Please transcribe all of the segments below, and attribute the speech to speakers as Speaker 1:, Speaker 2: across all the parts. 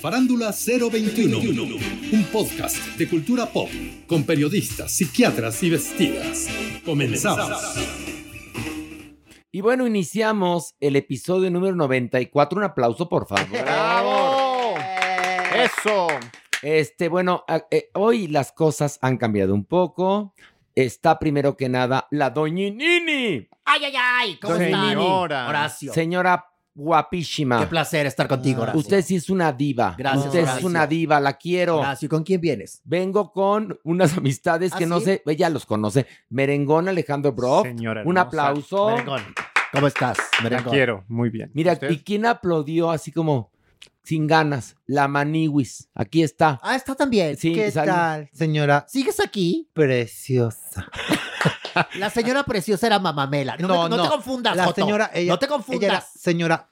Speaker 1: Farándula 021, un podcast de cultura pop con periodistas, psiquiatras y vestidas. Comenzamos.
Speaker 2: Y bueno, iniciamos el episodio número 94. Un aplauso, por favor.
Speaker 3: ¡Bravo!
Speaker 4: Eh.
Speaker 3: ¡Eso!
Speaker 2: Este, bueno, a- eh, hoy las cosas han cambiado un poco. Está primero que nada la doñinini,
Speaker 4: ¡Ay, ay, ay! ¿Cómo están?
Speaker 3: Señora.
Speaker 4: Horacio.
Speaker 2: señora guapísima.
Speaker 4: Qué placer estar contigo, Horacio.
Speaker 2: Usted sí es una diva.
Speaker 4: Gracias,
Speaker 2: Usted es
Speaker 4: Horacio.
Speaker 2: una diva, la quiero.
Speaker 4: Horacio, ¿con quién vienes?
Speaker 2: Vengo con unas amistades que
Speaker 4: ¿Ah,
Speaker 2: no
Speaker 4: sí?
Speaker 2: sé, ella los conoce. Merengón Alejandro Broff.
Speaker 3: Señora
Speaker 2: un
Speaker 3: hermosa.
Speaker 2: aplauso.
Speaker 4: Merengón. ¿Cómo estás,
Speaker 3: La
Speaker 4: Merengón?
Speaker 3: quiero, muy bien.
Speaker 2: Mira,
Speaker 3: ¿Usted?
Speaker 2: ¿y quién aplaudió así como sin ganas? La Maniwis. Aquí está.
Speaker 4: Ah, está también.
Speaker 2: Sí,
Speaker 4: ¿Qué
Speaker 2: sale.
Speaker 4: tal, señora? ¿Sigues aquí?
Speaker 5: Preciosa.
Speaker 4: La señora preciosa era mamamela. No,
Speaker 5: No,
Speaker 4: me- no te
Speaker 5: no.
Speaker 4: confundas,
Speaker 5: La
Speaker 4: Joto.
Speaker 5: señora, ella,
Speaker 4: no te
Speaker 5: ella era
Speaker 4: confundas.
Speaker 5: señora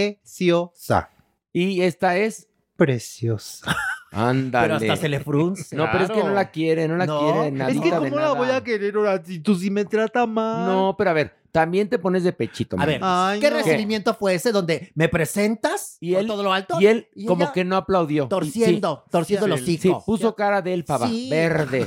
Speaker 5: preciosa.
Speaker 2: Y esta es.
Speaker 5: Preciosa.
Speaker 2: Ándale.
Speaker 4: Ah, Pero hasta se le frunce.
Speaker 2: No, pero es que no la quiere, no la
Speaker 4: No,
Speaker 2: quiere.
Speaker 4: es
Speaker 2: Nadita
Speaker 5: Es que
Speaker 2: de
Speaker 5: cómo la
Speaker 2: nada.
Speaker 5: voy a querer ahora si tú sí me trata mal.
Speaker 2: No, pero a ver, también te pones de pechito.
Speaker 4: A
Speaker 2: man.
Speaker 4: ver,
Speaker 5: Ay,
Speaker 4: ¿qué
Speaker 5: no.
Speaker 4: recibimiento fue ese donde me presentas
Speaker 2: Y
Speaker 4: por
Speaker 2: él-
Speaker 4: todo lo alto?
Speaker 2: Y él
Speaker 4: y
Speaker 2: como
Speaker 4: ella
Speaker 2: que no aplaudió.
Speaker 4: Torciendo, torciendo los
Speaker 2: Sí,
Speaker 4: hijos.
Speaker 2: sí, puso cara de élfaba,
Speaker 4: Sí.
Speaker 2: verde.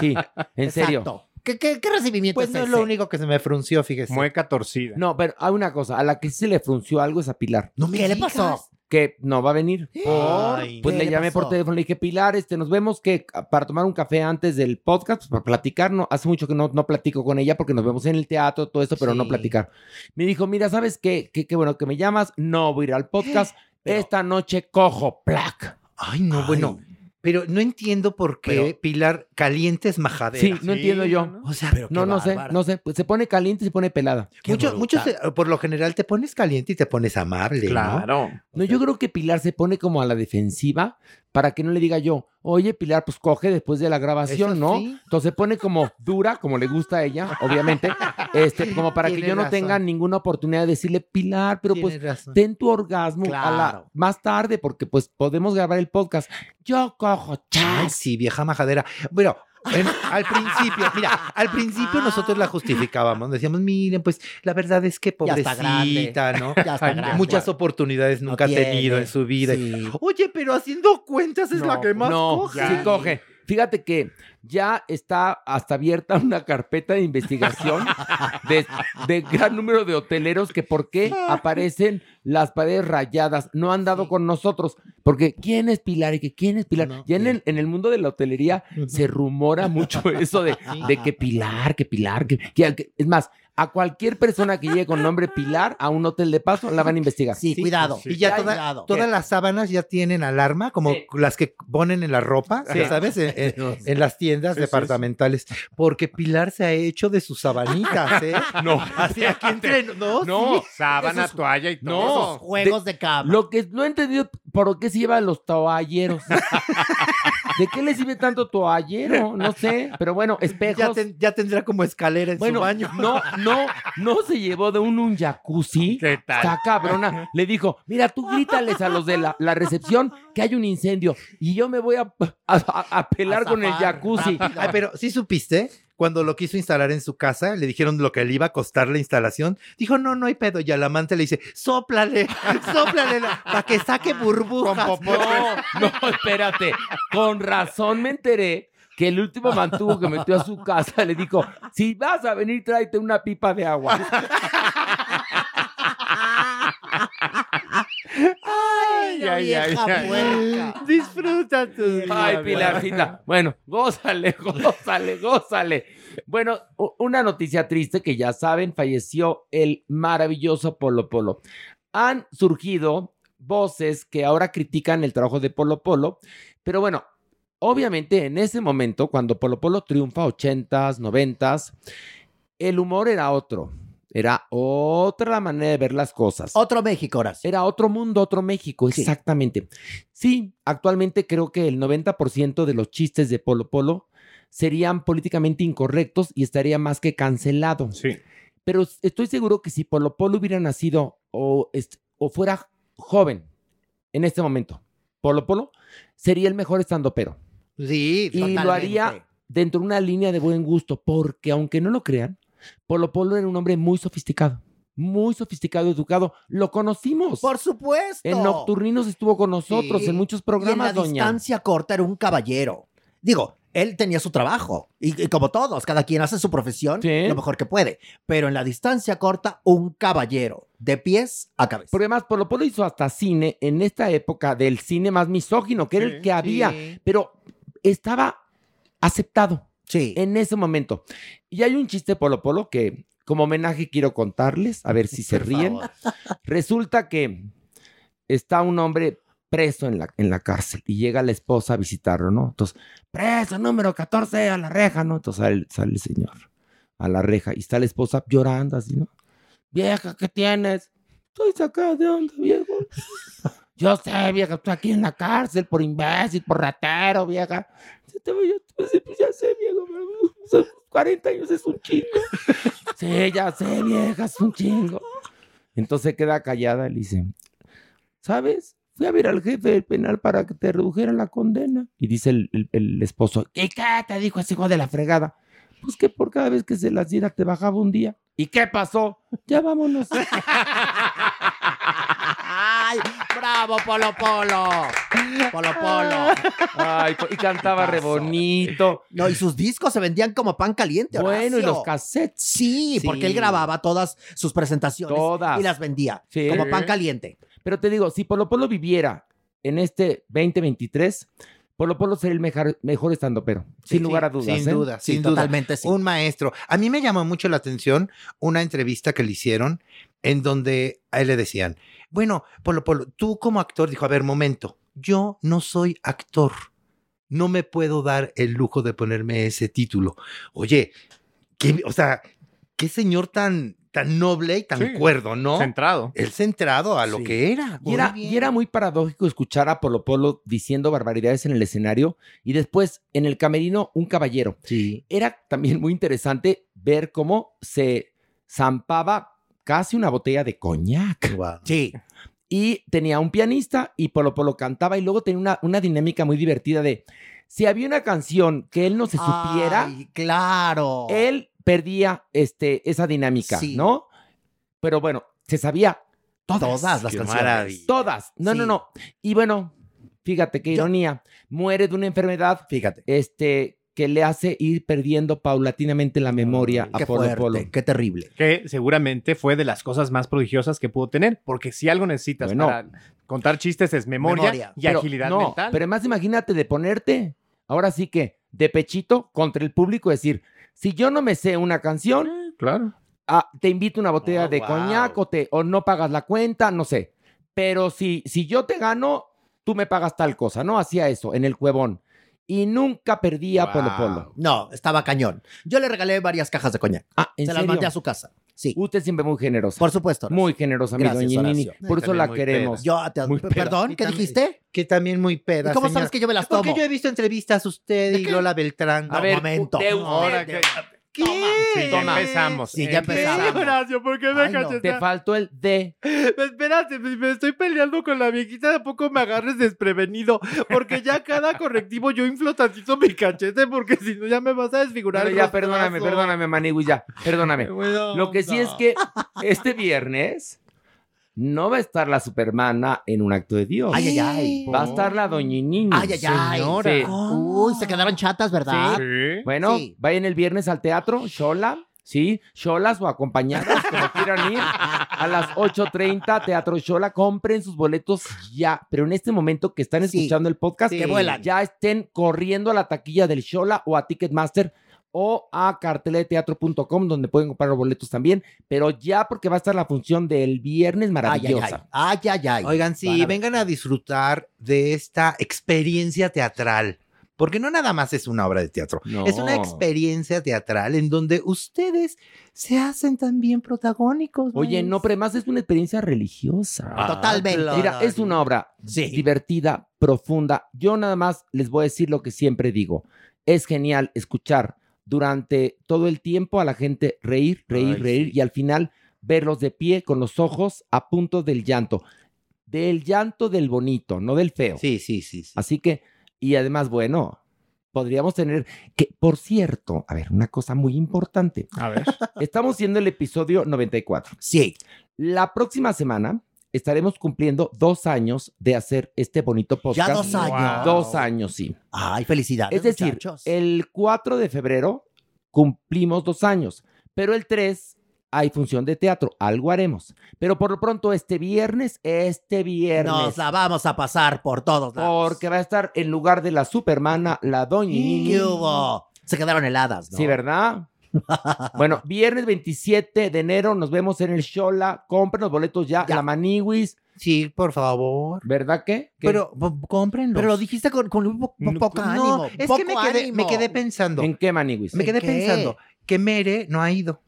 Speaker 2: Sí, en serio.
Speaker 4: Exacto. ¿Qué, qué, qué recibimiento
Speaker 5: Pues
Speaker 4: es
Speaker 5: no es
Speaker 4: ese?
Speaker 5: lo único que se me frunció, fíjese.
Speaker 3: Mueca torcida.
Speaker 2: No, pero hay una cosa, a la que se le frunció algo es a Pilar,
Speaker 4: No me ¿Qué le pasó?
Speaker 2: que no va a venir.
Speaker 5: Ay,
Speaker 2: Pues
Speaker 4: ¿Qué
Speaker 2: le
Speaker 4: le
Speaker 2: llamé por
Speaker 4: pasó?
Speaker 2: teléfono, le dije, Pilar, este, nos vemos que para tomar un café antes del podcast, pues, para platicar, no, hace mucho que no, no platico con ella porque nos vemos en el teatro, todo esto, pero no
Speaker 4: Sí.
Speaker 2: platicar. Me dijo, mira, ¿sabes qué? Qué, qué bueno que me llamas, no voy a ir al podcast,
Speaker 4: Pero-
Speaker 2: esta noche cojo, plac.
Speaker 5: Ay, no, bueno. Pero no entiendo por qué
Speaker 4: Pero-
Speaker 5: Pilar caliente es majadera.
Speaker 2: Sí, no entiendo yo.
Speaker 3: ¿no?
Speaker 5: O sea,
Speaker 4: Pero qué
Speaker 2: No, no sé,
Speaker 4: bárbara.
Speaker 2: no sé, pues se pone caliente y se pone pelada.
Speaker 4: Qué
Speaker 5: muchos,
Speaker 4: bruta.
Speaker 5: muchos, eh, por lo general te pones caliente y te pones amable. ¿no?
Speaker 3: Claro.
Speaker 2: No, yo creo que Pilar se pone como a la defensiva para que no le diga yo, oye, Pilar, pues coge después de la grabación,
Speaker 5: Eso
Speaker 2: ¿no?
Speaker 5: sí.
Speaker 2: Entonces se pone como dura, como le gusta a ella, obviamente, este, como para que
Speaker 5: Tiene
Speaker 2: yo no
Speaker 5: razón.
Speaker 2: tenga ninguna oportunidad de decirle, Pilar, pero pues
Speaker 5: Tienes razón.
Speaker 2: ten tu orgasmo a la-
Speaker 4: Claro.
Speaker 2: más tarde porque pues podemos grabar el podcast. Yo cojo,
Speaker 5: Ay,
Speaker 2: chas.
Speaker 5: sí, vieja majadera. Bueno, en- al principio, mira, al principio nosotros la justificábamos. Decíamos, miren, pues la verdad es que
Speaker 4: Ya está grande.
Speaker 5: pobrecita, ¿no?
Speaker 4: Ya está grande.
Speaker 5: Muchas oportunidades
Speaker 4: No
Speaker 5: nunca ha
Speaker 4: tiene,
Speaker 5: tenido en su vida.
Speaker 4: sí.
Speaker 5: Oye, pero haciendo cuentas es
Speaker 3: No,
Speaker 5: la que más
Speaker 2: no,
Speaker 5: coge.
Speaker 2: sí coge. Fíjate que ya está hasta abierta una carpeta de investigación de, de gran número de hoteleros que por qué aparecen las paredes rayadas. No han dado con nosotros. Porque ¿quién es Pilar? ¿Y que quién es Pilar?
Speaker 4: No,
Speaker 2: ya en el, en el mundo de la hotelería se rumora mucho eso de, de que Pilar, que Pilar, que, que- que- Es más, a cualquier persona que llegue con nombre Pilar a un hotel de paso la van a investigar.
Speaker 4: Sí, cuidado.
Speaker 3: sí.
Speaker 5: Y ya toda-
Speaker 4: cuidado.
Speaker 5: todas las sábanas ya tienen alarma, como
Speaker 2: Sí.
Speaker 5: las que ponen en la ropa,
Speaker 2: Sí.
Speaker 5: ya ¿sabes? En, en- en las tiendas
Speaker 3: Sí, sí, sí.
Speaker 5: departamentales. Porque Pilar se ha hecho de sus sabanitas, ¿eh?
Speaker 3: No,
Speaker 5: Así aquí entre nos.
Speaker 3: no, sábana, toalla y
Speaker 2: No.
Speaker 3: todo.
Speaker 4: Esos juegos de, cama.
Speaker 2: Lo que no he entendido, ¿por qué se llevan los toalleros? ¿De qué le sirve tanto toallero? No sé, pero bueno, espejos.
Speaker 5: Ya, ten- ya tendrá como escalera en
Speaker 2: bueno,
Speaker 5: su baño.
Speaker 2: no, no, no se llevó de un, un jacuzzi.
Speaker 3: ¿Qué tal?
Speaker 2: Está cabrona. Le dijo, mira, tú grítales a los de la, la recepción que hay un incendio y yo me voy a, a- a- a pelar
Speaker 4: A
Speaker 2: con el
Speaker 4: zafar,
Speaker 2: jacuzzi.
Speaker 4: rápido.
Speaker 5: Ay, pero sí supiste, cuando lo quiso instalar en su casa, le dijeron lo que le iba a costar la instalación. Dijo, no, no hay pedo. Y al amante le dice, sóplale, sóplale, para que saque burbujas.
Speaker 3: Con popó.
Speaker 2: No, no, espérate. Con razón me enteré que el último mantuvo que metió a su casa le dijo, si vas a venir, tráete una pipa de agua.
Speaker 4: Ay, la
Speaker 3: Ay, ay,
Speaker 4: vieja
Speaker 3: ay,
Speaker 4: puerca.
Speaker 5: Disfruta tus
Speaker 2: Ay, Pilarcita. Bueno, gózale, gózale, gózale. Bueno, u- una noticia triste que ya saben, falleció el maravilloso Polo Polo. Han surgido voces que ahora critican el trabajo de Polo Polo, pero bueno, obviamente en ese momento, cuando Polo Polo triunfa 80s, 90s, el humor era otro. Era otra manera de ver las cosas.
Speaker 4: Otro México, ahora sí.
Speaker 2: Era otro mundo, otro México,
Speaker 4: Sí.
Speaker 2: exactamente. Sí, actualmente creo que el 90% de los chistes de Polo Polo serían políticamente incorrectos y estaría más que cancelado.
Speaker 3: Sí.
Speaker 2: Pero s- estoy seguro que si Polo Polo hubiera nacido o, est- o fuera joven en este momento, Polo Polo sería el mejor estandopero.
Speaker 5: Sí,
Speaker 2: Eh, Y lo haría dentro de una línea de buen gusto, porque aunque no lo crean, Polo Polo era un hombre muy sofisticado, muy sofisticado, educado. Lo conocimos.
Speaker 4: Por supuesto.
Speaker 2: En Nocturninos estuvo con nosotros
Speaker 4: Sí.
Speaker 2: en muchos
Speaker 4: y
Speaker 2: programas,
Speaker 4: en la
Speaker 2: doña.
Speaker 4: distancia corta era un caballero. Digo, él tenía su trabajo. Y, y como todos, cada quien hace su profesión
Speaker 2: Sí.
Speaker 4: lo mejor que puede. Pero en la distancia corta, un caballero. De pies a cabeza.
Speaker 2: Porque además Polo Polo hizo hasta cine en esta época del cine más misógino, que era el
Speaker 3: Sí,
Speaker 2: que había, pero estaba aceptado
Speaker 4: sí.
Speaker 2: en ese momento. Y hay un chiste Polo Polo que como homenaje quiero contarles, a ver si se ríen. Resulta que está un hombre preso en la, en la cárcel y llega la esposa a visitarlo, ¿no? Entonces, preso número 14 a la reja, ¿no? Entonces sale, sale el señor a la reja y está la esposa llorando así, ¿no? Vieja, ¿qué tienes? Estoy sacada de onda, viejo. Yo sé, vieja, estoy aquí en la cárcel por imbécil, por ratero, vieja. Se te va- yo- pues, sí, pues, ya sé, viejo, pero, pues, son 40 años es un chingo. Sí, ya sé, vieja, es un chingo. Entonces queda callada y le dice, ¿sabes? Fui a ver al jefe del penal para que te redujera la condena. Y dice el, el- el esposo, ¿y qué te dijo ese hijo de la fregada? Pues que por cada vez que se las diera te bajaba un día. ¿Y qué pasó? Ya vámonos.
Speaker 4: ¡Ay! ¡Bravo, Polo Polo! Polo Polo.
Speaker 2: Ay, po- y cantaba re bonito.
Speaker 4: No, y sus discos se vendían como pan caliente.
Speaker 2: Bueno, y los
Speaker 4: Horacio.
Speaker 2: cassettes.
Speaker 4: Sí,
Speaker 2: Sí.
Speaker 4: porque él grababa todas sus presentaciones
Speaker 2: Todas.
Speaker 4: y las vendía
Speaker 2: Sí.
Speaker 4: como pan caliente.
Speaker 2: Pero te digo, si Polo Polo viviera en este 2023, Polo Polo sería el mejor, mejor estandopero. Sin lugar a dudas.
Speaker 5: Sin
Speaker 2: ¿eh?
Speaker 5: duda,
Speaker 4: Sí,
Speaker 5: sin duda.
Speaker 4: totalmente sí.
Speaker 5: Un maestro. A mí me llamó mucho la atención una entrevista que le hicieron en donde a él le decían, bueno, Polo Polo, tú como actor, dijo, a ver, momento, yo no soy actor. No me puedo dar el lujo de ponerme ese título. Oye, qué, o sea, qué señor tan, tan noble y tan
Speaker 3: Sí.
Speaker 5: cuerdo, ¿no?
Speaker 3: Centrado.
Speaker 5: Él centrado a lo
Speaker 3: Sí.
Speaker 5: que era.
Speaker 2: Y era, y era muy paradójico escuchar a Polo Polo diciendo barbaridades en el escenario y después en el camerino un caballero.
Speaker 5: Sí.
Speaker 2: Era también muy interesante ver cómo se zampaba casi una botella de coñac.
Speaker 5: Guau.
Speaker 4: Sí.
Speaker 2: Y tenía un pianista y Polo Polo cantaba y luego tenía una, una dinámica muy divertida de si había una canción que él no se supiera,
Speaker 4: Ay, claro.
Speaker 2: él perdía este, esa dinámica,
Speaker 4: Oh. Sí.
Speaker 2: ¿no? Pero bueno, se sabía
Speaker 4: todas, las
Speaker 5: Qué
Speaker 4: canciones.
Speaker 5: maravilla.
Speaker 2: Todas. No, no,
Speaker 4: Sí.
Speaker 2: no. Y bueno, Fíjate qué ironía. Muere de una enfermedad
Speaker 4: Fíjate.
Speaker 2: este, que le hace ir perdiendo paulatinamente la memoria a
Speaker 4: Qué
Speaker 2: Polo
Speaker 4: fuerte,
Speaker 2: Polo.
Speaker 4: qué terrible.
Speaker 3: Que seguramente fue de las cosas más prodigiosas que pudo tener, porque si algo necesitas
Speaker 2: Bueno.
Speaker 3: para contar chistes es memoria,
Speaker 4: Memoria.
Speaker 3: y
Speaker 2: Pero,
Speaker 3: agilidad
Speaker 2: no,
Speaker 3: mental.
Speaker 2: Pero más imagínate de ponerte, ahora sí que, de pechito contra el público, decir, si yo no me sé una canción,
Speaker 3: claro.
Speaker 2: ah, te invito una botella
Speaker 5: Oh,
Speaker 2: de
Speaker 5: wow.
Speaker 2: coñac o, te, o no pagas la cuenta, no sé. Pero si, si yo te gano, tú me pagas tal cosa, ¿no? Hacía eso en el cuevón. Y nunca perdía Polo Polo.
Speaker 4: No, estaba cañón. Yo le regalé varias cajas de coñac.
Speaker 2: Ah,
Speaker 4: Se
Speaker 2: ¿en
Speaker 4: las
Speaker 2: serio?
Speaker 4: mandé a su casa. Sí.
Speaker 2: Usted siempre muy generosa.
Speaker 4: Por supuesto. Horacio.
Speaker 2: muy generosa, mi
Speaker 4: Gracias,
Speaker 2: doña Nini.
Speaker 4: Horacio.
Speaker 2: Por eso
Speaker 3: También
Speaker 2: la
Speaker 3: muy
Speaker 2: queremos.
Speaker 4: Yo te-
Speaker 3: Muy peda.
Speaker 4: Perdón,
Speaker 5: Y
Speaker 4: ¿qué
Speaker 5: también-
Speaker 4: dijiste?
Speaker 5: Que también muy
Speaker 4: ¿Y
Speaker 5: peda.
Speaker 4: cómo
Speaker 5: señora.
Speaker 4: sabes que yo me las tomo?
Speaker 5: Porque yo he visto entrevistas a usted y
Speaker 4: ¿De qué?
Speaker 5: Lola Beltrán.
Speaker 4: No, momento.
Speaker 2: de
Speaker 4: No,
Speaker 2: usted.
Speaker 3: Ahora que-
Speaker 5: ¿Qué?
Speaker 4: Toma,
Speaker 3: Sí, ya empezamos.
Speaker 4: Sí, ya empezamos.
Speaker 3: Sí, Horacio, ¿por qué
Speaker 4: Ay,
Speaker 3: dejas
Speaker 4: no.
Speaker 2: Te
Speaker 3: estar?
Speaker 2: faltó el de.
Speaker 3: Espérate, pues, me estoy peleando con la viejita, tampoco me agarres desprevenido, porque ya cada correctivo yo inflo tantito mi cachete, porque si no ya me vas a desfigurar.
Speaker 2: Bueno,
Speaker 3: el
Speaker 2: ya,
Speaker 3: rostro.
Speaker 2: perdóname, perdóname, Manigui, ya. Perdóname.
Speaker 3: Bueno,
Speaker 2: Lo que sí
Speaker 3: no.
Speaker 2: es que este viernes no va a estar la Supermana en un acto de Dios.
Speaker 4: Ay, ay, ay.
Speaker 2: Va a estar la Doñinini.
Speaker 4: Ay, ay, ay.
Speaker 2: Señora.
Speaker 4: Sí. Uy, se quedaron chatas, ¿verdad?
Speaker 3: Sí.
Speaker 2: Bueno,
Speaker 4: Sí.
Speaker 2: vayan el viernes al teatro, Shola, ¿sí? Sholas o acompañadas, como quieran ir. A las 8.30, Teatro Shola. Compren sus boletos ya. Pero en este momento que están
Speaker 4: Sí.
Speaker 2: escuchando el podcast,
Speaker 4: Que vuelan.
Speaker 2: ya estén corriendo a la taquilla del Shola o a Ticketmaster o a carteleteatro.com donde pueden comprar los boletos también, pero ya porque va a estar la función del viernes
Speaker 4: Ay, ay, ay.
Speaker 2: maravillosa.
Speaker 4: Ay, ay, ay.
Speaker 5: Oigan, sí,
Speaker 4: Van a ver.
Speaker 5: vengan a disfrutar de esta experiencia teatral. Porque no nada más es una obra de teatro,
Speaker 2: No.
Speaker 5: es una experiencia teatral en donde ustedes se hacen también protagónicos.
Speaker 2: Oye, no, pero además es una experiencia religiosa.
Speaker 4: Totalmente.
Speaker 2: Mira, es una obra
Speaker 4: Sí.
Speaker 2: divertida, profunda. Yo nada más les voy a decir lo que siempre digo. Es genial escuchar durante todo el tiempo a la gente reír, reír,
Speaker 3: Ay,
Speaker 2: reír
Speaker 3: sí.
Speaker 2: y al final verlos de pie con los ojos a punto del llanto. Del llanto del bonito, no del feo.
Speaker 5: Sí, sí, sí. sí.
Speaker 2: Así que, y además, bueno, podríamos tener que, por cierto, a ver, una cosa muy importante.
Speaker 3: A ver.
Speaker 2: Estamos siendo el episodio 94.
Speaker 4: Sí.
Speaker 2: La próxima semana estaremos cumpliendo dos años de hacer este bonito podcast.
Speaker 4: Ya dos
Speaker 3: Wow.
Speaker 4: años.
Speaker 2: Dos años, sí.
Speaker 4: Ay, felicidades.
Speaker 2: Es decir,
Speaker 4: muchachos.
Speaker 2: el 4 de febrero cumplimos dos años, pero el 3 hay función de teatro, algo haremos. Pero por lo pronto, este viernes, este viernes,
Speaker 4: Nos la vamos a pasar por todos lados.
Speaker 2: porque va a estar en lugar de la supermana, la doña Nini.
Speaker 4: ¿Qué hubo? Se quedaron heladas, ¿no?
Speaker 2: Sí, ¿verdad? bueno, viernes 27 de enero nos vemos en el Shola. Compren los boletos ya,
Speaker 4: Ya.
Speaker 2: la Maniwis,
Speaker 5: Sí, por favor.
Speaker 2: ¿verdad que? que
Speaker 5: Pero po- cómprenlos.
Speaker 4: Pero lo dijiste con, con un po- po-
Speaker 3: No,
Speaker 4: poco ánimo.
Speaker 5: No, es
Speaker 4: poco
Speaker 5: que me quedé,
Speaker 4: ánimo.
Speaker 5: me quedé pensando.
Speaker 2: ¿En qué Maniwis?
Speaker 5: Me
Speaker 4: ¿En
Speaker 5: quedé
Speaker 4: qué?
Speaker 5: pensando que Mere no ha ido.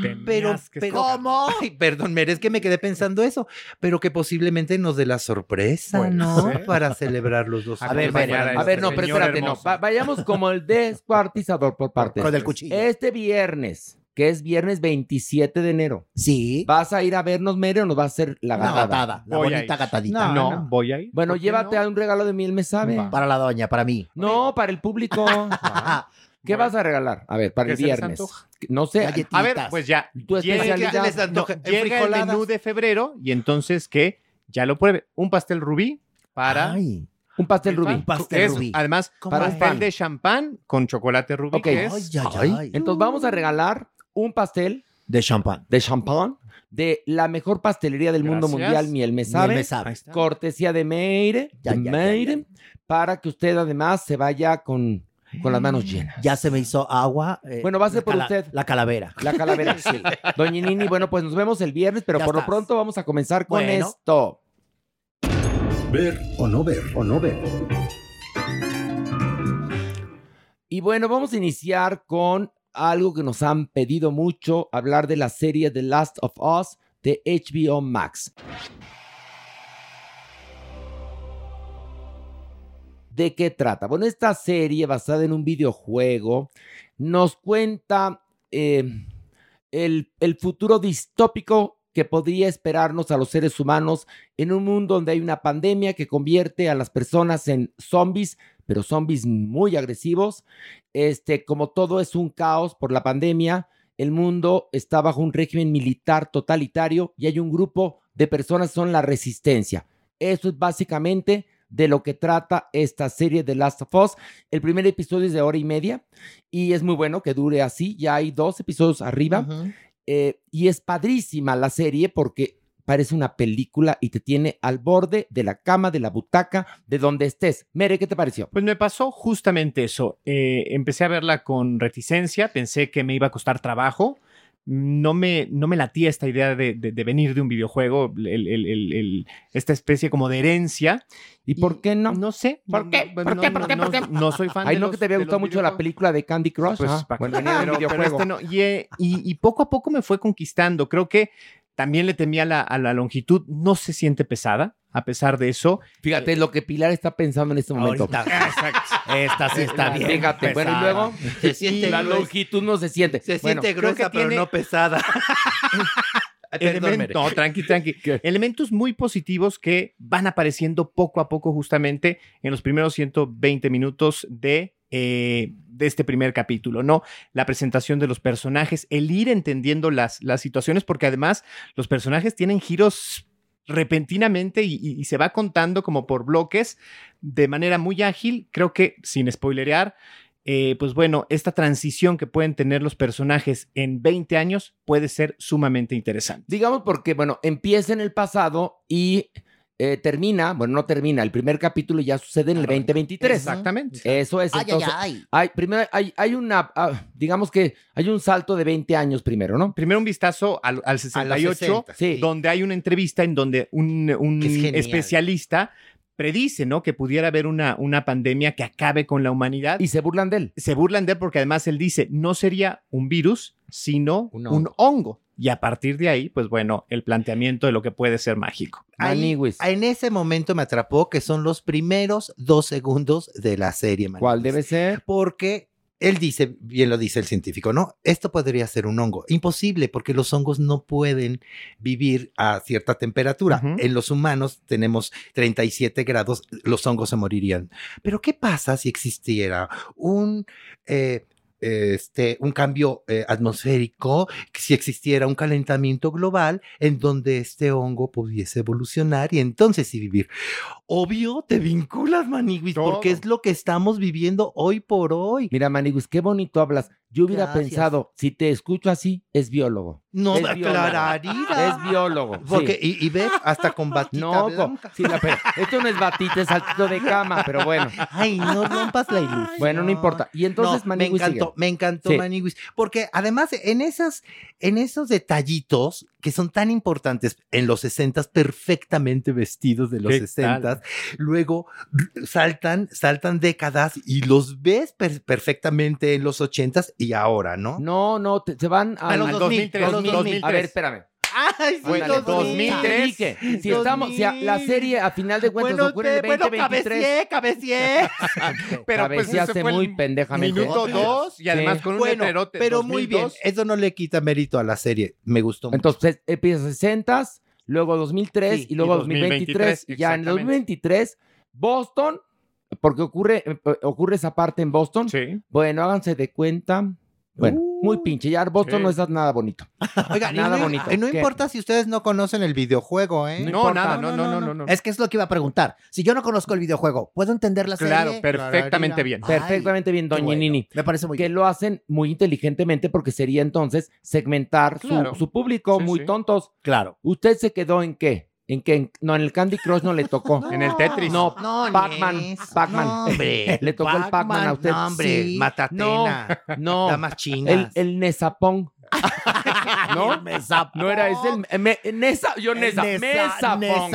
Speaker 5: Pero,
Speaker 3: Tenías que
Speaker 5: pero
Speaker 3: escoger.
Speaker 4: ¿Cómo?
Speaker 5: Ay, perdón, Mere, es que me quedé pensando eso, pero que posiblemente nos dé la sorpresa,
Speaker 3: Puede
Speaker 5: ¿no?
Speaker 3: ser.
Speaker 5: Para celebrar los dos.
Speaker 3: A
Speaker 5: años.
Speaker 2: ver,
Speaker 3: Acompañar
Speaker 2: Mere,
Speaker 3: a
Speaker 2: a ver,
Speaker 3: este
Speaker 2: no, pero
Speaker 3: señor
Speaker 2: espérate, no.
Speaker 3: hermoso.
Speaker 2: Va- vayamos como el descuartizador por partes.
Speaker 4: Con el cuchillo.
Speaker 2: Este viernes, que es viernes 27 de enero,
Speaker 4: Sí.
Speaker 2: ¿vas a ir a vernos, Mere, o nos va a hacer la
Speaker 4: La
Speaker 2: gatada?
Speaker 4: gatada. La
Speaker 3: Voy a
Speaker 4: bonita
Speaker 3: ir.
Speaker 4: gatadita.
Speaker 3: No,
Speaker 5: No,
Speaker 3: no,
Speaker 5: no.
Speaker 3: voy a ir.
Speaker 2: Bueno,
Speaker 3: ¿Por qué
Speaker 2: llévate
Speaker 3: no?
Speaker 2: a un regalo de miel, me sabe.
Speaker 3: Va.
Speaker 4: Para la doña, para mí.
Speaker 2: No, para el público.
Speaker 4: Ajá.
Speaker 2: ¿Qué
Speaker 3: Bueno.
Speaker 2: vas a regalar? A ver, para
Speaker 3: ¿Qué
Speaker 2: el
Speaker 3: se les
Speaker 2: viernes.
Speaker 3: antoja?
Speaker 2: No sé.
Speaker 4: Galletitas.
Speaker 3: A ver, pues ya.
Speaker 2: Tu
Speaker 3: Llega,
Speaker 2: especialidad.
Speaker 5: ¿Qué les antoja?
Speaker 3: no, llega el
Speaker 5: Enfrijoladas.
Speaker 3: menú de febrero y entonces que ya lo pruebe. Un pastel rubí para...
Speaker 4: Ay.
Speaker 2: Un pastel
Speaker 3: Ah, rubí.
Speaker 2: rubí.
Speaker 4: pastel
Speaker 3: es,
Speaker 4: rubí.
Speaker 3: Además,
Speaker 5: ¿Cómo
Speaker 2: Para
Speaker 5: es?
Speaker 2: un
Speaker 3: pastel
Speaker 2: pan.
Speaker 3: de champán con chocolate rubí.
Speaker 2: Ok.
Speaker 3: que es-
Speaker 4: Ay, ay, ay.
Speaker 2: Entonces vamos a regalar un pastel
Speaker 4: De champán.
Speaker 2: de champán de la mejor pastelería del mundo
Speaker 3: Gracias.
Speaker 2: mundial, miel, me
Speaker 4: Ni él
Speaker 2: sabe.
Speaker 4: me sabe.
Speaker 3: Ahí está.
Speaker 2: cortesía de Meire,
Speaker 4: Ya,
Speaker 2: de
Speaker 4: ya, ya,
Speaker 2: Meire, para que usted además se vaya con, con las manos llenas.
Speaker 4: Ya se me hizo agua. eh,
Speaker 2: Bueno, va a ser
Speaker 4: la
Speaker 2: por
Speaker 4: cala-
Speaker 2: usted.
Speaker 4: La calavera.
Speaker 2: La calavera. sí. Doña Nini, bueno, pues nos vemos el viernes, pero
Speaker 4: Ya
Speaker 2: por lo
Speaker 4: estás.
Speaker 2: pronto vamos a comenzar con
Speaker 4: Bueno.
Speaker 2: esto.
Speaker 1: Ver o no ver o no ver.
Speaker 2: Y bueno, vamos a iniciar con algo que nos han pedido mucho, hablar de la serie The Last of Us de HBO Max. ¿De qué trata? Bueno, esta serie basada en un videojuego nos cuenta eh, el, el futuro distópico que podría esperarnos a los seres humanos en un mundo donde hay una pandemia que convierte a las personas en zombies, pero zombies muy agresivos. Este, como todo es un caos por la pandemia, el mundo está bajo un régimen militar totalitario y hay un grupo de personas que son la resistencia. Eso es básicamente de lo que trata esta serie de Last of Us. El primer episodio es de hora y media y es muy bueno que dure así. Ya hay dos episodios arriba. Eh, y es padrísima la serie porque parece una película y te tiene al borde de la cama, de la butaca, de donde estés. Mere, ¿qué te pareció?
Speaker 6: Pues me pasó justamente eso. Eh, empecé a verla con reticencia, pensé que me iba a costar trabajo. No me, no me latía esta idea de, de- de venir de un videojuego, el- el- el- el- esta especie como de herencia.
Speaker 2: ¿Y por qué no?
Speaker 6: No sé.
Speaker 2: ¿Por qué?
Speaker 6: No,
Speaker 2: ¿Por qué?
Speaker 6: no,
Speaker 2: ¿Por qué?
Speaker 6: no,
Speaker 2: ¿Por qué?
Speaker 6: No soy fan
Speaker 2: Ay,
Speaker 6: de
Speaker 2: no
Speaker 6: los-
Speaker 2: que te había
Speaker 6: de
Speaker 2: gustado
Speaker 6: los
Speaker 2: mucho la
Speaker 6: videojuegos.
Speaker 2: película de Candy Crush.
Speaker 6: Pues,
Speaker 2: Ajá.
Speaker 6: ¿pa' qué?
Speaker 2: Bueno, venía de un
Speaker 6: Pero- pero
Speaker 2: videojuego.
Speaker 6: este no. y, eh, y- y poco a poco me fue conquistando. Creo que también le temía la- a la longitud. No se siente pesada, a pesar de eso.
Speaker 2: Fíjate lo que Pilar está pensando en este momento.
Speaker 4: Esta sí está bien.
Speaker 2: Fíjate, bueno, y luego
Speaker 5: Se siente
Speaker 2: la
Speaker 5: gruesa.
Speaker 2: longitud no se siente.
Speaker 5: Se
Speaker 2: Bueno,
Speaker 5: siente
Speaker 6: creo que
Speaker 5: gruesa, pero
Speaker 6: tiene-
Speaker 5: no pesada. Perdón,
Speaker 6: Elemen-
Speaker 5: Mere.
Speaker 6: No, Oh, tranqui, tranqui.
Speaker 2: ¿Qué?
Speaker 6: Elementos muy positivos que van apareciendo poco a poco justamente en los primeros 120 minutos de, eh, de este primer capítulo, ¿no? La presentación de los personajes, el ir entendiendo las, las situaciones, porque además los personajes tienen giros repentinamente y, y- y se va contando como por bloques de manera muy ágil, creo que sin spoilerear. eh, pues bueno, esta transición que pueden tener los personajes en 20 años puede ser sumamente interesante.
Speaker 2: Digamos porque, bueno, empieza en el pasado y eh, termina, bueno, no termina, el primer capítulo ya sucede en el 2023.
Speaker 6: Exactamente.
Speaker 2: Eso es.
Speaker 4: Ay, ay,
Speaker 2: entonces,
Speaker 4: ay.
Speaker 2: Hay, primero hay, hay una, ah, digamos que hay un salto de 20 años primero, ¿no?
Speaker 6: Primero un vistazo al, al
Speaker 5: A los
Speaker 6: 68,
Speaker 5: 60.
Speaker 2: Sí.
Speaker 6: donde hay una entrevista en donde un, un
Speaker 5: Que es genial.
Speaker 6: especialista predice, ¿no? Que pudiera haber una, una pandemia que acabe con la humanidad.
Speaker 2: Y se burlan de él.
Speaker 6: se burlan de él porque además él dice, no sería un virus, sino un
Speaker 5: Un hongo.
Speaker 6: hongo. Y a partir de ahí, pues bueno, el planteamiento de lo que puede ser mágico.
Speaker 5: Ahí-
Speaker 2: Maniwis.
Speaker 5: en ese momento me atrapó que son los primeros dos segundos de la serie. Maniwis.
Speaker 2: ¿Cuál debe ser?
Speaker 5: Porque él dice, bien lo dice el científico, ¿no? Esto podría ser un hongo. Imposible, porque los hongos no pueden vivir a cierta temperatura.
Speaker 6: Ujú.
Speaker 5: En los humanos tenemos 37 grados, los hongos se morirían. Pero ¿qué pasa si existiera un... eh, este, un cambio eh, atmosférico, si existiera un calentamiento global en donde este hongo pudiese evolucionar y entonces sí vivir. Obvio, te vinculas, Maniguis, porque
Speaker 6: Todo.
Speaker 5: es lo que estamos viviendo hoy por hoy.
Speaker 2: Mira, Maniguis, qué bonito hablas. Yo hubiera
Speaker 5: Gracias.
Speaker 2: pensado, si te escucho así, es biólogo.
Speaker 5: No,
Speaker 2: Es
Speaker 5: me
Speaker 2: biólogo.
Speaker 5: aclararía.
Speaker 2: Es biólogo. sí.
Speaker 5: Porque, y, y ve, hasta con batita
Speaker 2: No, co-
Speaker 5: blanca.
Speaker 2: sí, la pe- esto no es batita, es saltito de cama, pero bueno.
Speaker 5: Ay, no rompas la ilusión.
Speaker 2: Bueno, no importa. Y entonces,
Speaker 5: No,
Speaker 2: Maniguis
Speaker 5: me encantó,
Speaker 2: sigue.
Speaker 5: me encantó
Speaker 2: Sí.
Speaker 5: Maniguis, porque además en esas, en esos detallitos que son tan importantes en los 60 perfectamente vestidos de los
Speaker 6: ¿Qué
Speaker 5: 60 luego r- saltan, saltan décadas y los ves per- perfectamente en los 80 y ahora, ¿no?
Speaker 2: No, no, te- se van a,
Speaker 5: A los
Speaker 6: Al
Speaker 5: 2003,
Speaker 6: 2000,
Speaker 5: 2003.
Speaker 2: A ver, espérame.
Speaker 5: Ay,
Speaker 2: Ándale,
Speaker 6: 2003.
Speaker 2: Enrique, Si estamos, si a- la serie a final de cuentas ocurre en el 2023,
Speaker 5: cabecié.
Speaker 6: Pero pues
Speaker 2: cabeceaste
Speaker 6: ese fue el
Speaker 2: muy pendejamente.
Speaker 6: Minuto dos y además
Speaker 2: Sí.
Speaker 6: con un
Speaker 5: Bueno,
Speaker 6: letrerote,
Speaker 5: pero muy bien.
Speaker 6: 2002.
Speaker 5: Eso no le quita mérito a la serie. Me gustó mucho.
Speaker 2: Entonces, pues, eh, empieza 60, luego 2003
Speaker 6: Sí,
Speaker 2: y luego
Speaker 6: y
Speaker 2: 2023.
Speaker 6: 2023,
Speaker 2: ya en
Speaker 6: exactamente.
Speaker 2: 2023, Boston, porque ocurre, eh, ocurre esa parte en Boston.
Speaker 6: Sí. Uh,
Speaker 2: Bueno, háganse de cuenta. Bueno, muy pinche. Ya Boston
Speaker 6: sí.
Speaker 2: no está nada bonito.
Speaker 5: Oiga, y
Speaker 2: Nada
Speaker 5: no,
Speaker 2: bonito.
Speaker 5: y no
Speaker 2: ¿Qué?
Speaker 5: importa si ustedes no conocen el videojuego, ¿eh?
Speaker 6: No,
Speaker 2: importa.
Speaker 6: nada, no, no, no, no. no.
Speaker 4: Es que es lo que iba a preguntar. Si yo no conozco el videojuego, ¿puedo entender la
Speaker 6: claro,
Speaker 4: serie?
Speaker 6: perfectamente bien.
Speaker 4: Ay,
Speaker 2: Perfectamente bien,
Speaker 4: qué
Speaker 2: Doña
Speaker 4: bueno.
Speaker 2: Nini.
Speaker 4: Me parece muy
Speaker 2: que
Speaker 4: bien.
Speaker 2: lo hacen muy inteligentemente porque sería entonces segmentar su-
Speaker 6: Claro.
Speaker 2: su, público
Speaker 6: Sí,
Speaker 2: muy
Speaker 6: sí.
Speaker 2: tontos.
Speaker 4: Claro.
Speaker 2: ¿Usted se quedó en qué? ¿En qué? En- no, en el Candy Crush no le tocó.
Speaker 6: En el Tetris.
Speaker 2: No,
Speaker 5: No, ni
Speaker 2: Pac-Man,
Speaker 5: eso.
Speaker 2: Pac-Man.
Speaker 5: No, hombre.
Speaker 2: Le tocó el Pac-Man a usted.
Speaker 5: No, hombre.
Speaker 2: Sí.
Speaker 5: Matatena.
Speaker 2: No,
Speaker 5: Damas chingas.
Speaker 2: el, el Nesapón. ¿No? No era ese el, eh, me- Nesa, yo Nesa, Mesapón.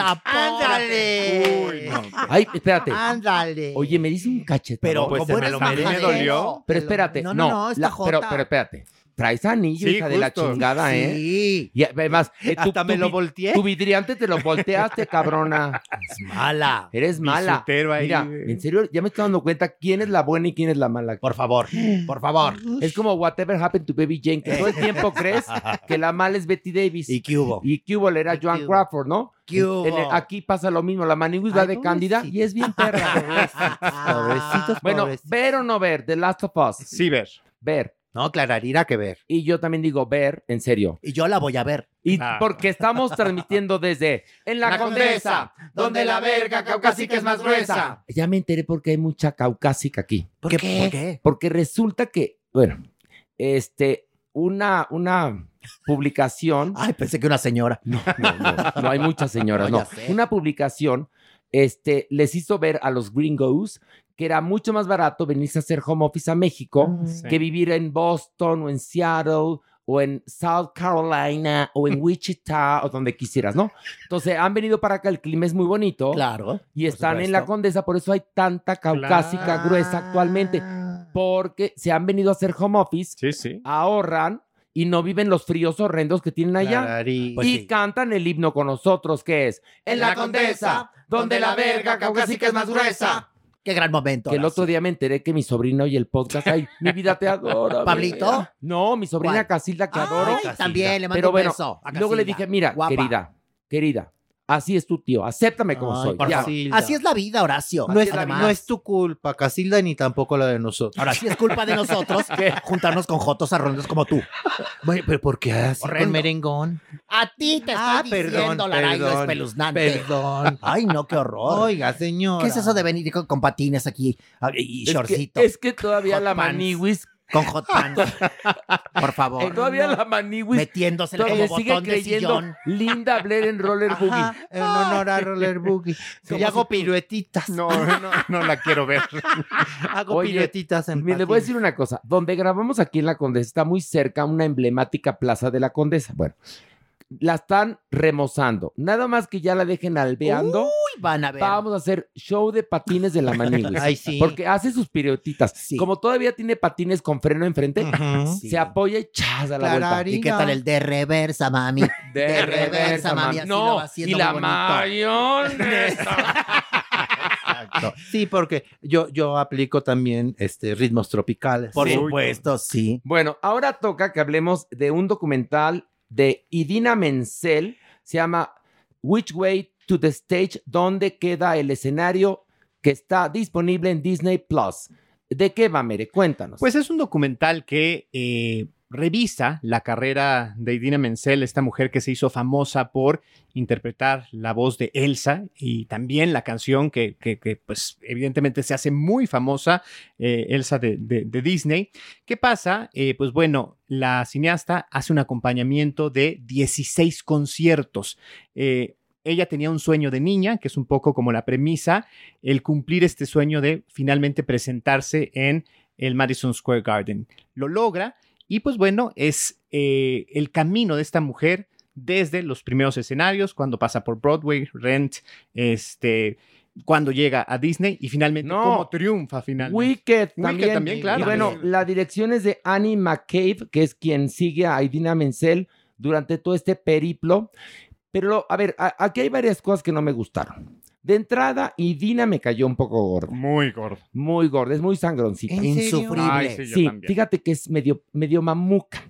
Speaker 5: Ándale.
Speaker 2: Ay, espérate.
Speaker 5: Ándale.
Speaker 2: Oye, me dice un cachetón.
Speaker 4: Pero
Speaker 6: pues,
Speaker 4: como
Speaker 6: se me
Speaker 4: eres
Speaker 6: lo merece.
Speaker 4: majadero,
Speaker 6: Me dolió.
Speaker 2: pero espérate,
Speaker 4: No,
Speaker 2: no,
Speaker 4: no, no, esta
Speaker 2: la- pero,
Speaker 4: jota.
Speaker 2: pero espérate. Traes anillo,
Speaker 6: Sí,
Speaker 2: hija de la
Speaker 6: justo.
Speaker 2: chingada, ¿eh?
Speaker 5: Sí.
Speaker 2: Y además, eh, tú-
Speaker 5: Hasta
Speaker 2: tú
Speaker 5: me lo
Speaker 2: vi-
Speaker 5: volteé.
Speaker 2: Tu vidriante te lo volteaste, cabrona.
Speaker 4: Es mala.
Speaker 2: Eres mala.
Speaker 6: Bisutero ahí,
Speaker 2: Mira,
Speaker 6: eh.
Speaker 2: en serio, ya me estoy dando cuenta quién es la buena y quién es la mala.
Speaker 4: Por favor, por favor.
Speaker 2: Es como Whatever Happened to Baby Jane, que todo el tiempo crees que la mala es Betty Davis.
Speaker 4: ¿Y
Speaker 2: Y,
Speaker 4: qué hubo?
Speaker 2: que hubo le era
Speaker 5: ¿Y qué
Speaker 2: Joan
Speaker 5: hubo?
Speaker 2: Crawford, ¿no?
Speaker 4: ¿Qué hubo?
Speaker 2: En el- aquí pasa lo mismo, la manigüis va
Speaker 5: Ay,
Speaker 2: de cándida
Speaker 5: pobrecita.
Speaker 2: y es bien perra.
Speaker 5: Pobrecitos, pobrecitos.
Speaker 2: bueno,
Speaker 5: pobrecitos.
Speaker 2: ver o no ver, The Last of Us.
Speaker 6: Sí, ver.
Speaker 2: Ver.
Speaker 5: No, clararira que ver.
Speaker 2: Y yo también digo ver, en serio.
Speaker 4: Y yo la voy a ver.
Speaker 2: Y
Speaker 6: Ah.
Speaker 2: porque estamos transmitiendo desde En la,
Speaker 5: La
Speaker 2: Condesa,
Speaker 5: Condesa,
Speaker 2: donde la verga caucásica es más gruesa. Ya me enteré porque hay mucha caucásica aquí.
Speaker 5: ¿Por
Speaker 4: ¿Por qué?
Speaker 2: Porque resulta que, bueno, este, una, una publicación.
Speaker 4: Ay, pensé que una señora.
Speaker 2: No, no, no, no hay muchas señoras,
Speaker 4: No,
Speaker 2: no.
Speaker 4: ya sé.
Speaker 2: Una publicación este, les hizo ver a los gringos que era mucho más barato venirse a hacer home office a México que vivir en Boston o en Seattle o en South Carolina o en Wichita o donde quisieras, ¿no? Entonces han venido para acá, el clima es muy bonito
Speaker 4: Claro.
Speaker 2: y
Speaker 4: por
Speaker 2: están en la
Speaker 4: supuesto.
Speaker 2: Condesa, por eso hay tanta caucásica gruesa actualmente,
Speaker 4: Ah.
Speaker 2: porque se han venido a hacer home office,
Speaker 6: Sí, sí.
Speaker 2: ahorran y no viven los fríos horrendos que tienen allá
Speaker 5: Clararira.
Speaker 4: Pues
Speaker 2: y
Speaker 4: sí.
Speaker 2: cantan el himno con nosotros, que es
Speaker 4: En la Condesa, donde la verga caucásica es más gruesa. Qué gran momento.
Speaker 2: Que el
Speaker 4: Horacio.
Speaker 2: otro día me enteré que mi sobrina oye el podcast. Ay, mi vida te adoro.
Speaker 4: ¿Pablito?
Speaker 2: mira. No, mi sobrina
Speaker 4: ¿Cuál?
Speaker 2: Casilda que adoro.
Speaker 4: Ay, también le mando
Speaker 2: Pero
Speaker 4: un
Speaker 2: bueno,
Speaker 4: beso. a
Speaker 2: Luego le
Speaker 4: Casilda.
Speaker 2: dije, mira,
Speaker 4: Guapa.
Speaker 2: querida, querida, así es tu tío, acéptame como
Speaker 5: Ay,
Speaker 2: soy.
Speaker 5: por
Speaker 2: ya.
Speaker 5: favor.
Speaker 4: Así es la vida, Horacio.
Speaker 5: No es,
Speaker 4: Además.
Speaker 5: no es tu culpa, Casilda, ni tampoco la de nosotros.
Speaker 4: Ahora sí es culpa de nosotros juntarnos con jotos arrondos como tú.
Speaker 5: Bueno, pero ¿por qué así?
Speaker 4: Horrendo.
Speaker 5: Con merengón.
Speaker 4: A ti te estoy
Speaker 5: Ah,
Speaker 4: diciendo,
Speaker 5: perdón,
Speaker 4: Larayo
Speaker 5: perdón,
Speaker 4: espeluznante.
Speaker 5: Perdón.
Speaker 4: Ay, no, qué horror.
Speaker 5: Oiga, señor.
Speaker 4: ¿Qué es eso de venir con, con patines aquí ah, y, y
Speaker 2: Es que,
Speaker 4: shortcito?
Speaker 2: es que todavía
Speaker 4: Hot
Speaker 2: la
Speaker 4: pants.
Speaker 2: maniwis,
Speaker 4: Con hot pants. Por favor.
Speaker 2: eh, todavía la maniwis,
Speaker 4: Metiéndose
Speaker 2: todavía
Speaker 4: como
Speaker 2: sigue
Speaker 4: botón de
Speaker 2: creyendo
Speaker 4: sillón.
Speaker 2: Linda Blair en Roller Boogie.
Speaker 5: En honor a Roller Boogie.
Speaker 2: Como
Speaker 5: Y hago
Speaker 2: si-
Speaker 5: piruetitas.
Speaker 6: No, no, no la quiero ver.
Speaker 5: Hago
Speaker 2: Oye,
Speaker 5: piruetitas en
Speaker 2: Mire, le voy a decir una cosa. Donde grabamos aquí en la Condesa está muy cerca una emblemática plaza de la Condesa. Bueno, la están remozando. Nada más que ya la dejen albeando.
Speaker 4: Uy, van Uh, a ver.
Speaker 2: Vamos a hacer show de patines de la manigüis.
Speaker 5: Ay, sí.
Speaker 2: Porque hace sus piruetitas.
Speaker 4: Sí.
Speaker 2: Como todavía tiene patines con freno enfrente,
Speaker 5: Ujú.
Speaker 4: Sí.
Speaker 2: se apoya y chas a la
Speaker 5: Clarari.
Speaker 4: ¿Y qué tal el de reversa, mami?
Speaker 2: vuelta.
Speaker 4: de reversa, mami, así lo
Speaker 2: No,
Speaker 4: va haciendo
Speaker 2: y la
Speaker 4: muy bonito.
Speaker 2: mayonesa.
Speaker 4: Exacto.
Speaker 5: Sí, porque yo, yo aplico también este, ritmos tropicales.
Speaker 4: Por
Speaker 6: Sí.
Speaker 4: supuesto, sí.
Speaker 2: Bueno, ahora toca que hablemos de un documental de Idina Menzel, se llama Which Way to the Stage, donde queda el escenario que está disponible en Disney Plus. ¿De qué va, Mere? Cuéntanos.
Speaker 6: Pues es un documental que eh, revisa la carrera de Idina Menzel, esta mujer que se hizo famosa por interpretar la voz de Elsa y también la canción que, que- que, pues, evidentemente se hace muy famosa, eh, Elsa de, de- de Disney. ¿Qué pasa? Eh, pues bueno, la cineasta hace un acompañamiento de 16 conciertos. Eh, ella tenía un sueño de niña, que es un poco como la premisa, el cumplir este sueño de finalmente presentarse en el Madison Square Garden. Lo logra y pues bueno, es eh, el camino de esta mujer desde los primeros escenarios, cuando pasa por Broadway, Rent, este, cuando llega a Disney y finalmente
Speaker 2: No.
Speaker 6: cómo triunfa finalmente.
Speaker 2: Wicked
Speaker 6: Wicked
Speaker 2: también.
Speaker 6: también, claro.
Speaker 2: Y bueno, la dirección es de Annie McCabe, que es quien sigue a Idina Menzel durante todo este periplo. Pero, a ver, a- aquí hay varias cosas que no me gustaron. De entrada, Idina me cayó un poco gorda.
Speaker 6: Muy gordo.
Speaker 2: Muy gorda, es muy sangroncita.
Speaker 5: ¿En serio?
Speaker 4: Insufrible.
Speaker 6: Ay, sí, yo
Speaker 2: Sí,
Speaker 6: también.
Speaker 2: fíjate que es medio, medio mamuca.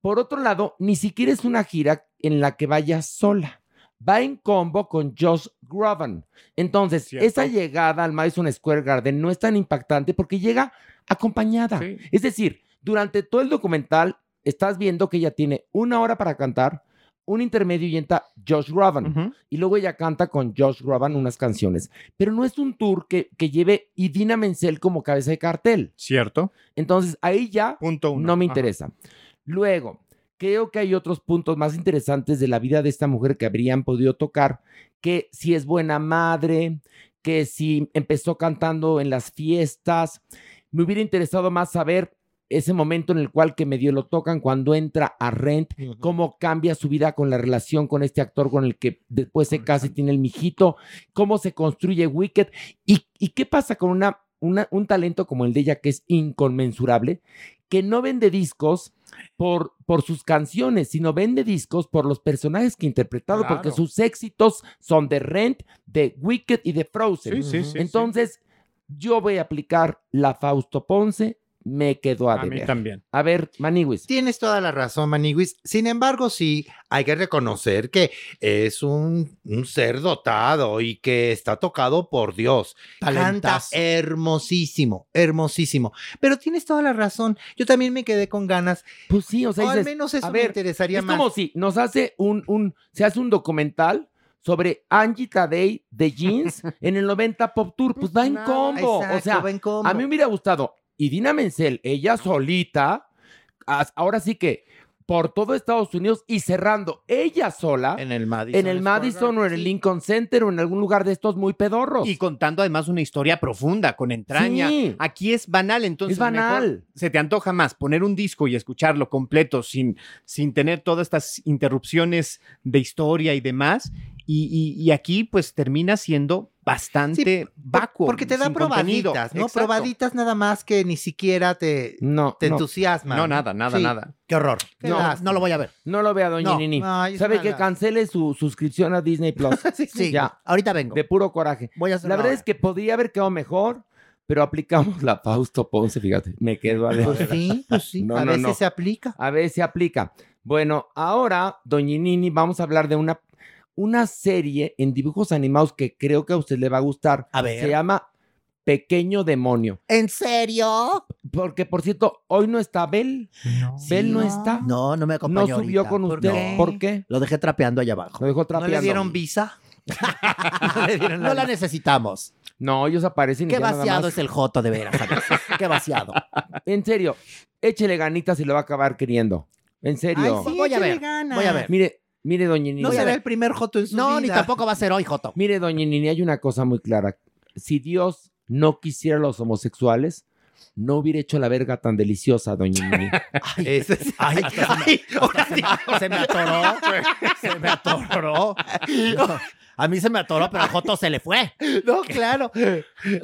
Speaker 2: Por otro lado, ni siquiera es una gira en la que vaya sola. Va en combo con Josh Groban. Entonces,
Speaker 6: Cierto.
Speaker 2: esa llegada al Madison Square Garden no es tan impactante porque llega acompañada.
Speaker 6: Sí.
Speaker 2: Es decir, durante todo el documental estás viendo que ella tiene una hora para cantar, un intermedio y entra Josh Groban
Speaker 6: Ujú.
Speaker 2: y luego ella canta con Josh Groban unas canciones. Pero no es un tour que, que lleve Idina Menzel como cabeza de cartel.
Speaker 6: Cierto.
Speaker 2: Entonces, ahí ya
Speaker 6: Punto uno.
Speaker 2: no me
Speaker 6: Ajá.
Speaker 2: interesa. Luego, creo que hay otros puntos más interesantes de la vida de esta mujer que habrían podido tocar, que si es buena madre, que si empezó cantando en las fiestas. Me hubiera interesado más saber ese momento en el cual que medio lo tocan cuando entra a Rent, cómo cambia su vida con la relación con este actor con el que después se casa y tiene el mijito, cómo se construye Wicked y, y qué pasa con una, una- un talento como el de ella que es inconmensurable, que no vende discos por, por sus canciones, sino vende discos por los personajes que ha interpretado, porque
Speaker 6: Claro.
Speaker 2: sus éxitos son de Rent, de Wicked y de Frozen.
Speaker 6: Sí, sí, sí, sí.
Speaker 2: Entonces, yo voy a aplicar la Fausto Ponce me quedó a
Speaker 6: A mí
Speaker 2: deber.
Speaker 6: también.
Speaker 2: A ver, Maniwis.
Speaker 5: Tienes toda la razón, Maniguis. Sin embargo, sí, hay que reconocer que es un, un ser dotado y que está tocado por Dios. Canta
Speaker 4: Talentazo.
Speaker 5: hermosísimo, hermosísimo. Pero tienes toda la razón. Yo también me quedé con ganas.
Speaker 2: Pues sí, o sea,
Speaker 5: O al
Speaker 2: dices,
Speaker 5: menos eso
Speaker 2: a
Speaker 5: me
Speaker 2: ver,
Speaker 5: interesaría
Speaker 2: es
Speaker 5: más.
Speaker 2: como si nos hace un, un, se hace un documental sobre Angie Tadei de jeans en el 90 Pop Tour. Pues va en
Speaker 5: Nada,
Speaker 2: combo. o
Speaker 5: exacto,
Speaker 2: sea,
Speaker 5: va en combo.
Speaker 2: a mí me hubiera gustado. Y Dina Menzel, ella solita, as- ahora sí que por todo Estados Unidos y cerrando ella sola en,
Speaker 5: en el Madison.
Speaker 2: el
Speaker 5: Square
Speaker 2: Madison o en
Speaker 5: Garden,
Speaker 2: el
Speaker 5: sí.
Speaker 2: Lincoln Center o en algún lugar de estos muy pedorros.
Speaker 6: Y contando además una historia profunda, con entraña.
Speaker 2: Sí.
Speaker 6: Aquí es banal, entonces.
Speaker 2: Es banal.
Speaker 6: mejor se te antoja más poner un disco y escucharlo completo sin, sin tener todas estas interrupciones de historia y demás. Y, y- y aquí, pues, termina siendo bastante
Speaker 5: Por-
Speaker 6: vacuo.
Speaker 5: Porque te da
Speaker 6: sin contenido.
Speaker 5: probaditas, ¿no?
Speaker 6: Exacto.
Speaker 5: Probaditas nada más que ni siquiera te,
Speaker 2: no,
Speaker 5: te
Speaker 2: no,
Speaker 5: entusiasma.
Speaker 6: No, nada, nada,
Speaker 5: Sí.
Speaker 6: nada.
Speaker 4: Qué horror.
Speaker 5: Qué
Speaker 4: no,
Speaker 5: lástima.
Speaker 4: no lo voy a ver.
Speaker 2: no lo vea, doña
Speaker 5: No.
Speaker 2: Nini.
Speaker 5: Ay, es
Speaker 2: ¿Sabe
Speaker 5: una
Speaker 2: que
Speaker 5: lástima.
Speaker 2: cancele su suscripción a Disney Plus?
Speaker 4: Sí,
Speaker 2: Ya.
Speaker 4: ahorita vengo.
Speaker 2: De puro coraje.
Speaker 4: Voy a hacer
Speaker 2: La
Speaker 4: una
Speaker 2: verdad
Speaker 4: hora.
Speaker 2: es que podía haber quedado mejor, pero aplicamos la Fausto Ponce, fíjate. Me quedo a
Speaker 5: Pues
Speaker 2: ver.
Speaker 5: sí, pues sí.
Speaker 2: No,
Speaker 5: a
Speaker 2: no,
Speaker 5: veces
Speaker 2: no.
Speaker 5: se aplica.
Speaker 2: A ver si aplica. Bueno, ahora, Doñinini, vamos a hablar de una, una serie en dibujos animados que creo que a usted le va a gustar.
Speaker 4: A
Speaker 2: Se
Speaker 4: ver.
Speaker 2: llama Pequeño Demonio.
Speaker 4: ¿En serio?
Speaker 2: Porque, por cierto, hoy no está Bel. Bel no está.
Speaker 4: No, no me
Speaker 2: No
Speaker 4: acompañó.
Speaker 2: subió
Speaker 4: ahorita.
Speaker 2: con
Speaker 4: ¿Por
Speaker 2: usted.
Speaker 4: qué?
Speaker 2: ¿Por qué?
Speaker 4: Lo dejé trapeando allá abajo.
Speaker 2: Lo dejó
Speaker 5: ¿No
Speaker 2: trapeando.
Speaker 5: le dieron visa?
Speaker 4: no, la necesitamos.
Speaker 2: No, ellos aparecen. y
Speaker 4: Qué
Speaker 2: ya nada
Speaker 4: vaciado
Speaker 2: más.
Speaker 4: es el Joto, de veras. a veces. Qué vaciado.
Speaker 2: En serio, échele ganitas y lo va a acabar queriendo. En serio.
Speaker 4: sí, voy a
Speaker 5: échale
Speaker 4: ver,
Speaker 5: ganas.
Speaker 4: voy a ver.
Speaker 2: Mire, mire, Doñinini.
Speaker 5: No
Speaker 4: Voy a
Speaker 5: será
Speaker 4: ver.
Speaker 5: el primer joto en su vida.
Speaker 4: No, ni tampoco va a ser hoy, Joto.
Speaker 2: Mire, doña Nini, hay una cosa muy clara. Si Dios no quisiera a los homosexuales, no hubiera hecho la verga tan deliciosa, doña Nini.
Speaker 5: Ese es-
Speaker 4: Ay, ay, ahora sí, se me atoró. Se me atoró. No, a mí se me atoró, pero a Joto se le fue.
Speaker 5: no, claro.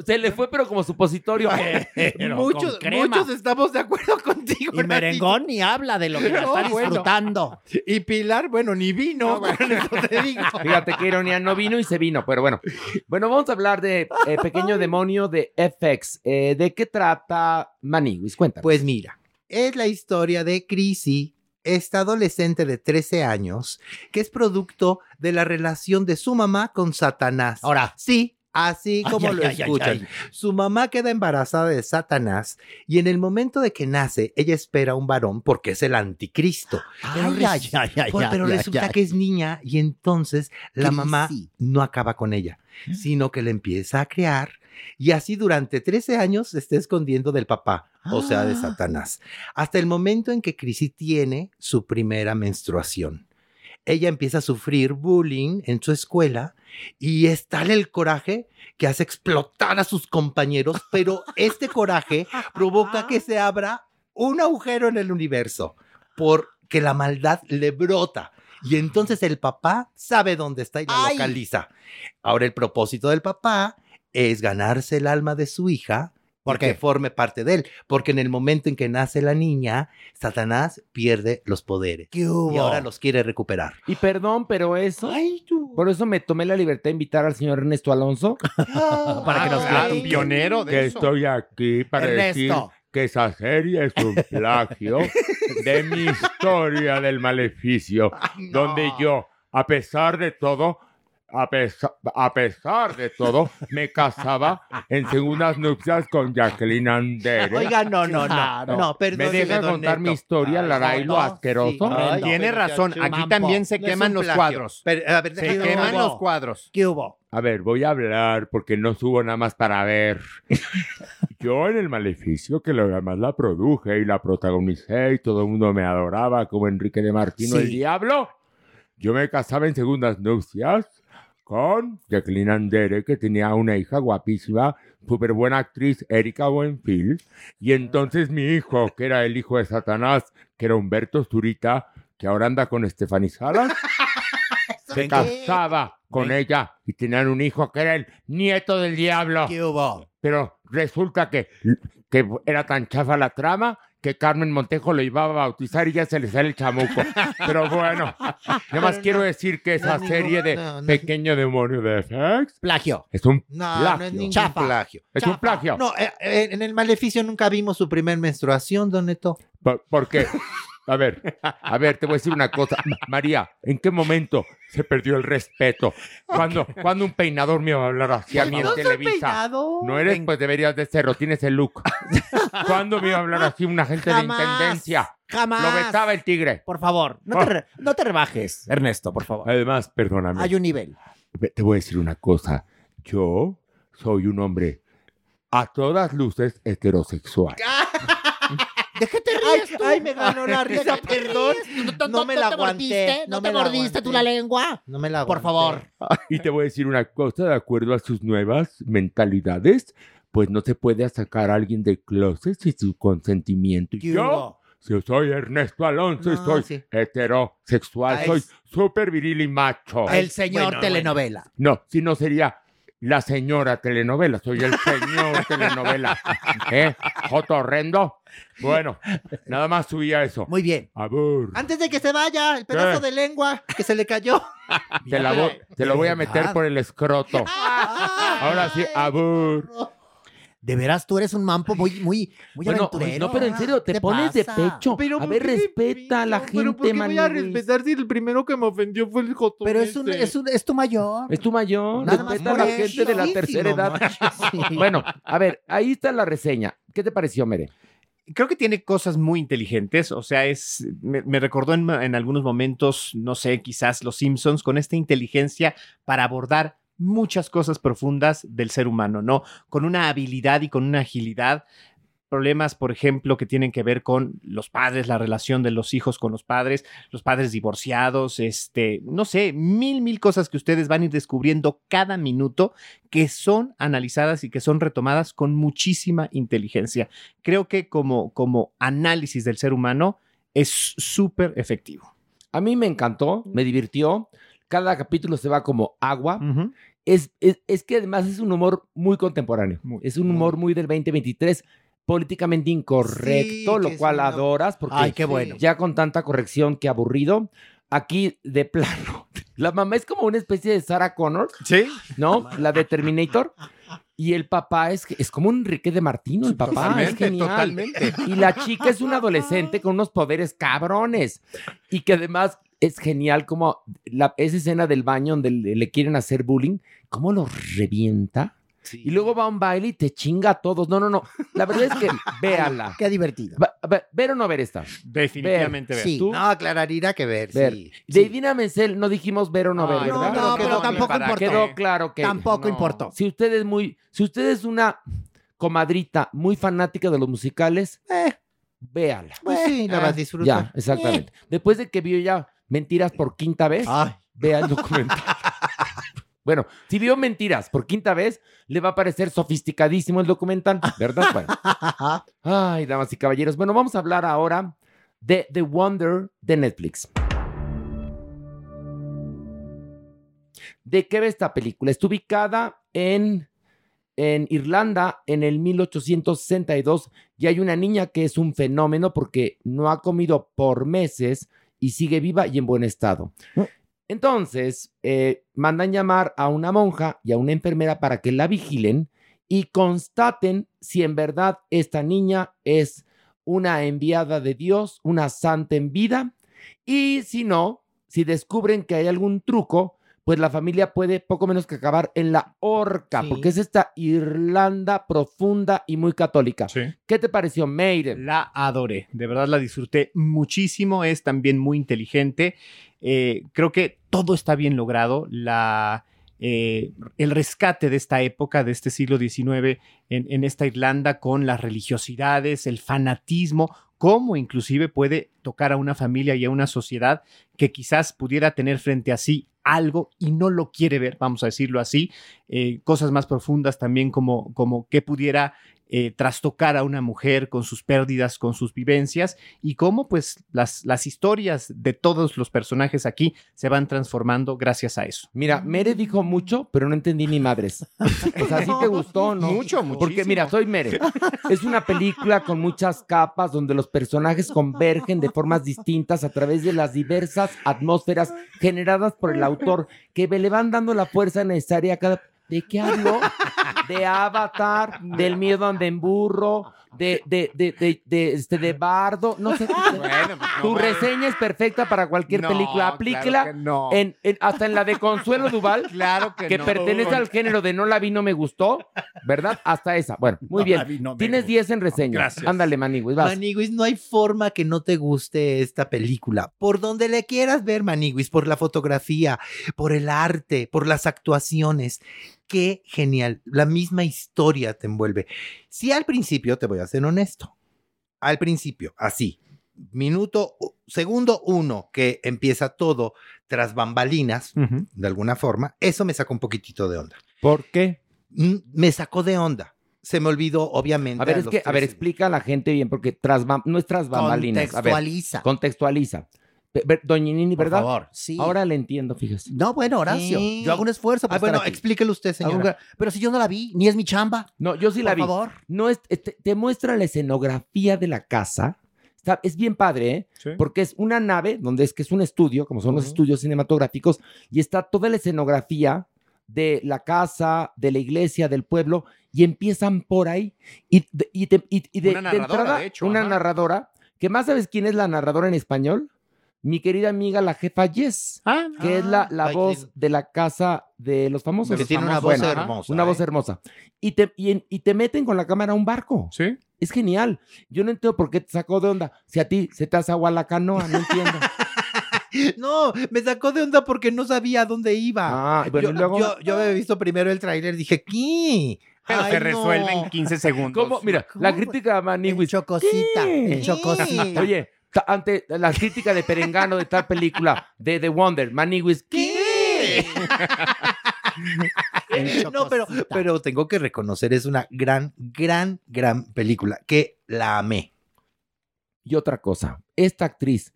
Speaker 2: Se le fue, pero como supositorio.
Speaker 4: Pero con
Speaker 6: Muchos,
Speaker 4: crema.
Speaker 6: muchos estamos de acuerdo contigo.
Speaker 4: Y
Speaker 6: Nati.
Speaker 4: Merengón ni habla de lo que me
Speaker 6: No,
Speaker 4: está
Speaker 6: bueno.
Speaker 4: disfrutando.
Speaker 6: Y Pilar, bueno, ni vino. con eso te digo.
Speaker 2: Fíjate qué ironía, no vino y se vino, pero bueno. Bueno, vamos a hablar de eh, Pequeño Demonio de FX. Eh, ¿De qué trata Maniwis? Cuéntanos.
Speaker 5: Pues mira, es la historia de Chrissy, esta adolescente de 13 años, que es producto de la relación de su mamá con Satanás.
Speaker 4: Ahora.
Speaker 5: Sí, así
Speaker 4: Ay,
Speaker 5: como
Speaker 4: ay,
Speaker 5: lo
Speaker 4: ay, ay,
Speaker 5: escuchan.
Speaker 4: ay.
Speaker 5: Su mamá queda embarazada de Satanás y en el momento de que nace, ella espera un varón porque es el anticristo. Pero
Speaker 4: Ay, ay, ay, ay,
Speaker 5: Por-
Speaker 4: ay,
Speaker 5: pero
Speaker 4: ay,
Speaker 5: resulta
Speaker 4: ay.
Speaker 5: que es niña y entonces la mamá
Speaker 4: Crisis. Mm.
Speaker 5: no acaba con ella, sino que la empieza a crear y así durante 13 años se está escondiendo del papá, o sea, de
Speaker 4: Ah.
Speaker 5: Satanás, hasta el momento en que Chrissy tiene su primera menstruación. Ella empieza a sufrir bullying en su escuela y es tal el coraje que hace explotar a sus compañeros, pero este coraje provoca que se abra un agujero en el universo porque la maldad le brota. Y entonces el papá sabe dónde está y la
Speaker 4: ¡Ay!
Speaker 5: localiza. Ahora el propósito del papá es ganarse el alma de su hija
Speaker 4: ¿Por
Speaker 5: porque
Speaker 4: qué?
Speaker 5: forme parte de él. Porque en el momento en que nace la niña, Satanás pierde los poderes.
Speaker 4: ¿Qué hubo?
Speaker 5: Y ahora los quiere recuperar.
Speaker 2: Y perdón, pero eso. Por eso me tomé la libertad de invitar al señor Ernesto Alonso.
Speaker 6: Ah,
Speaker 4: Para que nos
Speaker 6: claro,
Speaker 4: platique.
Speaker 6: pionero de eso.
Speaker 2: aquí
Speaker 4: Ernesto.
Speaker 2: que esa serie es un plagio de mi historia del maleficio,
Speaker 5: Ah,
Speaker 2: donde yo, a pesar de todo, a, pesa- a pesar de todo, me casaba en segundas nupcias con Jacqueline Andere.
Speaker 5: Oiga, no, no,
Speaker 4: Claro.
Speaker 5: no. No,
Speaker 2: me
Speaker 5: perdóneme,
Speaker 2: deja
Speaker 5: don
Speaker 2: contar mi
Speaker 5: Neto.
Speaker 2: historia,
Speaker 5: Ay,
Speaker 2: Laray, lo
Speaker 5: no, sí,
Speaker 2: asqueroso.
Speaker 5: horrendo.
Speaker 6: Tiene
Speaker 5: Pero
Speaker 6: razón.
Speaker 5: chacho,
Speaker 6: Aquí
Speaker 5: mampo.
Speaker 6: también se
Speaker 5: No es
Speaker 6: queman
Speaker 5: un
Speaker 6: los
Speaker 5: plagio.
Speaker 6: cuadros.
Speaker 5: Pero, a ver,
Speaker 6: Se
Speaker 5: déjame-
Speaker 6: queman
Speaker 5: no.
Speaker 6: los cuadros.
Speaker 4: ¿Qué hubo?
Speaker 7: A ver, voy a hablar porque no subo nada más para ver. Yo en el maleficio que lo además la produje y la protagonicé y todo el mundo me adoraba como Enrique de Martino
Speaker 4: Sí.
Speaker 7: el Diablo. Yo me casaba en segundas nupcias con Jacqueline Andere que tenía una hija guapísima, súper buena actriz, Erika Buenfield. Y entonces mi hijo, que era el hijo de Satanás, que era Humberto Zurita, que ahora anda con Stephanie Salas, se casaba con ella y tenían un hijo que era el nieto del diablo.
Speaker 4: ¿Qué hubo?
Speaker 7: Pero resulta que, que era tan chafa la trama que Carmen Montejo lo iba a bautizar y ya se le sale el chamuco. Pero bueno, nada más quiero decir que esa
Speaker 5: no es
Speaker 7: serie
Speaker 5: ningún-
Speaker 7: de
Speaker 5: no, no.
Speaker 7: Pequeño Demonio de Sex
Speaker 4: plagio.
Speaker 7: es un
Speaker 5: No,
Speaker 7: plagio.
Speaker 5: no es ningún
Speaker 4: Chafa.
Speaker 5: plagio.
Speaker 7: Es un plagio.
Speaker 5: No, eh, eh, en el maleficio nunca vimos su primer menstruación, Don Neto.
Speaker 7: Por- porque, a ver, a ver, te voy a decir una cosa. Ma- María, ¿en qué momento se perdió el respeto? Cuando, cuando un peinador me va a hablar así a mí en
Speaker 3: No soy
Speaker 7: Televisa.
Speaker 3: peinado.
Speaker 7: No eres, pues deberías de serlo, tienes el look. ¿Cuándo me iba a hablar así un agente
Speaker 4: Jamás,
Speaker 7: de intendencia?
Speaker 4: jamás.
Speaker 7: Lo vetaba el tigre.
Speaker 4: Por favor, no te, re- no te rebajes, Ernesto, por favor.
Speaker 7: Además, perdóname.
Speaker 4: Hay un nivel.
Speaker 7: Ve- Te voy a decir una cosa. Yo soy un hombre a todas luces heterosexual.
Speaker 4: ¿De qué te
Speaker 5: ríes tú? Ay, me ganó la risa, perdón. No me la aguanté.
Speaker 4: ¿No te mordiste tú la
Speaker 5: aguanté.
Speaker 4: lengua?
Speaker 5: No me la
Speaker 4: Por
Speaker 5: aguanté.
Speaker 4: favor.
Speaker 7: Y te voy a decir una cosa, de acuerdo a sus nuevas mentalidades, pues no se puede sacar a alguien del closet sin su consentimiento. Y
Speaker 4: ¿Qué
Speaker 7: yo,
Speaker 4: hubo?
Speaker 7: si soy Ernesto Alonso, y
Speaker 5: No,
Speaker 7: soy
Speaker 5: sí.
Speaker 7: heterosexual,
Speaker 5: Ay,
Speaker 7: soy
Speaker 5: es-
Speaker 7: súper viril y macho.
Speaker 4: El señor
Speaker 5: Bueno,
Speaker 4: telenovela.
Speaker 7: No, si no sería la señora telenovela, soy el señor telenovela. ¿Eh? ¿Joto horrendo? Bueno, nada más subía eso.
Speaker 4: Muy bien.
Speaker 7: A ver,
Speaker 8: Ah,
Speaker 5: Antes de que se vaya, el pedazo
Speaker 7: ¿Qué?
Speaker 5: de lengua que se le cayó.
Speaker 7: te, la voy- te lo voy a meter por el escroto. Ahora sí, a ver.
Speaker 4: De veras, tú eres un mampo muy, muy, muy
Speaker 2: Bueno, pues,
Speaker 4: aventurero.
Speaker 2: no, pero en serio, te
Speaker 4: ¿Qué
Speaker 2: pones de
Speaker 4: pasa?
Speaker 2: pecho.
Speaker 3: Pero
Speaker 2: a
Speaker 3: ¿por
Speaker 2: ver,
Speaker 3: qué me
Speaker 2: respeta a la
Speaker 3: pinto? ¿Pero por
Speaker 2: gente,
Speaker 3: qué voy a
Speaker 2: Manuel.
Speaker 3: respetar si el primero que me ofendió fue el jotón este?
Speaker 4: Pero es, un,
Speaker 3: ese?
Speaker 4: es, un, es tu mayor.
Speaker 2: este, Es tu mayor.
Speaker 4: Nada más
Speaker 2: respeta a
Speaker 4: por
Speaker 2: la
Speaker 4: eso.
Speaker 2: gente de la tercera edad. Bueno, a ver, ahí está la reseña. ¿Qué te pareció, Mere?
Speaker 6: creo que tiene cosas muy inteligentes, o sea, es, me, me recordó en, en algunos momentos, no sé, quizás Los Simpsons, con esta inteligencia para abordar muchas cosas profundas del ser humano, ¿no? Con una habilidad y con una agilidad. Problemas, por ejemplo, que tienen que ver con los padres, la relación de los hijos con los padres, los padres divorciados, este, no sé, mil, mil cosas que ustedes van a ir descubriendo cada minuto que son analizadas y que son retomadas con muchísima inteligencia creo que como, como análisis del ser humano es súper efectivo.
Speaker 2: A mí me encantó, me divirtió. Cada capítulo se va como agua. Es, es- es que además es un humor muy contemporáneo.
Speaker 6: Muy,
Speaker 2: es un humor muy del 2023, políticamente incorrecto,
Speaker 5: Sí, que
Speaker 2: lo
Speaker 5: es
Speaker 2: cual
Speaker 5: una-
Speaker 2: adoras porque
Speaker 4: Ay, qué bueno.
Speaker 2: ya con tanta corrección que aburrido. Aquí, de plano, la mamá es como una especie de Sarah Connor,
Speaker 6: Sí.
Speaker 2: ¿no? La de Terminator. Y el papá es, es como un Enrique de Martino, el papá. es
Speaker 6: Totalmente,
Speaker 2: genial.
Speaker 6: totalmente.
Speaker 2: Y la chica es una adolescente con unos poderes cabrones. Y que además es genial como la, esa escena del baño donde le, le quieren hacer bullying, cómo lo revienta. Y luego va a un baile y te chinga a todos. No, no, no. La verdad es que véala.
Speaker 4: Qué divertido.
Speaker 2: Va- va- ver o no ver esta.
Speaker 6: Definitivamente. Ver.
Speaker 4: Sí.
Speaker 2: ¿Tú?
Speaker 5: No, aclarará que ver.
Speaker 2: Ver.
Speaker 5: sí.
Speaker 2: De Idina Menzel no dijimos ver o no ver,
Speaker 6: Ay,
Speaker 2: ¿verdad?
Speaker 4: No, no,
Speaker 5: Pero
Speaker 4: pero
Speaker 5: quedó
Speaker 4: tampoco
Speaker 6: bien para
Speaker 4: importó.
Speaker 2: Quedó claro que
Speaker 4: Tampoco
Speaker 6: No.
Speaker 4: importó.
Speaker 2: si usted es muy, si usted es una comadrita muy fanática de los musicales,
Speaker 4: Eh,
Speaker 2: véala.
Speaker 5: Pues sí, la vas a
Speaker 2: Ya,
Speaker 5: disfrutar.
Speaker 2: exactamente. Después de que vio ya mentiras por quinta vez,
Speaker 4: Eh.
Speaker 8: Ah.
Speaker 4: Ay,
Speaker 2: vea el documental. bueno, si vio mentiras por quinta vez, le va a parecer sofisticadísimo el documental, ¿verdad? Bueno. Ay, damas y caballeros. Bueno, vamos a hablar ahora de The Wonder de Netflix. ¿De qué va esta película? Está ubicada en, en Irlanda en el 1862 y hay una niña que es un fenómeno porque no ha comido por meses y sigue viva y en buen estado. Entonces, eh, mandan llamar a una monja y a una enfermera para que la vigilen y constaten si en verdad esta niña es una enviada de Dios, una santa en vida, y si no, si descubren que hay algún truco, pues la familia puede poco menos que acabar en la horca,
Speaker 5: Sí.
Speaker 2: porque es esta Irlanda profunda y muy católica. ¿Qué te pareció, Meire?
Speaker 6: La adoré, de verdad la disfruté muchísimo, es también muy inteligente, Eh, creo que todo está bien logrado, la, eh, el rescate de esta época, de este siglo XIX en, en esta Irlanda con las religiosidades, el fanatismo, cómo inclusive puede tocar a una familia y a una sociedad que quizás pudiera tener frente a sí algo y no lo quiere ver, vamos a decirlo así, Eh, cosas más profundas también como, como qué pudiera eh, trastocar a una mujer con sus pérdidas, con sus vivencias y cómo pues las, las historias de todos los personajes aquí se van transformando gracias a eso.
Speaker 2: Mira, Mere dijo mucho, pero no entendí ni madres. O sea, ¿sí te gustó o no? Mucho, mucho. Porque mira, soy Mere. Es una película con muchas capas donde los personajes convergen de formas distintas a través de las diversas atmósferas generadas por el autor que le van dando la fuerza necesaria a cada... ¿De qué hablo? De Avatar, del miedo ande en burro, de, de, de, de, de, este, de Bardo. No sé. tu reseña es perfecta para cualquier
Speaker 9: No,
Speaker 2: película.
Speaker 9: claro
Speaker 2: Aplíquela
Speaker 9: que no.
Speaker 2: en, en- hasta en la de Consuelo Duval,
Speaker 9: Claro que no.
Speaker 2: pertenece al género de no la vi, no me gustó, ¿verdad? Hasta esa. Bueno, muy
Speaker 5: No
Speaker 2: bien.
Speaker 5: la vi, no me
Speaker 2: Tienes 10 en reseña.
Speaker 5: Gracias.
Speaker 2: Ándale, Manigüis, vas.
Speaker 5: Maniguis, no hay forma que no te guste esta película. Por donde le quieras ver, Maniguis, por la fotografía, por el arte, por las actuaciones. Qué genial. La misma historia te envuelve. Si al principio, te voy a ser honesto, al principio, así, minuto, segundo uno, que empieza todo tras bambalinas, de alguna forma, eso me sacó un poquitito de onda. Mm,
Speaker 2: ¿Por qué?
Speaker 5: Me sacó de onda. Se me olvidó, obviamente.
Speaker 2: A ver,
Speaker 5: a
Speaker 2: es
Speaker 5: los
Speaker 2: que, a ver,
Speaker 5: tres-
Speaker 2: explica a la gente bien, porque tras, bam- no es tras bambalinas. a ver,
Speaker 5: Contextualiza.
Speaker 2: contextualiza. Pe- pe- Doña Nini,
Speaker 4: Por
Speaker 2: ¿verdad?
Speaker 4: favor, sí.
Speaker 2: Ahora le entiendo, fíjese.
Speaker 4: No, bueno, Horacio,
Speaker 2: Sí.
Speaker 4: yo hago un esfuerzo para
Speaker 2: Ah, bueno,
Speaker 5: explíquelo usted,
Speaker 2: señora.
Speaker 4: Pero si yo no la vi, ni es mi chamba.
Speaker 2: No, yo sí la
Speaker 4: Por
Speaker 2: vi.
Speaker 4: favor.
Speaker 2: No es, es- te, te muestra la escenografía de la casa. Está- es bien padre, ¿eh? Porque es una nave donde es que es un estudio, como son los estudios cinematográficos, y está toda la escenografía de la casa, de la iglesia, del pueblo, y empiezan por ahí. Y, de- y te- y- y de,
Speaker 9: Una
Speaker 2: de
Speaker 9: narradora,
Speaker 2: entrada,
Speaker 9: de hecho,
Speaker 2: una
Speaker 9: ajá.
Speaker 2: narradora, que más sabes quién es la narradora en español, mi querida amiga, la jefa Yes,
Speaker 6: Ah,
Speaker 2: que es la, la voz de la casa de los famosos.
Speaker 5: Ah,
Speaker 6: pues,
Speaker 5: Que tiene una voz hermosa,
Speaker 2: Una
Speaker 5: ¿eh?
Speaker 2: voz hermosa. Y te, y, en- y te meten con la cámara a un barco.
Speaker 6: Sí.
Speaker 2: Es genial. Yo no entiendo por qué te sacó de onda. Si a ti se te hace agua la canoa, no entiendo.
Speaker 5: No, me sacó de onda porque no sabía a dónde iba.
Speaker 2: Ah, bueno,
Speaker 5: yo,
Speaker 2: y luego-
Speaker 5: yo, yo había visto primero el tráiler, dije, ¿qué?
Speaker 6: Pero
Speaker 5: Ay,
Speaker 6: se
Speaker 5: no.
Speaker 6: resuelve en 15 segundos.
Speaker 2: ¿Cómo? Mira, la crítica a Maniwis.
Speaker 4: Chocosita,
Speaker 2: ¿Qué?
Speaker 4: el chocosita.
Speaker 2: Oye, ta- ante la crítica de Perengano de tal película, de The Wonder, Maniwis, ¿qué?
Speaker 5: No, pero, pero tengo que reconocer, es una gran, gran, gran película que la amé.
Speaker 2: Y otra cosa, esta actriz,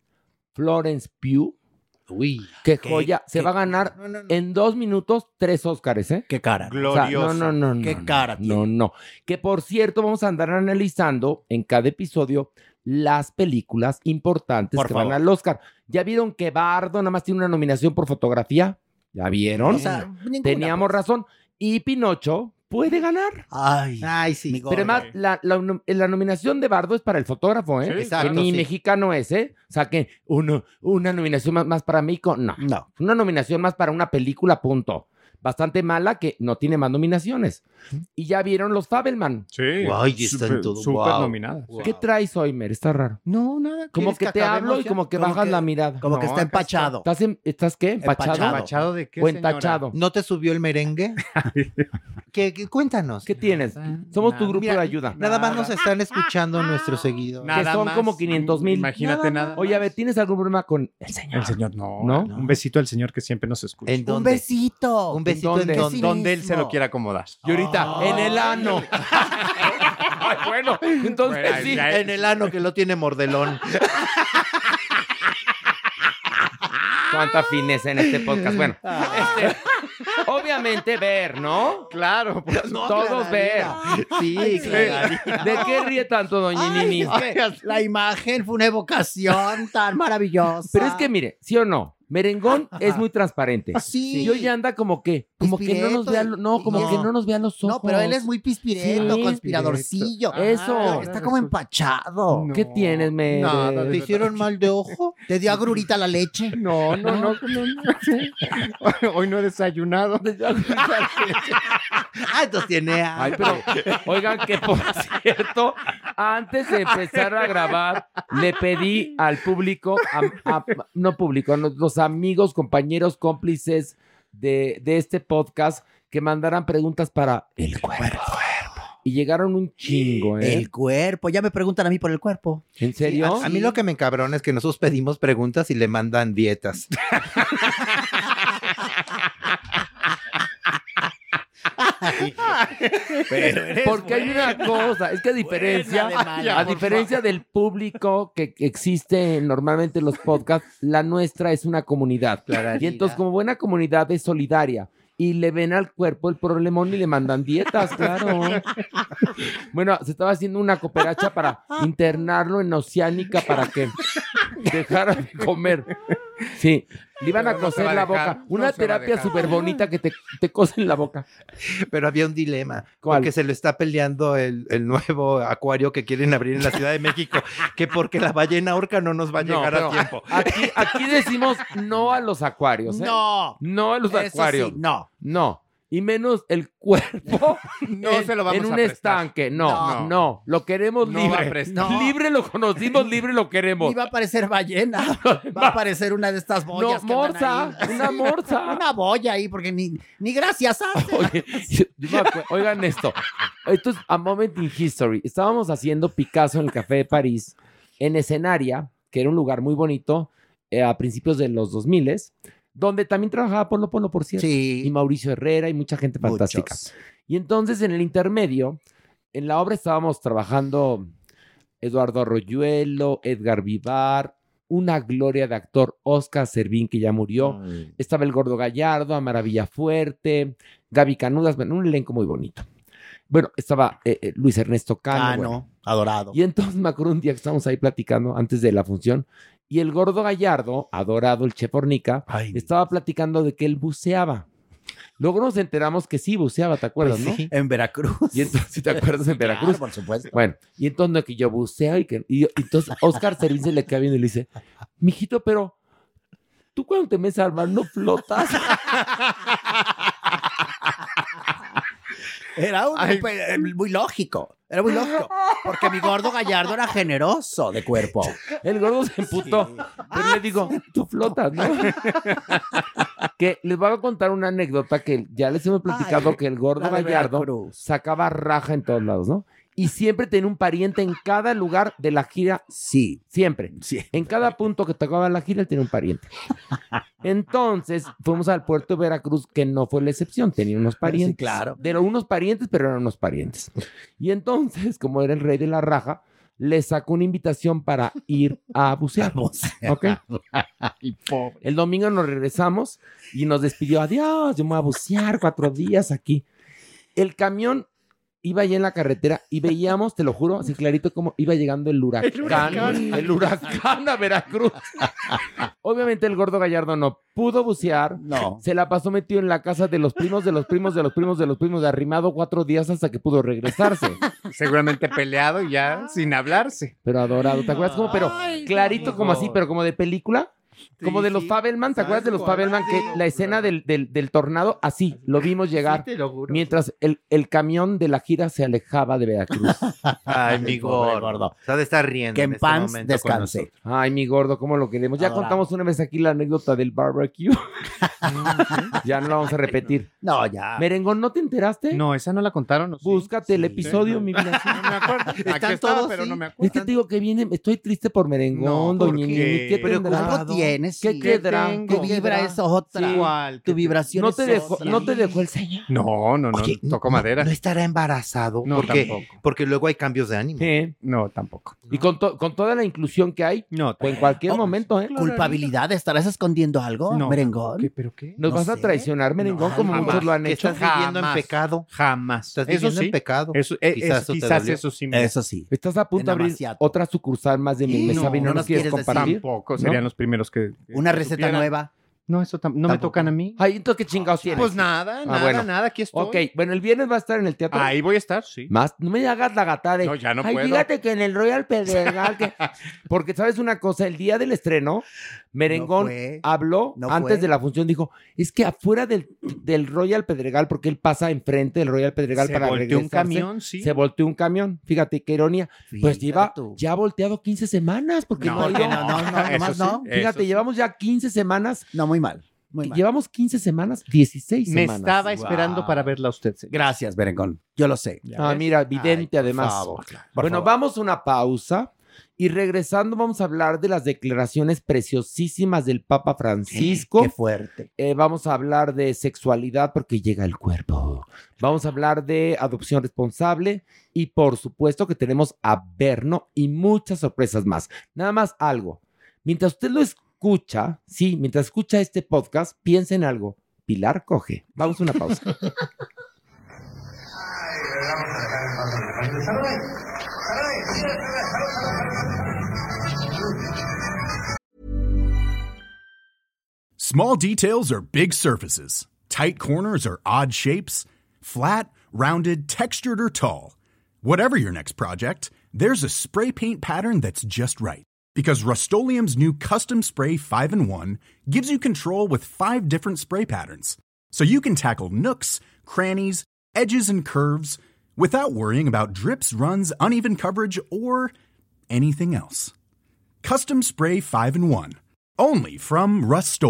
Speaker 2: Florence Pugh, qué
Speaker 5: qué-
Speaker 2: joya, se va a ganar en dos minutos tres Óscares, ¿eh?
Speaker 4: Qué cara.
Speaker 2: no, no, no, no.
Speaker 4: Qué
Speaker 2: no,
Speaker 4: cara
Speaker 2: No, no. Que por cierto, vamos a andar analizando en cada episodio las películas importantes
Speaker 4: Por
Speaker 2: que van
Speaker 4: favor.
Speaker 2: al Oscar. ¿Ya vieron que Bardo nada más tiene una nominación por fotografía? ¿Ya vieron?
Speaker 4: O sea, ninguna, pues.
Speaker 2: Teníamos
Speaker 8: pues.
Speaker 2: razón. Y Pinocho puede ganar.
Speaker 4: Ay,
Speaker 5: sí.
Speaker 2: Pero además, la, la nom- la nominación de Bardo es para el fotógrafo, ¿eh?
Speaker 4: Sí,
Speaker 2: Que
Speaker 4: exacto,
Speaker 2: ni
Speaker 4: sí.
Speaker 2: mexicano es, ¿eh? O sea, que uno, una nominación más, más para México, no.
Speaker 4: No.
Speaker 2: Una nominación más para una película, punto. Bastante mala que no tiene más nominaciones. Y ya vieron los Fabelman.
Speaker 6: Sí.
Speaker 5: Ay, y está en
Speaker 6: Súper-
Speaker 5: todo,
Speaker 6: súper
Speaker 5: wow.
Speaker 6: nominada.
Speaker 2: ¿Qué traes hoy, Mer? Está raro.
Speaker 6: No, nada.
Speaker 2: Como que, te hablo y como que bajas la mirada.
Speaker 4: Como que
Speaker 2: No,
Speaker 4: está
Speaker 2: acá
Speaker 4: empachado.
Speaker 2: ¿Estás, en- estás qué? ¿Empachado?
Speaker 6: ¿Empachado de qué,
Speaker 2: ¿O
Speaker 6: señora?
Speaker 2: entachado?
Speaker 5: ¿No te subió el merengue? ¿Qué, qué- cuéntanos.
Speaker 2: ¿Qué tienes? Somos tu grupo
Speaker 5: Mira,
Speaker 2: de ayuda.
Speaker 5: Nada más nos están escuchando nuestros seguidores.
Speaker 2: que son como 500 mil.
Speaker 6: Imagínate nada más.
Speaker 2: Oye, a ver, ¿tienes algún problema con el señor?
Speaker 6: El señor, no,
Speaker 2: ¿No?
Speaker 6: no. Un besito al señor que siempre nos escucha.
Speaker 5: ¿En
Speaker 4: Un
Speaker 5: dónde?
Speaker 4: besito.
Speaker 5: Un besito
Speaker 2: ¿Dónde?
Speaker 5: en
Speaker 2: ¿Qué
Speaker 5: dónde?
Speaker 6: Donde él se lo quiera acomodar.
Speaker 2: Y ahorita, en el ano. Ay, bueno, entonces
Speaker 6: Bueno,
Speaker 2: sí.
Speaker 6: ya-
Speaker 5: En el ano que lo tiene mordelón.
Speaker 2: Cuánta fineza en este podcast. Bueno, este, obviamente ver, ¿no?
Speaker 6: Claro, pues,
Speaker 2: Todos ver.
Speaker 5: Sí,
Speaker 2: este,
Speaker 5: claro.
Speaker 2: ¿De qué ríe tanto, doña
Speaker 4: Ay,
Speaker 2: Nini?
Speaker 4: es que la imagen fue una evocación tan maravillosa.
Speaker 2: Pero es que mire, sí o no, Merengón es muy transparente.
Speaker 4: Sí.
Speaker 2: Y hoy anda como que, como que no nos
Speaker 4: Pispireto
Speaker 2: vea,
Speaker 4: y-
Speaker 2: lo- no, como
Speaker 4: no.
Speaker 2: que no nos vea los ojos.
Speaker 4: No, pero él es muy pispireto,
Speaker 2: Sí,
Speaker 4: conspiradorcillo.
Speaker 2: Eso.
Speaker 4: Pero Está como
Speaker 6: Mm.
Speaker 4: empachado.
Speaker 2: ¿Qué tienes, Mere?
Speaker 6: Nada,
Speaker 5: ¿Te hicieron mal de ojo?
Speaker 4: ¿Te dio agrurita la leche?
Speaker 6: No, no, no, no, no. Hoy no he desayunado.
Speaker 5: Ah, entonces tiene.
Speaker 2: Ay, pero oigan que por cierto, antes de empezar a grabar, le pedí al público, a- a- no público, a los, los amigos, compañeros, cómplices de, de este podcast que mandaran preguntas para el cuerpo. Y llegaron un chingo, ¿eh?
Speaker 4: El cuerpo. Ya me preguntan a mí por el cuerpo.
Speaker 2: ¿En serio?
Speaker 5: A mí lo que me encabrona es que nosotros pedimos preguntas y le mandan dietas.
Speaker 9: Pero eres
Speaker 2: Porque hay
Speaker 9: buena.
Speaker 2: una cosa, es que a diferencia,
Speaker 9: Buena de mala,
Speaker 2: a
Speaker 9: por
Speaker 2: diferencia del público que existe normalmente en los podcasts, la nuestra es una comunidad. Y entonces, como buena comunidad, es solidaria. Y le ven al cuerpo el problemón y le mandan dietas, claro. Bueno, se estaba haciendo una cooperacha para internarlo en Oceánica para que dejara de comer. Sí, le iban a
Speaker 5: Pero no se
Speaker 2: coser
Speaker 5: va a
Speaker 2: la
Speaker 5: dejar,
Speaker 2: boca.
Speaker 5: no
Speaker 2: Una
Speaker 5: se va a
Speaker 2: terapia
Speaker 5: dejar.
Speaker 2: súper bonita que te, te cosen la boca.
Speaker 5: Pero había un dilema, porque se lo está peleando el, el nuevo acuario que quieren abrir en la Ciudad de México, que porque la ballena orca no nos va a
Speaker 2: No,
Speaker 5: llegar
Speaker 2: pero
Speaker 5: a tiempo.
Speaker 2: Aquí, aquí decimos no a los acuarios. ¿eh?
Speaker 5: No.
Speaker 2: No a los
Speaker 5: Eso sí,
Speaker 2: acuarios.
Speaker 4: no.
Speaker 2: No. Y menos el cuerpo. No
Speaker 9: se lo vamos
Speaker 2: En un
Speaker 9: a prestar.
Speaker 2: estanque. No, no.
Speaker 9: No.
Speaker 2: Lo queremos
Speaker 9: No va a
Speaker 2: libre.
Speaker 9: prestar. No.
Speaker 2: Libre lo conocimos, libre lo queremos.
Speaker 4: Y va a aparecer ballena. Va a aparecer una de estas boyas.
Speaker 2: No,
Speaker 4: que andan
Speaker 2: morsa,
Speaker 4: ahí.
Speaker 2: una morsa.
Speaker 4: una boya ahí, porque ni, ni gracias hace.
Speaker 2: Oye, yo- yo me acuer- oigan esto. Esto es a moment in history. Estábamos haciendo Picasso en el Café de París, en Escenaria, que era un lugar muy bonito eh, a principios de los 2000 donde también trabajaba Polo Polo, por cierto. Y Mauricio Herrera y mucha gente fantástica. Y entonces en el intermedio, en la obra estábamos trabajando Eduardo Arroyuelo, Edgar Vivar, una gloria de actor, Oscar Servín, que ya murió. Estaba el Gordo Gallardo, Maravilla Fuerte, Gaby Canudas, bueno, un elenco muy bonito. Bueno, estaba eh, eh, Luis Ernesto Cano.
Speaker 4: Cano, adorado.
Speaker 2: Y entonces me acuerdo un día que estábamos ahí platicando antes de la función y el Gordo Gallardo, adorado, el chef Ornica, estaba platicando de que él buceaba. Luego nos enteramos que sí buceaba, ¿te acuerdas,
Speaker 4: Pues sí,
Speaker 2: no? En Veracruz. Y entonces, ¿sí ¿te acuerdas en
Speaker 4: Claro,
Speaker 2: Veracruz?
Speaker 4: por supuesto.
Speaker 2: Bueno, y entonces no, que yo buceo y que. Y, y entonces Oscar Servín se le queda viendo y le dice: Mijito, pero tú cuando te metes al mar no flotas.
Speaker 4: Era un-
Speaker 2: Ay.
Speaker 4: pe- eh, muy lógico. Era muy lógico. Porque mi gordo gallardo era generoso de cuerpo.
Speaker 2: El gordo se emputó. Pero le digo, tú flotas, ¿no? que les voy a contar una anécdota que ya les hemos platicado que el gordo
Speaker 4: la de
Speaker 2: Gallardo sacaba raja en todos lados, ¿no? Y siempre tenía un pariente en cada lugar de la gira. Sí. Siempre. En cada punto que tocaba la gira, él tenía un pariente. Entonces, fuimos al puerto de Veracruz, que no fue la excepción. Tenía unos parientes. claro. De unos parientes, pero eran unos parientes. Y entonces, como era el rey de la raja, le sacó una invitación para ir a bucear. ¿Ok? El domingo nos regresamos y nos despidió. Adiós, yo me voy a bucear cuatro días aquí. El camión iba allá en la carretera y veíamos, te lo juro, así clarito como iba llegando el huracán.
Speaker 9: El huracán.
Speaker 2: El huracán a Veracruz. Obviamente el gordo gallardo no pudo bucear. No. Se la pasó metido en la casa de los primos, de los primos, de los primos, de los primos, de arrimado cuatro días hasta que pudo regresarse.
Speaker 6: Seguramente peleado y ya sin hablarse.
Speaker 2: Pero adorado, ¿te acuerdas cómo? Pero clarito como así, pero como de película. Como de los Fabelman, ¿te acuerdas de los Fabelman? Que la escena del, del- del tornado, así, lo vimos llegar.
Speaker 6: te lo juro.
Speaker 2: Mientras el, el camión de la gira se alejaba de Veracruz.
Speaker 5: Ay, mi gordo. Se ha de estar riendo.
Speaker 2: Que en
Speaker 5: este
Speaker 2: pants
Speaker 5: momento con
Speaker 2: descanse. Ay, mi gordo, ¿cómo lo queremos? Ya
Speaker 5: Adorado.
Speaker 2: contamos una vez aquí la anécdota del barbecue. ya no la vamos a repetir.
Speaker 4: No, ya.
Speaker 2: Merengón, ¿no te enteraste?
Speaker 6: No, esa no la contaron.
Speaker 2: Búscate el episodio, mi vida.
Speaker 6: Aquí estaba, pero no me acuerdo.
Speaker 2: Es que te digo que viene, estoy triste por merengón,
Speaker 6: ¿por
Speaker 2: doña
Speaker 6: qué?
Speaker 2: Nini, ¿Qué
Speaker 6: Pero
Speaker 2: tendrá?
Speaker 6: algo tienes,
Speaker 2: ¿Qué
Speaker 6: sí.
Speaker 2: tendrá?
Speaker 6: ¿Qué tengo?
Speaker 2: ¿Qué
Speaker 6: Tu vibra es
Speaker 4: otra.
Speaker 6: ¿Cuál?
Speaker 4: Tu vibración
Speaker 2: No
Speaker 4: es
Speaker 2: te dejó,
Speaker 4: otra.
Speaker 2: no te dejó el señor.
Speaker 6: No, no, no.
Speaker 5: Oye,
Speaker 6: Tocó madera.
Speaker 5: No estará embarazado.
Speaker 6: No,
Speaker 5: porque,
Speaker 6: tampoco.
Speaker 5: porque luego hay cambios de ánimo.
Speaker 6: No, tampoco.
Speaker 2: Y con, to- con toda la inclusión que hay, pues,
Speaker 6: no,
Speaker 2: en
Speaker 6: Oh,
Speaker 2: cualquier momento, ¿eh?
Speaker 4: ¿Culpabilidad? ¿Estarás escondiendo algo,
Speaker 2: No,
Speaker 4: merengón?
Speaker 6: ¿Pero qué?
Speaker 2: Nos vas a traicionar, merengón, como muchos lo han hecho.
Speaker 5: pecado.
Speaker 6: Jamás.
Speaker 5: Estás
Speaker 6: eso
Speaker 5: viviendo
Speaker 6: sí.
Speaker 5: en pecado.
Speaker 6: Eso, eh,
Speaker 5: Quizás
Speaker 6: eso-
Speaker 5: eso te
Speaker 6: quizás
Speaker 5: dolió.
Speaker 6: eso sí.
Speaker 5: Eso
Speaker 4: sí.
Speaker 2: Estás a punto de
Speaker 6: En
Speaker 2: abrir
Speaker 6: Amaciato.
Speaker 2: otra sucursal más de mi mesa.
Speaker 6: no,
Speaker 2: y ¿No,
Speaker 6: no
Speaker 2: nos
Speaker 6: nos
Speaker 2: quieres,
Speaker 6: quieres decir.
Speaker 2: compartir?
Speaker 6: Tampoco, serían los primeros que-
Speaker 4: Una receta
Speaker 6: supieran.
Speaker 4: nueva.
Speaker 6: No, eso tam- no me tocan a mí.
Speaker 2: Ay, entonces qué chingados tienes.
Speaker 6: Pues nada,
Speaker 2: Ah,
Speaker 6: nada,
Speaker 2: bueno.
Speaker 6: nada, aquí estoy.
Speaker 2: Ok, bueno, el viernes va a estar en el teatro.
Speaker 6: Ahí voy a estar, sí.
Speaker 2: Más, no me hagas la gatada de.
Speaker 6: No, ya no
Speaker 2: Ay,
Speaker 6: puedo.
Speaker 2: fíjate que en el Royal Pedregal. que-". Porque, ¿sabes una cosa? El día del estreno, Merengón
Speaker 4: No fue.
Speaker 6: ah,
Speaker 2: habló
Speaker 4: No
Speaker 2: antes
Speaker 4: fue.
Speaker 2: de la función. Dijo: Es que afuera del, del Royal Pedregal, porque él pasa enfrente del Royal Pedregal
Speaker 6: Se
Speaker 2: para
Speaker 6: volteó un
Speaker 2: regresarse,
Speaker 6: camión, sí.
Speaker 2: Se volteó un camión. Fíjate qué ironía. Pues
Speaker 4: Fíjate
Speaker 2: lleva
Speaker 4: tú.
Speaker 2: ya volteado 15 semanas. Porque no,
Speaker 4: No,
Speaker 2: ha ido.
Speaker 4: porque no, no, no, Eso nomás sí, no. eso
Speaker 2: Fíjate,
Speaker 4: sí.
Speaker 2: llevamos ya 15 semanas.
Speaker 4: No, muy mal. Muy mal.
Speaker 2: Llevamos 15 semanas, 16
Speaker 6: Me
Speaker 2: semanas.
Speaker 6: estaba esperando para verla a usted. señor.
Speaker 4: Gracias, Merengón. Yo lo sé.
Speaker 2: Ah, mira, vidente
Speaker 4: Ay, por
Speaker 2: además.
Speaker 4: favor, claro, por
Speaker 2: bueno,
Speaker 4: favor.
Speaker 2: vamos a una pausa. Y regresando vamos a hablar de las declaraciones preciosísimas del Papa Francisco. Qué
Speaker 4: fuerte.
Speaker 2: vamos a hablar de sexualidad porque llega el cuerpo. Vamos a hablar de adopción responsable y por supuesto que tenemos a Berno y muchas sorpresas más. Nada más algo. Mientras usted lo escucha, sí, mientras escucha este podcast, piensa en algo. Pilar coge. Vamos a una pausa.
Speaker 9: Small details are big surfaces. Tight corners are odd shapes. Flat, rounded, textured, or tall. Whatever your next project, there's a spray paint pattern that's just right. Because Rust new Custom Spray 5 in 1 gives you control with five different spray patterns. So you can tackle nooks, crannies, edges, and curves without worrying about drips, runs, uneven coverage, or anything else. Custom Spray 5 in 1. Only from Rust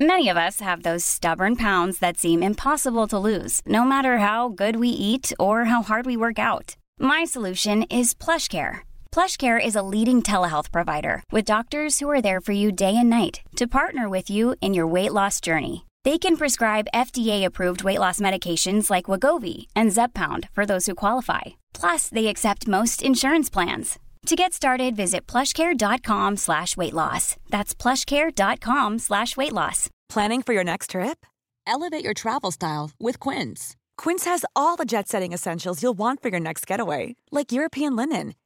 Speaker 10: Many of us have those stubborn pounds that seem impossible to lose, no matter how good we eat or how hard we work out. My solution is PlushCare. PlushCare is a leading telehealth provider with doctors who are there for you day and night to partner with you in your weight loss journey. They can prescribe FDA-approved weight loss medications like Wagovi and Zepbound for those who qualify. Plus, they accept most insurance plans. To get started, visit plushcare.com slash weight loss. That's plushcare.com slash weight loss.
Speaker 11: Planning for your next trip? Elevate your travel style with Quince. Quince has all the jet setting essentials you'll want for your next getaway, like European linen,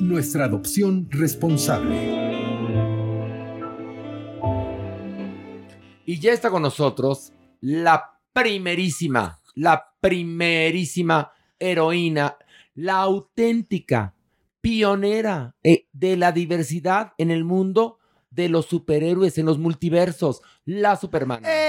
Speaker 1: Nuestra adopción responsable.
Speaker 2: Y ya está con nosotros la primerísima, la primerísima heroína, la auténtica pionera eh, de la diversidad en el mundo de los superhéroes en los multiversos, la Superman.
Speaker 4: Eh.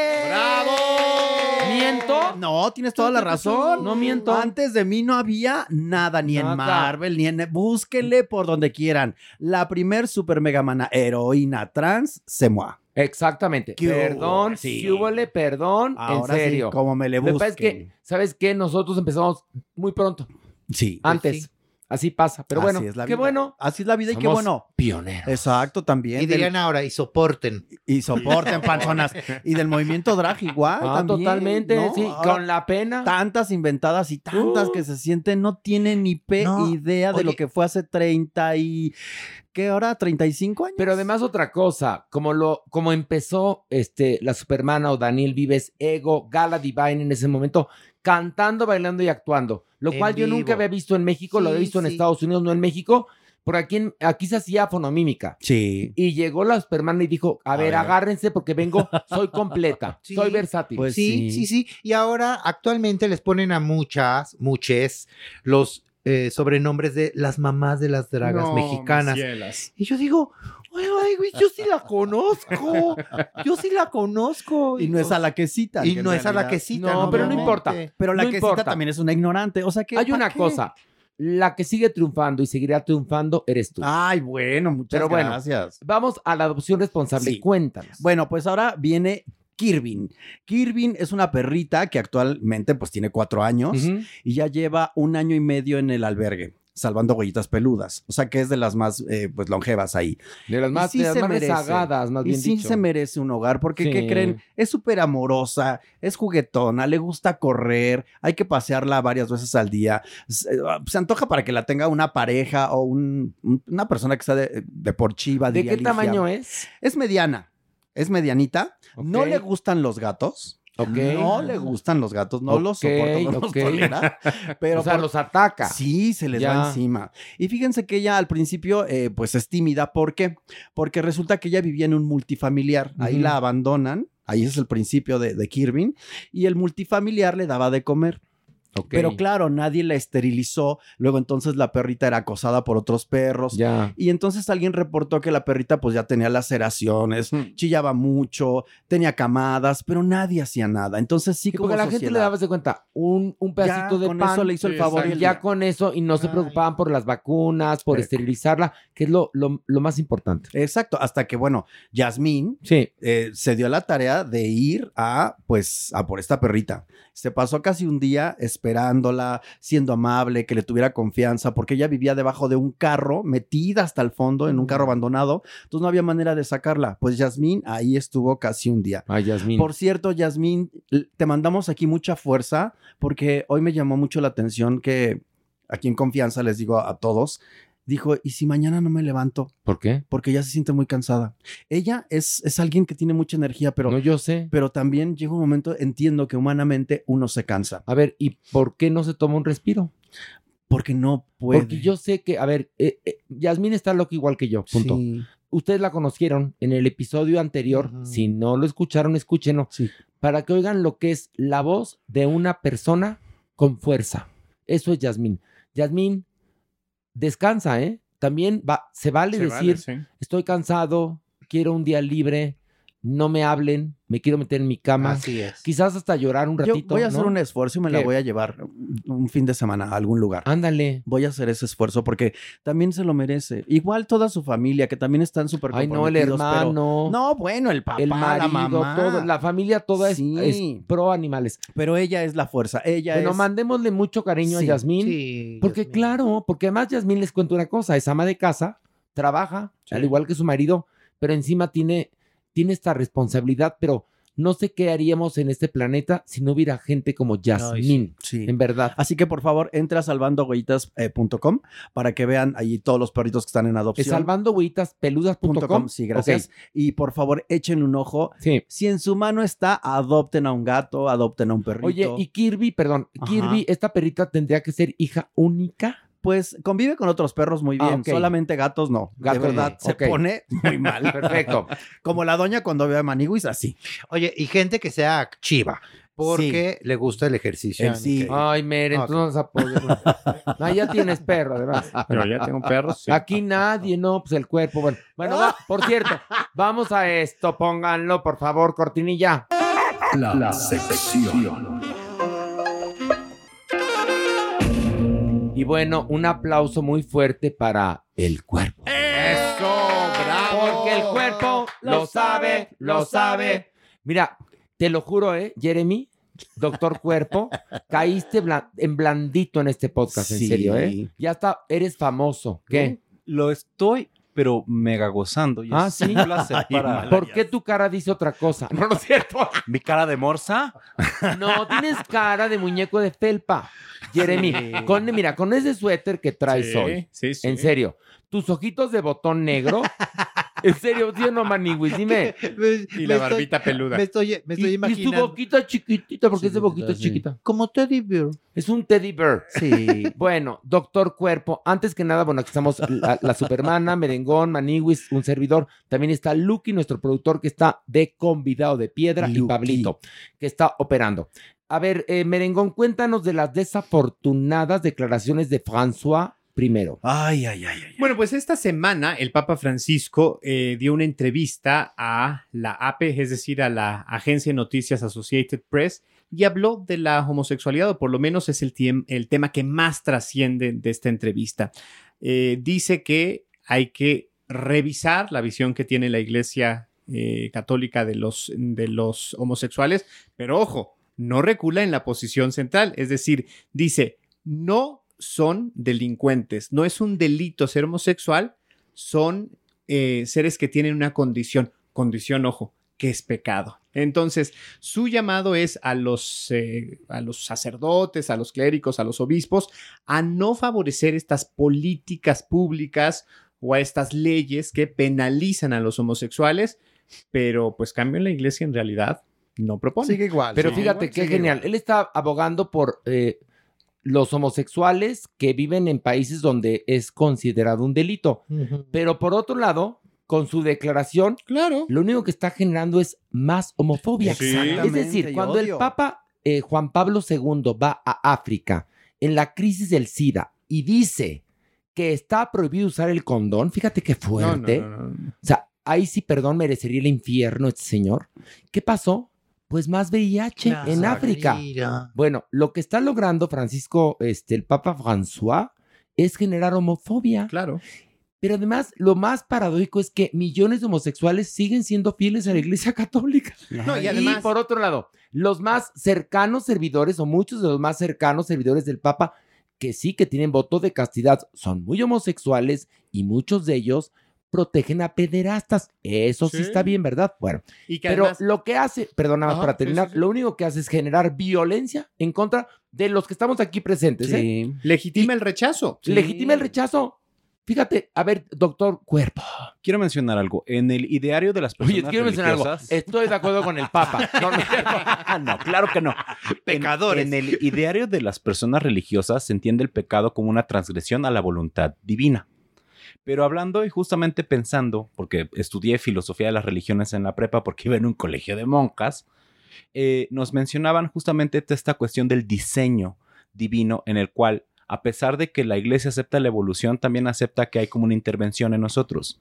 Speaker 4: ¿Miento? No, tienes toda la razón.
Speaker 2: No miento.
Speaker 4: Antes de mí no había nada, ni
Speaker 2: Nada.
Speaker 4: en Marvel, ni en... Búsquenle por donde quieran. La primer super megamana heroína trans, se mua.
Speaker 2: Exactamente.
Speaker 4: ¿Qué hubo?
Speaker 2: Perdón,
Speaker 4: Sí.
Speaker 2: sí. húbole, perdón,
Speaker 4: Ahora
Speaker 2: en
Speaker 4: sí,
Speaker 2: serio.
Speaker 4: como me le
Speaker 2: Lo que pasa es
Speaker 4: busquen.
Speaker 2: que, ¿sabes qué? Nosotros empezamos muy pronto.
Speaker 4: Sí.
Speaker 2: Antes.
Speaker 4: Pues sí.
Speaker 2: Así pasa. Pero
Speaker 4: Así
Speaker 2: bueno,
Speaker 4: es la
Speaker 2: qué
Speaker 4: vida.
Speaker 2: bueno.
Speaker 4: Así es la vida y qué
Speaker 2: Somos
Speaker 4: bueno.
Speaker 2: Pioneros.
Speaker 4: Exacto, también.
Speaker 5: Y dirían ahora, y soporten.
Speaker 4: Y soporten, panzonas. Y del movimiento drag igual.
Speaker 2: Ah,
Speaker 4: también,
Speaker 2: totalmente,
Speaker 4: ¿no? Ah,
Speaker 2: sí,
Speaker 4: Ahora,
Speaker 2: con la pena.
Speaker 4: Tantas inventadas y tantas
Speaker 5: Uh.
Speaker 4: que se sienten, no tienen ni pe
Speaker 2: No,
Speaker 4: idea de lo
Speaker 2: oye.
Speaker 4: que fue hace 30 y. ¿Qué hora? ¿35 años?
Speaker 2: Pero además otra cosa, como lo como empezó este la Supermana o Daniel Vives, Ego, Gala Divine en ese momento cantando, bailando y actuando, lo
Speaker 4: En
Speaker 2: cual yo
Speaker 4: vivo.
Speaker 2: nunca había visto en México, lo había
Speaker 4: Sí,
Speaker 2: visto en
Speaker 4: sí.
Speaker 2: Estados Unidos, no en México, porque aquí en- aquí se hacía fonomímica.
Speaker 4: Sí.
Speaker 2: Y llegó la Supermana y dijo, "A, ver,
Speaker 4: ver.
Speaker 2: agárrense porque vengo, soy completa,
Speaker 5: Sí,
Speaker 2: soy versátil."
Speaker 4: pues
Speaker 5: sí, sí, sí, Y ahora actualmente les ponen a muchas, muches, los eh, sobrenombres de las mamás de las dragas
Speaker 4: No,
Speaker 5: mexicanas.
Speaker 4: mis
Speaker 5: Y yo digo,
Speaker 4: Ay, ay, güey, Pues yo sí la conozco. Yo sí la conozco. Y no es a la quesita.
Speaker 5: Y no es a la quesita,
Speaker 2: No, pero no importa.
Speaker 4: Pero la
Speaker 2: No
Speaker 4: quesita
Speaker 2: importa.
Speaker 4: también es una ignorante. O sea que.
Speaker 2: Hay
Speaker 4: ¿pa'
Speaker 2: una
Speaker 4: qué?
Speaker 2: cosa, la que sigue triunfando y seguirá triunfando eres tú.
Speaker 4: Ay, bueno, muchas
Speaker 2: Pero bueno,
Speaker 4: gracias.
Speaker 2: Vamos a la adopción responsable.
Speaker 4: Sí.
Speaker 2: Cuéntanos.
Speaker 4: Bueno, pues ahora viene Kirvin. Kirvin es una perrita que actualmente pues tiene cuatro años
Speaker 2: Ujú.
Speaker 4: y ya lleva un año y medio en el albergue salvando huellitas peludas, o sea que es de las más eh, pues longevas ahí.
Speaker 2: De las
Speaker 4: Y
Speaker 2: más,
Speaker 4: sí
Speaker 2: de las
Speaker 4: se
Speaker 2: más
Speaker 4: merece.
Speaker 2: rezagadas, más
Speaker 4: y
Speaker 2: bien
Speaker 4: sí
Speaker 2: dicho.
Speaker 4: se merece un hogar, porque ¿qué
Speaker 2: Sí.
Speaker 4: creen? Es súper amorosa, es juguetona, le gusta correr, hay que pasearla varias veces al día. Se, se antoja para que la tenga una pareja o un- un- una persona que sea de, de por chiva.
Speaker 2: ¿De
Speaker 4: diría
Speaker 2: qué
Speaker 4: Ligia.
Speaker 2: tamaño es?
Speaker 4: Es mediana, es medianita. No
Speaker 2: Ok.
Speaker 4: le gustan los gatos.
Speaker 2: Ok.
Speaker 4: No le gustan los gatos, no los
Speaker 2: Ok,
Speaker 4: soporta, no los
Speaker 2: ok.
Speaker 4: tolera, pero
Speaker 2: o sea,
Speaker 4: por-
Speaker 2: los ataca.
Speaker 4: Sí, se les
Speaker 2: Ya.
Speaker 4: va encima. Y fíjense que ella al principio, eh, pues es tímida. ¿Por qué? Porque resulta que ella vivía en un multifamiliar. Ahí
Speaker 2: Ujú.
Speaker 4: la abandonan. Ahí es el principio de, de Kirvin. Y el multifamiliar le daba de comer.
Speaker 2: Ok.
Speaker 4: Pero claro, nadie la esterilizó. Luego entonces la perrita era acosada por otros perros.
Speaker 2: Ya.
Speaker 4: Y entonces alguien reportó que la perrita pues ya tenía laceraciones, chillaba mucho, tenía camadas, pero nadie hacía nada. Entonces sí, como
Speaker 2: porque a la gente le dabas de cuenta un, un pedacito de
Speaker 4: con
Speaker 2: pan.
Speaker 4: eso le hizo el favor y
Speaker 2: y
Speaker 4: el
Speaker 2: ya
Speaker 4: día.
Speaker 2: con eso, y no se preocupaban por las vacunas, por esterilizarla, que es lo, lo, lo más importante.
Speaker 4: Exacto, hasta que bueno, Yasmín eh, se dio la tarea de ir a, pues, a por esta perrita. Se pasó casi un día esperándola, siendo amable, que le tuviera confianza, porque ella vivía debajo de un carro, metida hasta el fondo, en un carro abandonado. Entonces no había manera de sacarla. Pues Yasmín ahí estuvo casi un día.
Speaker 2: Ay, Yasmín.
Speaker 4: Por cierto, Yasmín, l- te mandamos aquí mucha fuerza porque hoy me llamó mucho la atención que aquí en confianza les digo a, a todos, dijo, ¿y si mañana no me levanto?
Speaker 2: ¿Por qué?
Speaker 4: Porque ella se siente muy cansada. Ella es, es alguien que tiene mucha energía, pero...
Speaker 2: No, yo sé.
Speaker 4: Pero también llega un momento, entiendo que humanamente uno se cansa.
Speaker 2: A ver, ¿y por qué no se toma un respiro?
Speaker 4: Porque no puede.
Speaker 2: Porque yo sé que, a ver, eh, eh, Yasmín está loca igual que yo, punto. Ustedes la conocieron en el episodio anterior. Si no lo escucharon, escúchenlo. Para que oigan lo que es la voz de una persona con fuerza. Eso es Yasmín. Yasmín, descansa, ¿eh? También va, se vale
Speaker 6: Se vale,
Speaker 2: decir, estoy cansado, quiero un día libre, no me hablen, me quiero meter en mi cama.
Speaker 4: Así es.
Speaker 2: Quizás hasta llorar un
Speaker 4: Yo
Speaker 2: ratito.
Speaker 4: voy a hacer
Speaker 2: ¿no?
Speaker 4: un esfuerzo y me la
Speaker 2: ¿Qué?
Speaker 4: voy a llevar un fin de semana a algún lugar.
Speaker 2: Ándale.
Speaker 4: Voy a hacer ese esfuerzo porque también se lo merece. Igual toda su familia, que también están súper
Speaker 2: Ay, no, el
Speaker 4: comprometidos, pero-
Speaker 2: hermano.
Speaker 4: No, bueno, el papá,
Speaker 2: el
Speaker 4: la
Speaker 2: marido,
Speaker 4: mamá.
Speaker 2: todo, la familia toda es-
Speaker 4: Sí.
Speaker 2: es, pro animales.
Speaker 4: Pero ella es la fuerza. Ella
Speaker 2: bueno,
Speaker 4: es-
Speaker 2: mandémosle mucho cariño
Speaker 4: Sí,
Speaker 2: a Yasmín. porque claro, porque además Yasmín les cuento una cosa, es ama de casa, trabaja, al igual que su marido, pero encima tiene, tiene esta responsabilidad, pero no sé qué haríamos en este planeta si no hubiera gente como Yasmín. En verdad.
Speaker 4: Em, Así que por favor, entra a salvandogoyitas.com para que vean allí todos los perritos que están en adopción.
Speaker 2: Es salvandohuitaspeludas.com.
Speaker 4: Sí, gracias. Y por favor, echen un ojo. Si en su mano está, adopten a un gato, adopten a un perrito.
Speaker 2: Oye, y Kirby, perdón,
Speaker 4: Ajá.
Speaker 2: Kirby, esta perrita tendría que ser hija única.
Speaker 4: Pues convive con otros perros muy
Speaker 2: Ah,
Speaker 4: bien,
Speaker 2: ok.
Speaker 4: solamente gatos no.
Speaker 2: Gatos
Speaker 4: de verdad,
Speaker 2: no,
Speaker 4: se
Speaker 2: ok.
Speaker 4: pone muy mal.
Speaker 2: Perfecto.
Speaker 4: Como la doña cuando ve a Maniguis, así.
Speaker 5: Oye, y gente que sea activa, porque le gusta el ejercicio.
Speaker 4: Sí.
Speaker 2: Ay, Mere,
Speaker 5: Ok.
Speaker 2: entonces no vas a poder. No, ya tienes perro, además.
Speaker 6: Yo ya tengo perros, sí.
Speaker 2: Aquí nadie, no, pues el cuerpo. Bueno, bueno va- por cierto, vamos a esto. Pónganlo, por favor, cortinilla.
Speaker 1: La, sección.
Speaker 2: Y bueno, un aplauso muy fuerte para el cuerpo. Porque el cuerpo lo sabe, lo sabe. Mira, te lo juro, ¿eh? Jeremy, doctor cuerpo, caíste bla- en blandito en este podcast, en
Speaker 8: Sí.
Speaker 2: serio, ¿eh? Ya está, eres famoso. ¿Qué?
Speaker 8: Lo estoy, pero mega gozando. Y
Speaker 2: Ah,
Speaker 8: es
Speaker 2: sí.
Speaker 8: un placer
Speaker 2: Ay,
Speaker 8: para-
Speaker 2: ¿Por qué tu cara dice otra cosa? No, no es cierto.
Speaker 8: ¿Mi cara de morsa?
Speaker 2: No, tienes cara de muñeco de felpa. Jeremy,
Speaker 8: Sí.
Speaker 2: con, mira, con ese suéter que traes
Speaker 8: Sí,
Speaker 2: hoy.
Speaker 6: sí, sí.
Speaker 2: En serio, tus ojitos de botón negro. En serio, ¿sí o no, Maniwis? Dime.
Speaker 5: Me- me estoy- Me estoy,
Speaker 2: Y-
Speaker 5: me estoy
Speaker 2: Y su
Speaker 5: imaginando.
Speaker 2: boquita chiquitita, porque es de boquita chiquita.
Speaker 5: Como Teddy Bear.
Speaker 2: Es un teddy bear.
Speaker 4: Sí.
Speaker 2: Bueno, doctor cuerpo, antes que nada, bueno, aquí estamos la, la supermana, merengón, maniwis, un servidor. También está Lucky, nuestro productor, que está de convidado de piedra, y Pablito, que está operando. A ver, eh, merengón, cuéntanos de las desafortunadas declaraciones de François primero.
Speaker 4: Ay, ay, ay.
Speaker 6: Bueno, pues esta semana el Papa Francisco eh, dio una entrevista a la APE, es decir, a la Agencia de Noticias Associated Press, y habló de la homosexualidad, o por lo menos es el, tiem- el tema que más trasciende de esta entrevista. Eh, dice que hay que revisar la visión que tiene la Iglesia eh, Católica de los, de los homosexuales, pero ojo, no recula en la posición central, es decir, dice, no son delincuentes, no es un delito ser homosexual, son eh, seres que tienen una condición, condición, ojo, que es pecado. Entonces, su llamado es a los, eh, a los sacerdotes, a los clérigos, a los obispos, a no favorecer estas políticas públicas o a estas leyes que penalizan a los homosexuales, pero pues cambio en la iglesia en realidad no propone.
Speaker 2: Sigue
Speaker 6: igual.
Speaker 2: Pero fíjate qué genial. Él está abogando por eh, los homosexuales que viven en países donde es considerado un delito. Pero por otro lado, con su declaración,
Speaker 6: claro.
Speaker 2: lo único que está generando es más homofobia.
Speaker 4: Exactamente,
Speaker 2: Es decir,
Speaker 4: y
Speaker 2: cuando el
Speaker 4: odio.
Speaker 2: Papa eh, Juan Pablo II va a África en la crisis del SIDA y dice que está prohibido usar el condón, fíjate qué fuerte.
Speaker 6: no, no, no.
Speaker 2: O sea, ahí sí, perdón, merecería el infierno este señor. ¿Qué pasó? Pues más VIH
Speaker 5: La
Speaker 2: en África.
Speaker 5: Zaira.
Speaker 2: Bueno, lo que está logrando Francisco, este, el Papa François, es generar homofobia.
Speaker 6: Claro.
Speaker 2: Pero además, lo más paradójico es que millones de homosexuales siguen siendo fieles a la Iglesia Católica.
Speaker 6: No, y
Speaker 2: y,
Speaker 6: además-
Speaker 2: por otro lado, los más cercanos servidores o muchos de los más cercanos servidores del Papa, que sí que tienen voto de castidad, son muy homosexuales y muchos de ellos protegen a pederastas. Eso sí,
Speaker 6: Sí.
Speaker 2: está bien, ¿verdad? Bueno,
Speaker 6: Y que
Speaker 2: pero
Speaker 6: además-
Speaker 2: lo que hace, perdón, nada más
Speaker 6: Ajá,
Speaker 2: para
Speaker 6: sí,
Speaker 2: terminar,
Speaker 6: sí,
Speaker 2: lo único que hace es generar violencia en contra de los que estamos aquí presentes. ¿eh?
Speaker 8: Sí.
Speaker 6: Legitima el rechazo.
Speaker 2: Legitima el rechazo. Fíjate, a ver, doctor Cuerpo.
Speaker 8: Quiero mencionar algo. En el ideario de las personas
Speaker 2: Oye, quiero mencionar algo.
Speaker 8: religiosas-
Speaker 2: Estoy de acuerdo con el Papa. No, no,
Speaker 8: Ah, no, claro que no.
Speaker 2: Pecadores.
Speaker 8: En el ideario de las personas religiosas se entiende el pecado como una transgresión a la voluntad divina. Pero hablando y justamente pensando, porque estudié filosofía de las religiones en la prepa porque iba en un colegio de monjas, eh, nos mencionaban justamente esta cuestión del diseño divino en el cual, a pesar de que la iglesia acepta la evolución, también acepta que hay como una intervención en nosotros.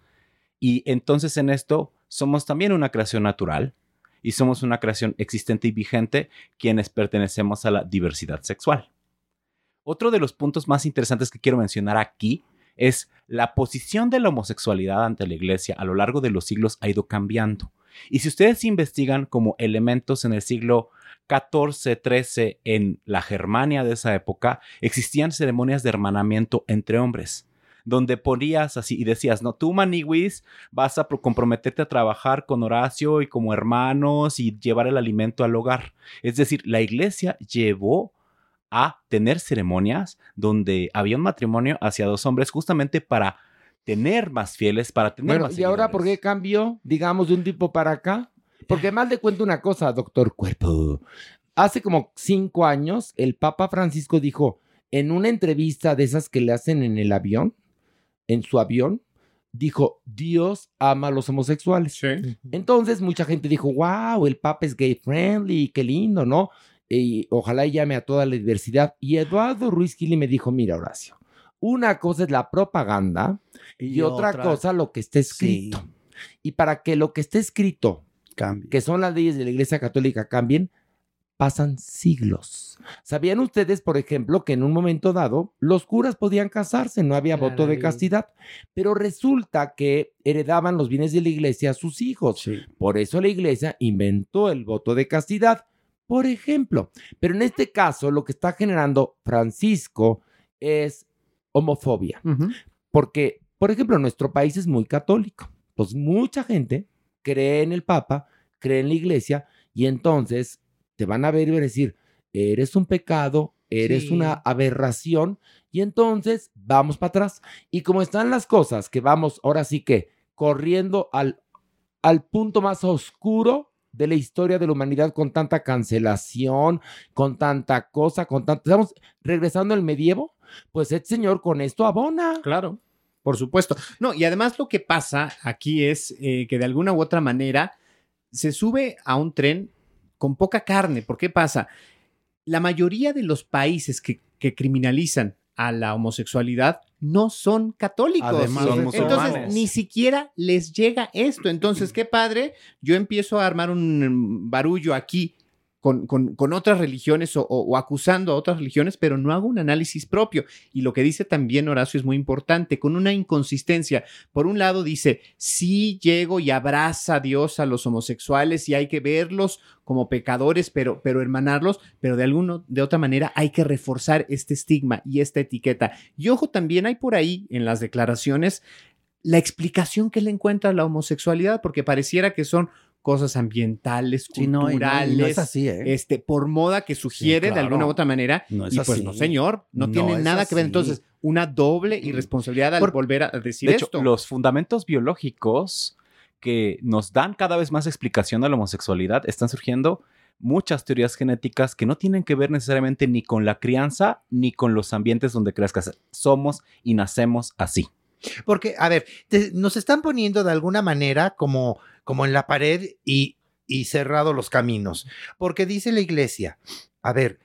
Speaker 8: Y entonces en esto somos también una creación natural y somos una creación existente y vigente quienes pertenecemos a la diversidad sexual. Otro de los puntos más interesantes que quiero mencionar aquí es la posición de la homosexualidad ante la iglesia a lo largo de los siglos ha ido cambiando. Y si ustedes investigan como elementos en el siglo XIV, XIII, en la Germania de esa época, existían ceremonias de hermanamiento entre hombres, donde ponías así y decías, no, tú maniwis vas a pro- comprometerte a trabajar con Horacio y como hermanos y llevar el alimento al hogar. Es decir, la iglesia llevó a tener ceremonias donde había un matrimonio hacia dos hombres justamente para tener más fieles, para tener
Speaker 2: Bueno,
Speaker 8: más
Speaker 2: ¿y ahora por qué cambió, digamos, de un tipo para acá? Porque mal de cuento una cosa, doctor Cuerpo. Hace como cinco años, el Papa Francisco dijo en una entrevista de esas que le hacen en el avión, en su avión, dijo, Dios ama a los homosexuales. Entonces mucha gente dijo, wow, el Papa es gay friendly, qué lindo, ¿no? Y ojalá y llame a toda la diversidad. Y Eduardo Ruiz Gili me dijo, mira, Horacio, una cosa es la propaganda y,
Speaker 4: Y
Speaker 2: otra,
Speaker 4: otra-
Speaker 2: cosa lo que está escrito. Y para que lo que está escrito, que son las leyes de la Iglesia Católica, cambien, pasan siglos. ¿Sabían ustedes, por ejemplo, que en un momento dado los curas podían casarse, no había voto de
Speaker 4: Maravilla.
Speaker 2: castidad, pero resulta que heredaban los bienes de la iglesia a sus hijos. Por eso la iglesia inventó el voto de castidad, por ejemplo. Pero en este caso lo que está generando Francisco es homofobia. Porque, por ejemplo, nuestro país es muy católico. Pues mucha gente cree en el Papa, cree en la iglesia, y entonces te van a ver y van a decir, eres un pecado, eres
Speaker 4: Sí.
Speaker 2: una aberración, y entonces vamos para atrás. Y como están las cosas, que vamos ahora sí que corriendo al, al punto más oscuro de la historia de la humanidad con tanta cancelación, con tanta cosa, con tanto... Estamos regresando al medievo, pues este señor con esto abona.
Speaker 6: Claro. Por supuesto. No, y además lo que pasa aquí es eh, que de alguna u otra manera se sube a un tren con poca carne. ¿Por qué pasa? La mayoría de los países que, que criminalizan a la homosexualidad no son católicos.
Speaker 8: Además, son
Speaker 6: Entonces,
Speaker 8: musulmanes.
Speaker 6: ni siquiera les llega esto. Entonces, qué padre, yo empiezo a armar un mm, barullo aquí con, con- con otras religiones o, o- o acusando a otras religiones, pero no hago un análisis propio. Y lo que dice también Horacio es muy importante, con una inconsistencia. Por un lado dice, sí llego y abraza a Dios a los homosexuales y hay que verlos como pecadores, pero, pero hermanarlos, pero de alguno, de otra manera hay que reforzar este estigma y esta etiqueta. Y ojo, también hay por ahí en las declaraciones la explicación que le encuentra a la homosexualidad, porque pareciera que son cosas ambientales,
Speaker 4: Sí, no, y no, y no es
Speaker 6: culturales,
Speaker 4: así, ¿eh?
Speaker 6: este, por moda que sugiere de
Speaker 4: claro.
Speaker 6: alguna u otra manera.
Speaker 4: No es
Speaker 6: y pues
Speaker 4: así.
Speaker 6: no, señor, no,
Speaker 8: No
Speaker 6: tiene
Speaker 8: es
Speaker 6: nada que ver.
Speaker 8: así.
Speaker 6: Entonces, una doble irresponsabilidad al volver a decir
Speaker 8: de hecho,
Speaker 6: esto.
Speaker 8: los fundamentos biológicos que nos dan cada vez más explicación a la homosexualidad están surgiendo muchas teorías genéticas que no tienen que ver necesariamente ni con la crianza ni con los ambientes donde crezcas. Somos y nacemos así.
Speaker 5: Porque, a ver, te- nos están poniendo de alguna manera como, como en la pared y, y cerrado los caminos. Porque dice la iglesia, a ver,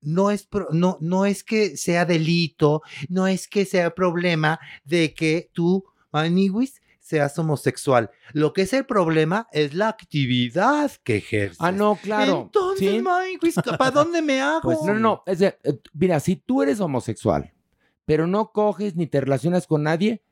Speaker 5: no es, pro- no, no es que sea delito, no es que sea problema de que tú, Maniwis, seas homosexual. Lo que es el problema es la actividad que ejerces.
Speaker 2: Ah, no, claro.
Speaker 5: Entonces, Maniwis, ¿para dónde me hago?
Speaker 2: Pues no, no, no. es de, eh, mira, si tú eres homosexual, pero no coges ni te relacionas con nadie,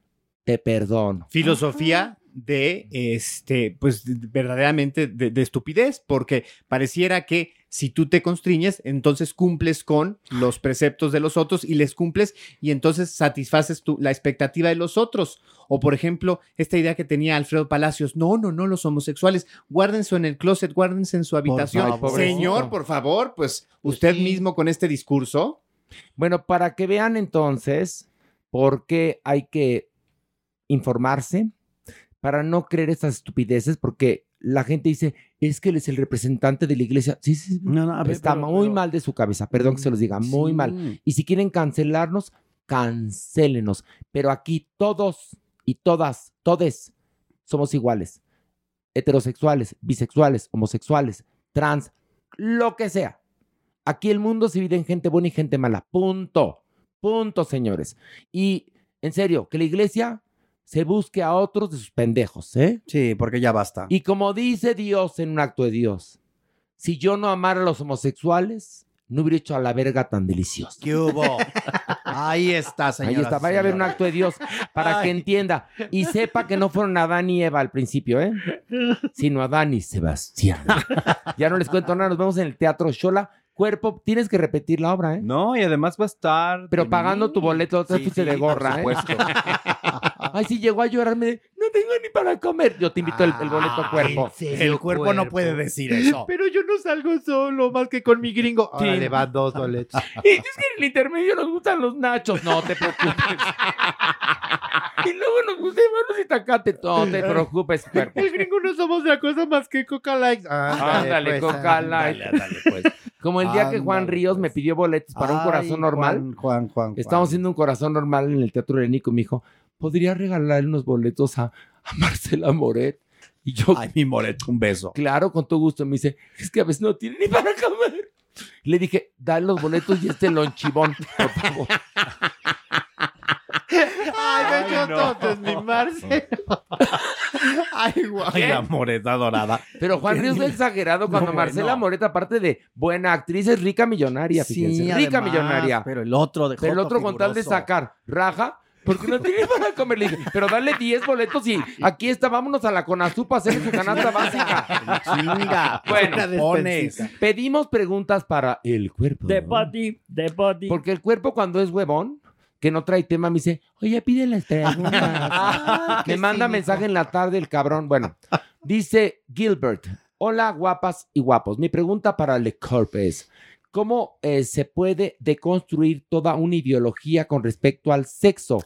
Speaker 2: te perdono.
Speaker 6: filosofía de este, pues de- verdaderamente de, de estupidez, porque pareciera que si tú te constriñes, entonces cumples con los preceptos de los otros y les cumples y entonces satisfaces tú la expectativa de los otros. O por ejemplo, esta idea que tenía Alfredo Palacios, no, no, no, los homosexuales, guárdense en el closet, guárdense en su habitación.
Speaker 2: favor.
Speaker 6: Señor, por favor, pues usted mismo con este discurso.
Speaker 2: Bueno, para que vean entonces por qué hay que informarse para no creer estas estupideces, porque la gente dice, es que él es el representante de la iglesia. Sí, sí, sí.
Speaker 4: ver,
Speaker 2: está
Speaker 4: pero-
Speaker 2: muy mal de su cabeza, perdón que se los diga, muy
Speaker 4: Sí.
Speaker 2: mal. Y si quieren cancelarnos, cancélenos. Pero aquí todos y todas, todes, somos iguales. Heterosexuales, bisexuales, homosexuales, trans, lo que sea. Aquí el mundo se divide en gente buena y gente mala. Punto. Punto, señores. Y en serio, que la iglesia se busque a otros de sus pendejos, ¿eh?
Speaker 4: Sí, porque ya basta.
Speaker 2: Y como dice Dios en un acto de Dios, si yo no amara a los homosexuales, no hubiera hecho a la verga tan deliciosa.
Speaker 4: ¿Qué hubo? Ahí está, señora.
Speaker 2: Ahí está, vaya a haber un acto de Dios para que entienda y sepa que no fueron Adán y Eva al principio, ¿eh? Sino Adán y Sebastián. Ya no les cuento nada, nos vemos en el Teatro Shola. Cuerpo, tienes que repetir la obra, ¿eh?
Speaker 8: No, y además va a estar.
Speaker 2: Pero pagando tu boleto, otra vez fuiste de gorra, ¿eh? Ay, sí, llegó a llorarme de, no tengo ni para comer. Yo te invito el, el boleto
Speaker 5: Ah,
Speaker 2: cuerpo.
Speaker 3: El cuerpo, no puede decir eso. Pero yo no salgo solo más que con mi gringo.
Speaker 2: Sí.
Speaker 3: Órale, va dos boletos.
Speaker 2: Y es que en el intermedio nos gustan los nachos. No te preocupes. y luego nos gustan los itacate. No te preocupes, cuerpo.
Speaker 3: El gringo no somos otra cosa más que coca pues, likes.
Speaker 2: Ándale, Coca Light. Como el día que Juan Ríos me pidió boletos para un corazón normal.
Speaker 4: pues. Juan, Juan, Juan.
Speaker 2: Estamos haciendo un corazón normal en el Teatro de Nico. Me dijo, ¿podría regalar unos boletos a, a Marcela Moret? Y yo, ay, mi Moret, un beso. Claro, con todo gusto. Me dice, es que a veces no tiene ni para comer. Le dije, dale los boletos y este lonchibón, por favor.
Speaker 3: Ay, me
Speaker 2: no.
Speaker 3: entonces mi Marce. Ay, guau.
Speaker 4: Ay, la moreta dorada.
Speaker 2: Pero Juan Ríos es exagerado cuando
Speaker 4: No,
Speaker 2: Marcela
Speaker 4: bueno.
Speaker 2: Moret, aparte de buena actriz, es rica millonaria,
Speaker 4: Sí,
Speaker 2: fíjense. rica
Speaker 4: además,
Speaker 2: millonaria.
Speaker 4: pero el otro de
Speaker 2: Pero el
Speaker 4: joto
Speaker 2: otro con tal de
Speaker 4: figuroso.
Speaker 2: sacar raja, porque no tiene para comer. Le dije, pero dale 10 boletos y aquí está, vámonos a la Conazupa a hacer su canasta básica.
Speaker 12: Chinga. Una
Speaker 2: Bueno,
Speaker 12: despensica.
Speaker 2: pones. pedimos preguntas para el cuerpo.
Speaker 12: The body, the body.
Speaker 2: Porque el cuerpo cuando es huevón, que no trae tema, me dice, oye, pide las preguntas. me manda mensaje en la tarde el cabrón. Bueno, dice Gilbert, hola guapas y guapos. Mi pregunta para Le Corp es, ¿cómo eh, se puede deconstruir toda una ideología con respecto al sexo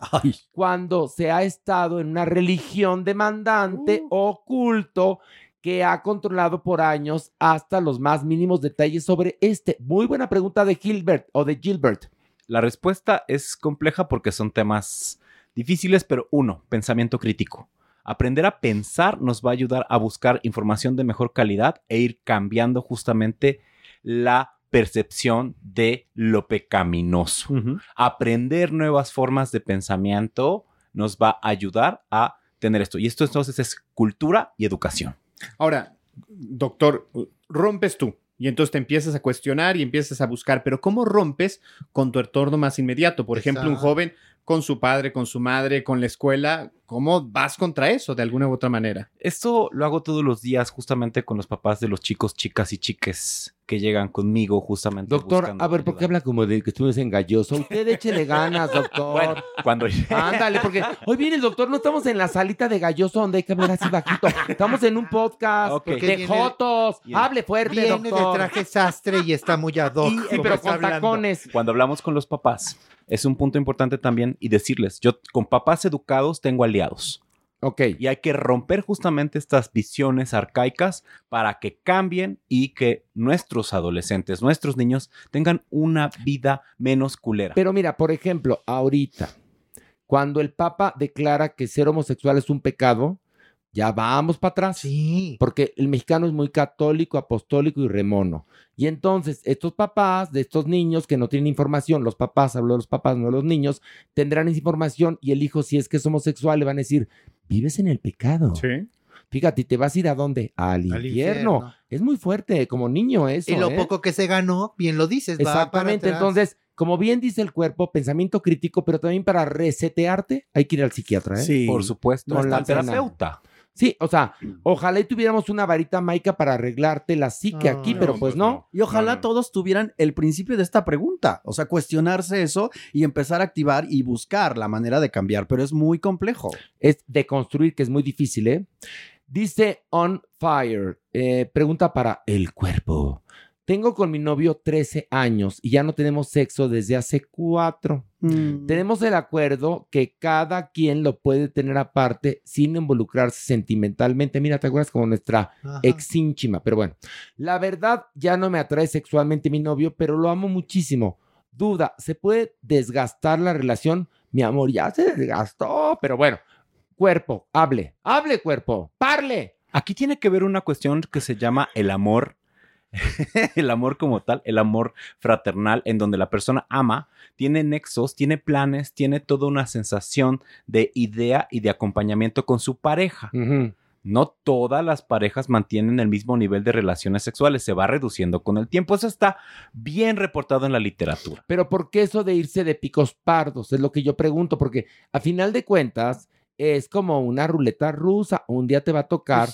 Speaker 2: cuando se ha estado en una religión demandante o culto que ha controlado por años hasta los más mínimos detalles sobre este? Muy buena pregunta de Gilbert o de Gilbert.
Speaker 8: La respuesta es compleja porque son temas difíciles, pero uno, pensamiento crítico. Aprender a pensar nos va a ayudar a buscar información de mejor calidad e ir cambiando justamente la percepción de lo pecaminoso. Aprender nuevas formas de pensamiento nos va a ayudar a tener esto. Y esto entonces es cultura y educación.
Speaker 6: Ahora, doctor, rompes tú y entonces te empiezas a cuestionar y empiezas a buscar, pero ¿cómo rompes con tu entorno más inmediato? Por ejemplo, un
Speaker 5: Exacto.
Speaker 6: joven con su padre, con su madre, con la escuela, ¿cómo vas contra eso de alguna u otra manera?
Speaker 8: Esto lo hago todos los días justamente con los papás de los chicos, chicas y chiques que llegan conmigo justamente.
Speaker 2: Doctor,
Speaker 8: buscando
Speaker 2: a ver, ¿por qué habla como de que estuvimos en galloso? Usted échele ganas, doctor.
Speaker 8: Bueno, cuando
Speaker 2: Ándale, porque hoy viene el doctor, no estamos en la salita de galloso donde hay que hablar así bajito. Estamos en un podcast
Speaker 5: Ok. Porque
Speaker 2: de
Speaker 5: viene-
Speaker 2: jotos.
Speaker 5: viene-
Speaker 2: Hable fuerte,
Speaker 5: Viene
Speaker 2: doctor.
Speaker 5: de traje sastre y está muy ad hoc. como está hablando.
Speaker 8: Cuando hablamos con los papás, es un punto importante también y decirles, yo con papás educados tengo aliados.
Speaker 2: Ok.
Speaker 8: Y hay que romper justamente estas visiones arcaicas para que cambien y que nuestros adolescentes, nuestros niños tengan una vida menos culera.
Speaker 2: Pero mira, por ejemplo, ahorita, cuando el Papa declara que ser homosexual es un pecado, Ya vamos para atrás.
Speaker 5: Sí.
Speaker 2: Porque el mexicano es muy católico, apostólico y remono. Y entonces, estos papás de estos niños que no tienen información, los papás, hablo de los papás, no de los niños, tendrán esa información y el hijo, si es que es homosexual, le van a decir, vives en el pecado.
Speaker 6: Sí.
Speaker 2: Fíjate, ¿y ¿te vas a ir a dónde? Al, infierno.
Speaker 5: infierno.
Speaker 2: Es muy fuerte, como niño eso.
Speaker 5: y lo
Speaker 2: ¿eh?
Speaker 5: poco que se ganó, bien lo dices. va para
Speaker 2: Exactamente.
Speaker 5: atrás.
Speaker 2: Entonces, como bien dice el cuerpo, pensamiento crítico, pero también para resetearte hay que ir al psiquiatra, ¿eh?
Speaker 8: Sí. Por supuesto,
Speaker 2: Con
Speaker 8: hasta
Speaker 2: la
Speaker 8: al
Speaker 2: pena.
Speaker 8: terapeuta.
Speaker 2: Sí, o sea, ojalá y tuviéramos una varita maica para arreglarte la psique
Speaker 4: Ah,
Speaker 2: aquí,
Speaker 4: no,
Speaker 2: pero pues no.
Speaker 4: Y ojalá todos tuvieran el principio de esta pregunta, o sea, cuestionarse eso y empezar a activar y buscar la manera de cambiar, pero es muy complejo.
Speaker 2: Es de construir, que es muy difícil, ¿eh? Dice On Fire, eh, pregunta para el cuerpo. Tengo con mi novio 13 años y ya no tenemos sexo desde hace 4.
Speaker 5: Mm.
Speaker 2: Tenemos el acuerdo que cada quien lo puede tener aparte sin involucrarse sentimentalmente. Mira, ¿te acuerdas como nuestra
Speaker 12: Ajá.
Speaker 5: Pues
Speaker 2: ex ínchima? Pero bueno, la verdad ya no me atrae sexualmente mi novio, pero lo amo muchísimo. Duda, ¿se puede desgastar la relación? Mi amor, ya se desgastó, pero bueno, cuerpo, hable, hable cuerpo, parle.
Speaker 8: Aquí tiene que ver una cuestión que se llama el amor, el amor como tal, el amor fraternal, en donde la persona ama, tiene nexos, tiene planes, tiene toda una sensación de idea y de acompañamiento con su pareja. No todas las parejas mantienen el mismo nivel de relaciones sexuales, se va reduciendo con el tiempo. Eso está bien reportado en la literatura.
Speaker 2: Pero ¿por qué eso de irse de picos pardos? Es lo que yo pregunto, porque a final de cuentas es como una ruleta rusa. Un día te va a
Speaker 8: Pues
Speaker 2: tocar.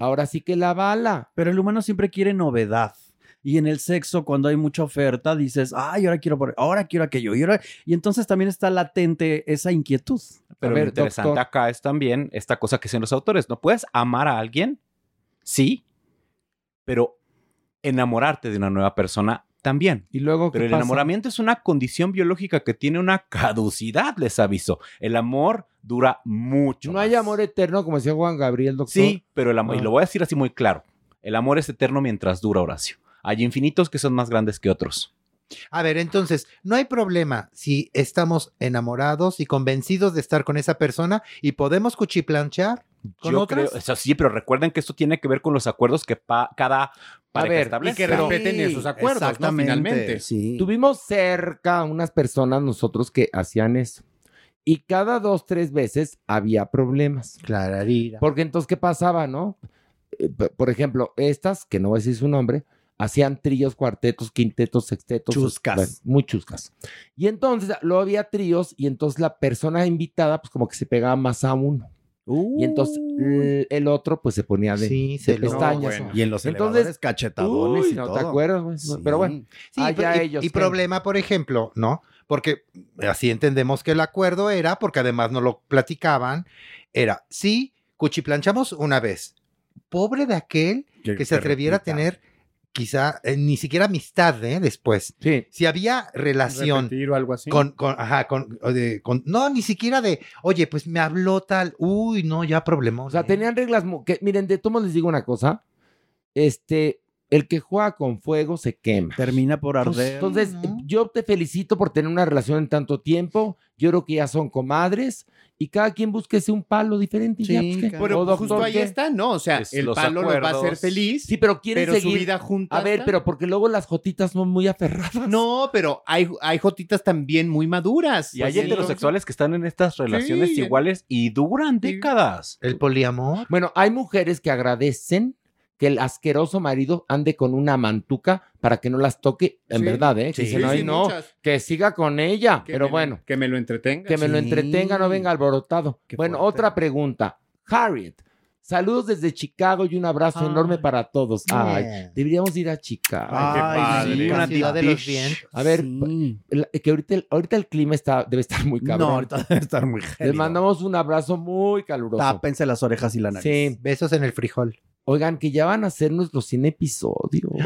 Speaker 2: Ahora sí que la bala.
Speaker 4: Pero el humano siempre quiere novedad. Y en el sexo, cuando hay mucha oferta, dices, ay, ahora quiero, por- ahora quiero aquello. Y, ahora... y entonces también está latente esa inquietud.
Speaker 8: Pero lo interesante
Speaker 6: ah,
Speaker 8: acá es también esta cosa que dicen los autores. No puedes amar a alguien, sí, pero enamorarte de una nueva persona también.
Speaker 2: Y luego,
Speaker 8: pero
Speaker 2: ¿qué
Speaker 8: el
Speaker 2: pasa?
Speaker 8: enamoramiento es una condición biológica que tiene una caducidad, les aviso. El amor dura mucho.
Speaker 2: No hay amor eterno, como decía Juan Gabriel, doctor.
Speaker 8: Sí, pero el amor, y
Speaker 2: Ah.
Speaker 8: lo voy a decir así muy claro, el amor es eterno mientras dura, Horacio. Hay infinitos que son más grandes que otros.
Speaker 5: A ver, entonces, no hay problema si estamos enamorados y convencidos de estar con esa persona y podemos cuchiplanchear con
Speaker 8: Yo
Speaker 5: otras.
Speaker 8: creo, eso sí, pero recuerden que esto tiene que ver con los acuerdos que pa- cada pareja establece. Pero-
Speaker 2: Tuvimos cerca unas personas nosotros que hacían eso. Y cada dos, tres veces había problemas.
Speaker 5: Clararira.
Speaker 2: Porque entonces, ¿qué pasaba, no? Eh, p- Por ejemplo, estas, que no voy a decir su nombre, hacían tríos, cuartetos, quintetos, sextetos.
Speaker 4: Chuscas.
Speaker 2: bueno, muy chuscas. Y entonces, luego había tríos y entonces la persona invitada, pues como que se pegaba más a uno. Y entonces el- el otro pues se ponía de, de
Speaker 4: celoso.
Speaker 2: pestañas.
Speaker 4: No, bueno. Y en los elevadores, cachetadones
Speaker 2: uy,
Speaker 4: y
Speaker 2: no te
Speaker 4: todo.
Speaker 2: acuerdas, güey.
Speaker 4: Sí.
Speaker 2: pero bueno.
Speaker 5: Sí,
Speaker 2: allá
Speaker 5: pero- y,
Speaker 2: ellos.
Speaker 5: y
Speaker 2: ¿qué?
Speaker 5: problema, por ejemplo, ¿no? Porque eh, así entendemos que el acuerdo era, porque además no lo platicaban, era, sí, cuchiplanchamos una vez. Pobre de aquel
Speaker 13: Que-
Speaker 5: que se
Speaker 13: que
Speaker 5: atreviera a
Speaker 13: repita.
Speaker 5: tener quizá eh, ni siquiera amistad, ¿eh? Después. Si había relación
Speaker 6: Repetir o algo así.
Speaker 5: con, con, ajá, con, o de- con- no, ni siquiera de, oye, pues me habló tal, uy, no, ya ¿eh? problemón.
Speaker 2: O sea, tenían reglas mu- que, miren, de todos modos les digo una cosa. Este, el que juega con fuego se quema.
Speaker 4: Termina por arder.
Speaker 2: Entonces, yo te felicito por tener una relación en tanto tiempo. Yo creo que ya son comadres y cada quien búsquese un palo diferente. y ya, pues, ¿qué?
Speaker 6: Pero
Speaker 2: O, doctor,
Speaker 6: justo ahí
Speaker 2: ¿qué?
Speaker 6: está, ¿no? O sea,
Speaker 2: Es
Speaker 6: el
Speaker 2: los
Speaker 6: palo los va a hacer
Speaker 2: acuerdos.
Speaker 6: feliz.
Speaker 2: Sí, pero quieren
Speaker 6: pero su
Speaker 2: seguir.
Speaker 6: vida junta
Speaker 2: A ver,
Speaker 6: está.
Speaker 2: pero porque luego las jotitas son muy aferradas.
Speaker 6: No, pero hay, hay jotitas también muy maduras.
Speaker 8: Y hay heterosexuales que están en estas relaciones
Speaker 6: Pues Sí.
Speaker 8: iguales y duran décadas.
Speaker 5: El poliamor.
Speaker 2: Bueno, hay mujeres que agradecen que el asqueroso marido ande con una mantuca para que no las toque, en
Speaker 6: Sí,
Speaker 2: verdad, ¿eh? Que
Speaker 6: sí.
Speaker 2: dicen,
Speaker 6: Sí,
Speaker 2: "Ay,
Speaker 6: sí,
Speaker 2: no,
Speaker 6: muchas.
Speaker 2: que siga con ella, pero bueno.
Speaker 6: Que me lo entretenga.
Speaker 2: Que me lo
Speaker 6: Sí.
Speaker 2: entretenga, no venga alborotado. bueno, otra pregunta. Harriet, saludos desde Chicago y un abrazo enorme para todos. Ay,
Speaker 8: Bien.
Speaker 2: deberíamos ir a Chicago.
Speaker 5: Ah,
Speaker 8: Ay, qué Ay, sí, padre. una ciudad de los vientos.
Speaker 2: A ver, la- que ahorita el, ahorita el clima está, debe estar muy cabrón.
Speaker 4: No, ahorita debe estar muy
Speaker 2: Les
Speaker 4: gélido.
Speaker 2: mandamos un abrazo muy caluroso.
Speaker 4: Tápense las orejas y la nariz.
Speaker 2: Sí.
Speaker 5: Besos en el frijol.
Speaker 2: Oigan, que ya van a hacer nuestros 100 episodios.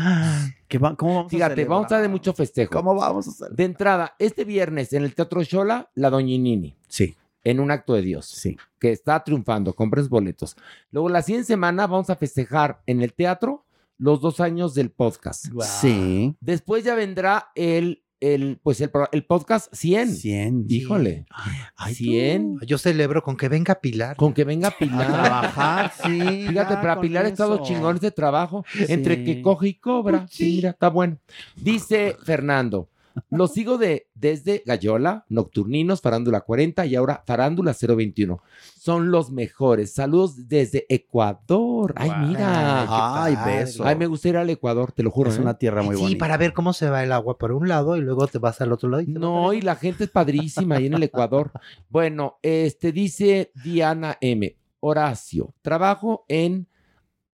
Speaker 4: ¿Qué va, ¿Cómo vamos
Speaker 2: Fíjate,
Speaker 4: a
Speaker 2: vamos a estar de mucho festejo.
Speaker 4: ¿Cómo vamos a hacer?
Speaker 2: De entrada, este viernes en el Teatro Shola, la Doñinini.
Speaker 4: Sí.
Speaker 2: En un acto de Dios.
Speaker 4: Sí.
Speaker 2: Que está triunfando, compren sus boletos. Luego, la siguiente semana vamos a festejar en el teatro los dos años del podcast.
Speaker 4: Sí.
Speaker 2: Después ya vendrá el el, pues el, pro- el podcast 100.
Speaker 4: 100.
Speaker 2: Híjole. 100.
Speaker 5: Yo celebro con que venga Pilar.
Speaker 2: Con que venga Pilar.
Speaker 5: A trabajar, sí,
Speaker 2: Fíjate,
Speaker 5: ya,
Speaker 2: para
Speaker 5: con
Speaker 2: Pilar estado
Speaker 5: eso. Pues
Speaker 2: chingones de trabajo. Entre que coge y cobra. Sí, mira, está bueno. Dice Fernando. Los sigo de, desde Gallola, Nocturninos, Farándula 40 y ahora Farándula 021. Son los mejores. Saludos desde Ecuador. Ay, mira.
Speaker 5: Ay, qué Ay, padre. beso.
Speaker 2: Ay, me gusta ir al Ecuador, te lo juro.
Speaker 5: Es
Speaker 2: ¿eh?
Speaker 5: una tierra muy Sí, para ver cómo se va el agua por un lado y luego te vas al otro lado.
Speaker 2: No, y la gente es padrísima ahí en el Ecuador. Bueno, este dice Diana M. Horacio, trabajo en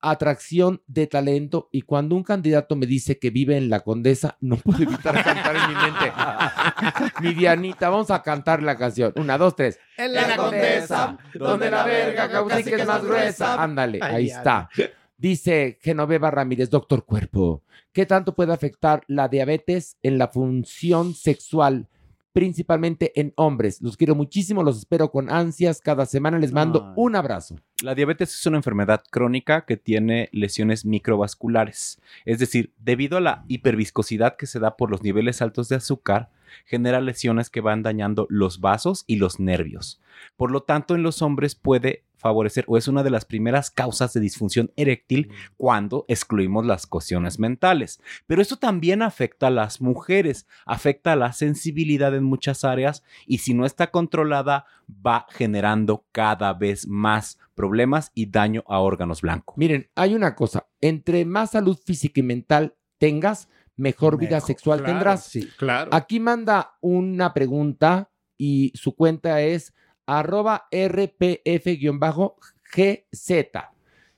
Speaker 2: atracción de talento y cuando un candidato me dice que vive en la condesa, no puedo evitar cantar en mi mente. Mi Dianita, vamos a cantar la canción. Una, dos, tres.
Speaker 12: En la condesa, donde la verga caucique es más gruesa.
Speaker 2: Ándale,
Speaker 12: Ay,
Speaker 2: ahí
Speaker 12: Diana.
Speaker 2: está. Dice Genoveva Ramírez, doctor cuerpo, ¿qué tanto puede afectar la diabetes en la función sexual? Principalmente en hombres. Los quiero muchísimo, los espero con ansias. Cada semana les mando un abrazo.
Speaker 8: La diabetes es una enfermedad crónica que tiene lesiones microvasculares, es decir, debido a la hiperviscosidad que se da por los niveles altos de azúcar, genera lesiones que van dañando los vasos y los nervios. Por lo tanto, en los hombres puede favorecer o es una de las primeras causas de disfunción eréctil cuando excluimos las cuestiones mentales. Pero esto también afecta a las mujeres, afecta a la sensibilidad en muchas áreas y si no está controlada va generando cada vez más problemas y daño a órganos blancos.
Speaker 2: Miren, hay una cosa. Entre más salud física y mental tengas, mejor, vida sexual
Speaker 8: claro,
Speaker 2: tendrás.
Speaker 6: claro.
Speaker 2: Aquí manda una pregunta y su cuenta es arroba rpf-gz.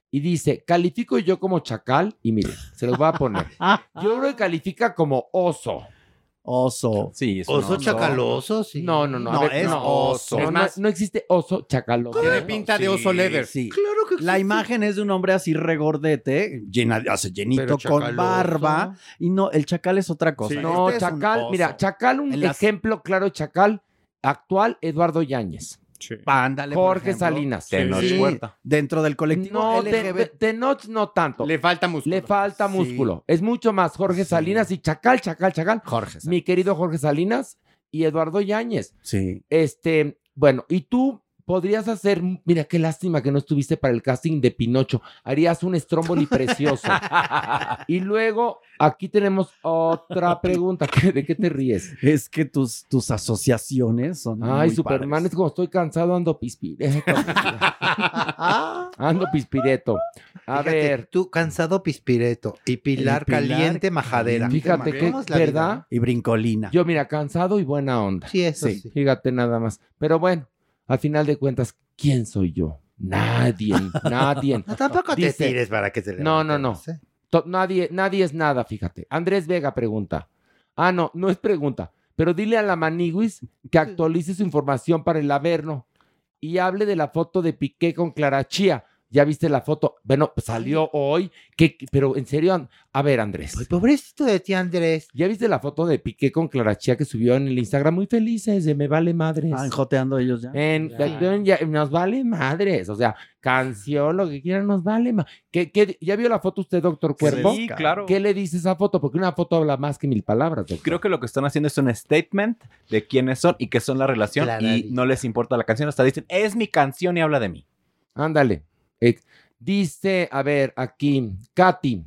Speaker 2: Y dice, califico yo como chacal y miren, se los voy a poner.
Speaker 4: Ah.
Speaker 2: Yo creo que califica como oso.
Speaker 4: Oso.
Speaker 8: Sí,
Speaker 5: Oso chacaloso, sí.
Speaker 2: No, no, no. a
Speaker 5: No,
Speaker 2: ver,
Speaker 5: es
Speaker 2: no,
Speaker 5: oso.
Speaker 2: No,
Speaker 5: Es más-
Speaker 2: no existe oso chacaloso.
Speaker 5: Tiene pinta de oso leather.
Speaker 4: Sí. La imagen es de un hombre así regordete, llena, o sea, llenito,
Speaker 2: Pero
Speaker 4: con
Speaker 2: chacaloso.
Speaker 4: barba. Y no, el chacal es otra cosa.
Speaker 2: No,
Speaker 4: Este es un
Speaker 2: Chacal,
Speaker 4: oso.
Speaker 2: mira, Chacal, un
Speaker 4: En las-
Speaker 2: ejemplo claro, de Chacal, actual Eduardo Yáñez.
Speaker 4: Ándale, por
Speaker 2: Jorge
Speaker 4: ejemplo.
Speaker 2: Salinas.
Speaker 4: Sí. Sí, Dentro del colectivo
Speaker 2: No,
Speaker 4: LGBT.
Speaker 2: Te- Te- Tenoch no tanto. Le
Speaker 6: falta músculo.
Speaker 2: Le falta músculo. Es mucho más Jorge Salinas y Chacal, Chacal, Chacal.
Speaker 4: Jorge.
Speaker 2: Mi querido Jorge Salinas y Eduardo Yáñez.
Speaker 4: Sí.
Speaker 2: Este, bueno, y tú podrías hacer, mira, qué lástima que no estuviste para el casting de Pinocho. Harías un Stromboli precioso. y luego, aquí tenemos otra pregunta. ¿De qué te ríes?
Speaker 4: Es que tus, tus asociaciones son.
Speaker 2: Ay,
Speaker 4: muy
Speaker 2: Superman,
Speaker 4: padres.
Speaker 2: es como estoy cansado, ando pispireto. ando pispireto. A ver.
Speaker 5: Tú cansado pispireto y Pilar,
Speaker 2: Y Pilar
Speaker 5: caliente majadera.
Speaker 2: Fíjate que,
Speaker 5: ¿Cómo es la vida?
Speaker 2: ¿verdad?
Speaker 4: Y brincolina.
Speaker 2: Yo, mira, cansado y buena onda.
Speaker 5: Sí, eso sí.
Speaker 2: Fíjate nada más. Pero bueno, al final de cuentas, ¿quién soy yo? Nadie, nadie.
Speaker 5: No, tampoco te
Speaker 2: Dice-
Speaker 5: tires para que se le
Speaker 2: No, no, no. To- Nadie, nadie es nada, fíjate. Andrés Vega pregunta. Ah, no, no es pregunta. Pero dile a la Maniguis que actualice su información para el Averno y hable de la foto de Piqué con Clarachía. Ya viste la foto. Bueno, pues salió hoy. ¿Qué- qué- pero en serio, an- a ver, Andrés.
Speaker 5: Pues, pobrecito de ti, Andrés.
Speaker 2: ¿Ya viste la foto de Piqué con Clarachía que subió en el Instagram? Muy felices, de me vale madres.
Speaker 4: Ah, joteando ellos
Speaker 5: Eh,
Speaker 4: ya.
Speaker 2: En- ya- nos vale madres, o sea, canción, lo que quieran, nos vale. ma- ¿Qué, qué- ya vio la foto usted, doctor Cuervo?
Speaker 8: Sí, claro.
Speaker 2: ¿Qué le dice esa foto? Porque una foto habla más que mil palabras. doctor.
Speaker 8: Creo que lo que están haciendo es un statement de quiénes son y qué son la relación y no les importa la canción, hasta dicen, es mi canción y habla de mí.
Speaker 2: Ándale. Eh, dice, a ver, aquí, Katy.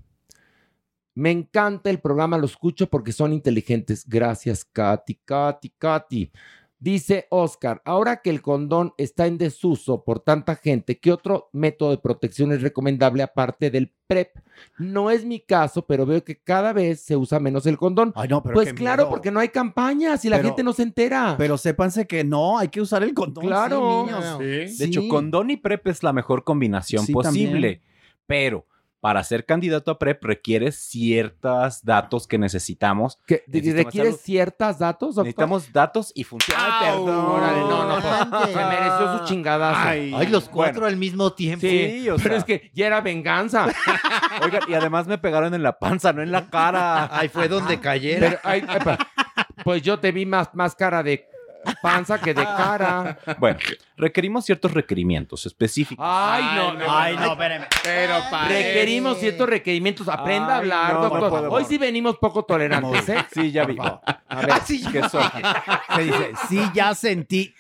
Speaker 2: Me encanta el programa, lo escucho porque son inteligentes. Gracias, Katy, Katy, Katy. Dice Oscar, ahora que el condón está en desuso por tanta gente, ¿qué otro método de protección es recomendable aparte del PrEP? No es mi caso, pero veo que cada vez se usa menos el condón.
Speaker 4: pero
Speaker 2: pues
Speaker 4: qué
Speaker 2: claro,
Speaker 4: miedo.
Speaker 2: porque no hay campañas y la
Speaker 4: Pero-
Speaker 2: gente no se entera.
Speaker 4: Pero sépanse que no, hay que usar el condón.
Speaker 2: Claro.
Speaker 4: sí, niños.
Speaker 8: De hecho,
Speaker 4: Sí.
Speaker 8: condón y PrEP es la mejor combinación
Speaker 4: Sí,
Speaker 8: posible.
Speaker 4: también.
Speaker 8: Pero para ser candidato a PrEP requieres ciertos datos que necesitamos.
Speaker 2: ¿Que
Speaker 8: del sistema de
Speaker 2: requiere
Speaker 8: salud.
Speaker 2: ciertos datos? doctor?
Speaker 8: Necesitamos datos y funciones.
Speaker 2: Ay, perdón. Órale, no,
Speaker 5: pues,
Speaker 2: no, por- se mereció
Speaker 4: Ah,
Speaker 2: su chingadazo.
Speaker 8: Ay. Ay, los cuatro
Speaker 2: Bueno.
Speaker 8: al mismo tiempo.
Speaker 2: Sí,
Speaker 8: Sí, o
Speaker 2: pero
Speaker 8: sea.
Speaker 2: es que ya era venganza.
Speaker 8: Oigan, y además me pegaron en la panza, no en la cara.
Speaker 5: Ahí fue donde cayera.
Speaker 2: Pero, ay, ay, pa- pues yo te vi más, más cara de panza que de cara.
Speaker 8: Bueno, requerimos ciertos requerimientos específicos.
Speaker 2: Ay, no, no.
Speaker 8: Ay, no,
Speaker 2: espérame. Pero Requerimos ciertos requerimientos. Aprenda a
Speaker 8: Ay,
Speaker 2: hablar,
Speaker 8: no, no
Speaker 2: doctor.
Speaker 8: puedo,
Speaker 2: Hoy
Speaker 8: por
Speaker 2: sí venimos poco tolerantes, ¿eh?
Speaker 8: Ah, Sí, ya vi.
Speaker 2: ver,
Speaker 5: Así
Speaker 2: ¿qué soy?
Speaker 4: Se dice, sí, ya sentí.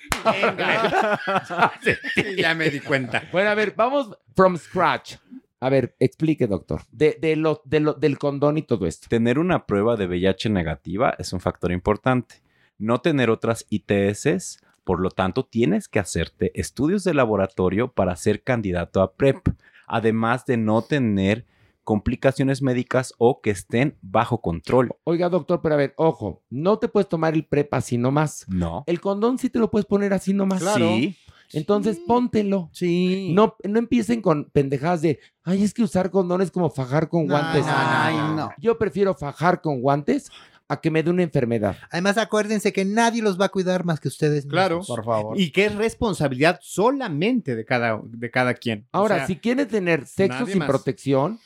Speaker 5: ya me di cuenta.
Speaker 2: Bueno, a ver, vamos from scratch. A ver, explique, doctor. De, de lo, de lo, del condón y todo esto.
Speaker 8: Tener una prueba de VIH negativa es un factor importante. No tener otras ITS, por lo tanto, tienes que hacerte estudios de laboratorio para ser candidato a PrEP, además de no tener complicaciones médicas o que estén bajo control.
Speaker 2: Oiga, doctor, pero a ver, ojo, no te puedes tomar el prep así nomás.
Speaker 8: No.
Speaker 2: El condón sí te lo puedes poner así nomás.
Speaker 8: Claro. Sí.
Speaker 2: Entonces, póntelo.
Speaker 4: Sí.
Speaker 2: No, no empiecen con pendejadas de, ay, es que usar condón es como fajar con guantes.
Speaker 5: no, no,
Speaker 2: Ay,
Speaker 5: no.
Speaker 2: Yo prefiero fajar con guantes a que me dé una enfermedad.
Speaker 5: Además, acuérdense que nadie los va a cuidar más que ustedes mismos.
Speaker 6: Claro.
Speaker 5: Por favor.
Speaker 6: Y que es responsabilidad solamente de cada, de cada quien. O
Speaker 2: Ahora,
Speaker 6: sea,
Speaker 2: si quieren tener sexo
Speaker 6: nadie
Speaker 2: sin
Speaker 6: más.
Speaker 2: protección,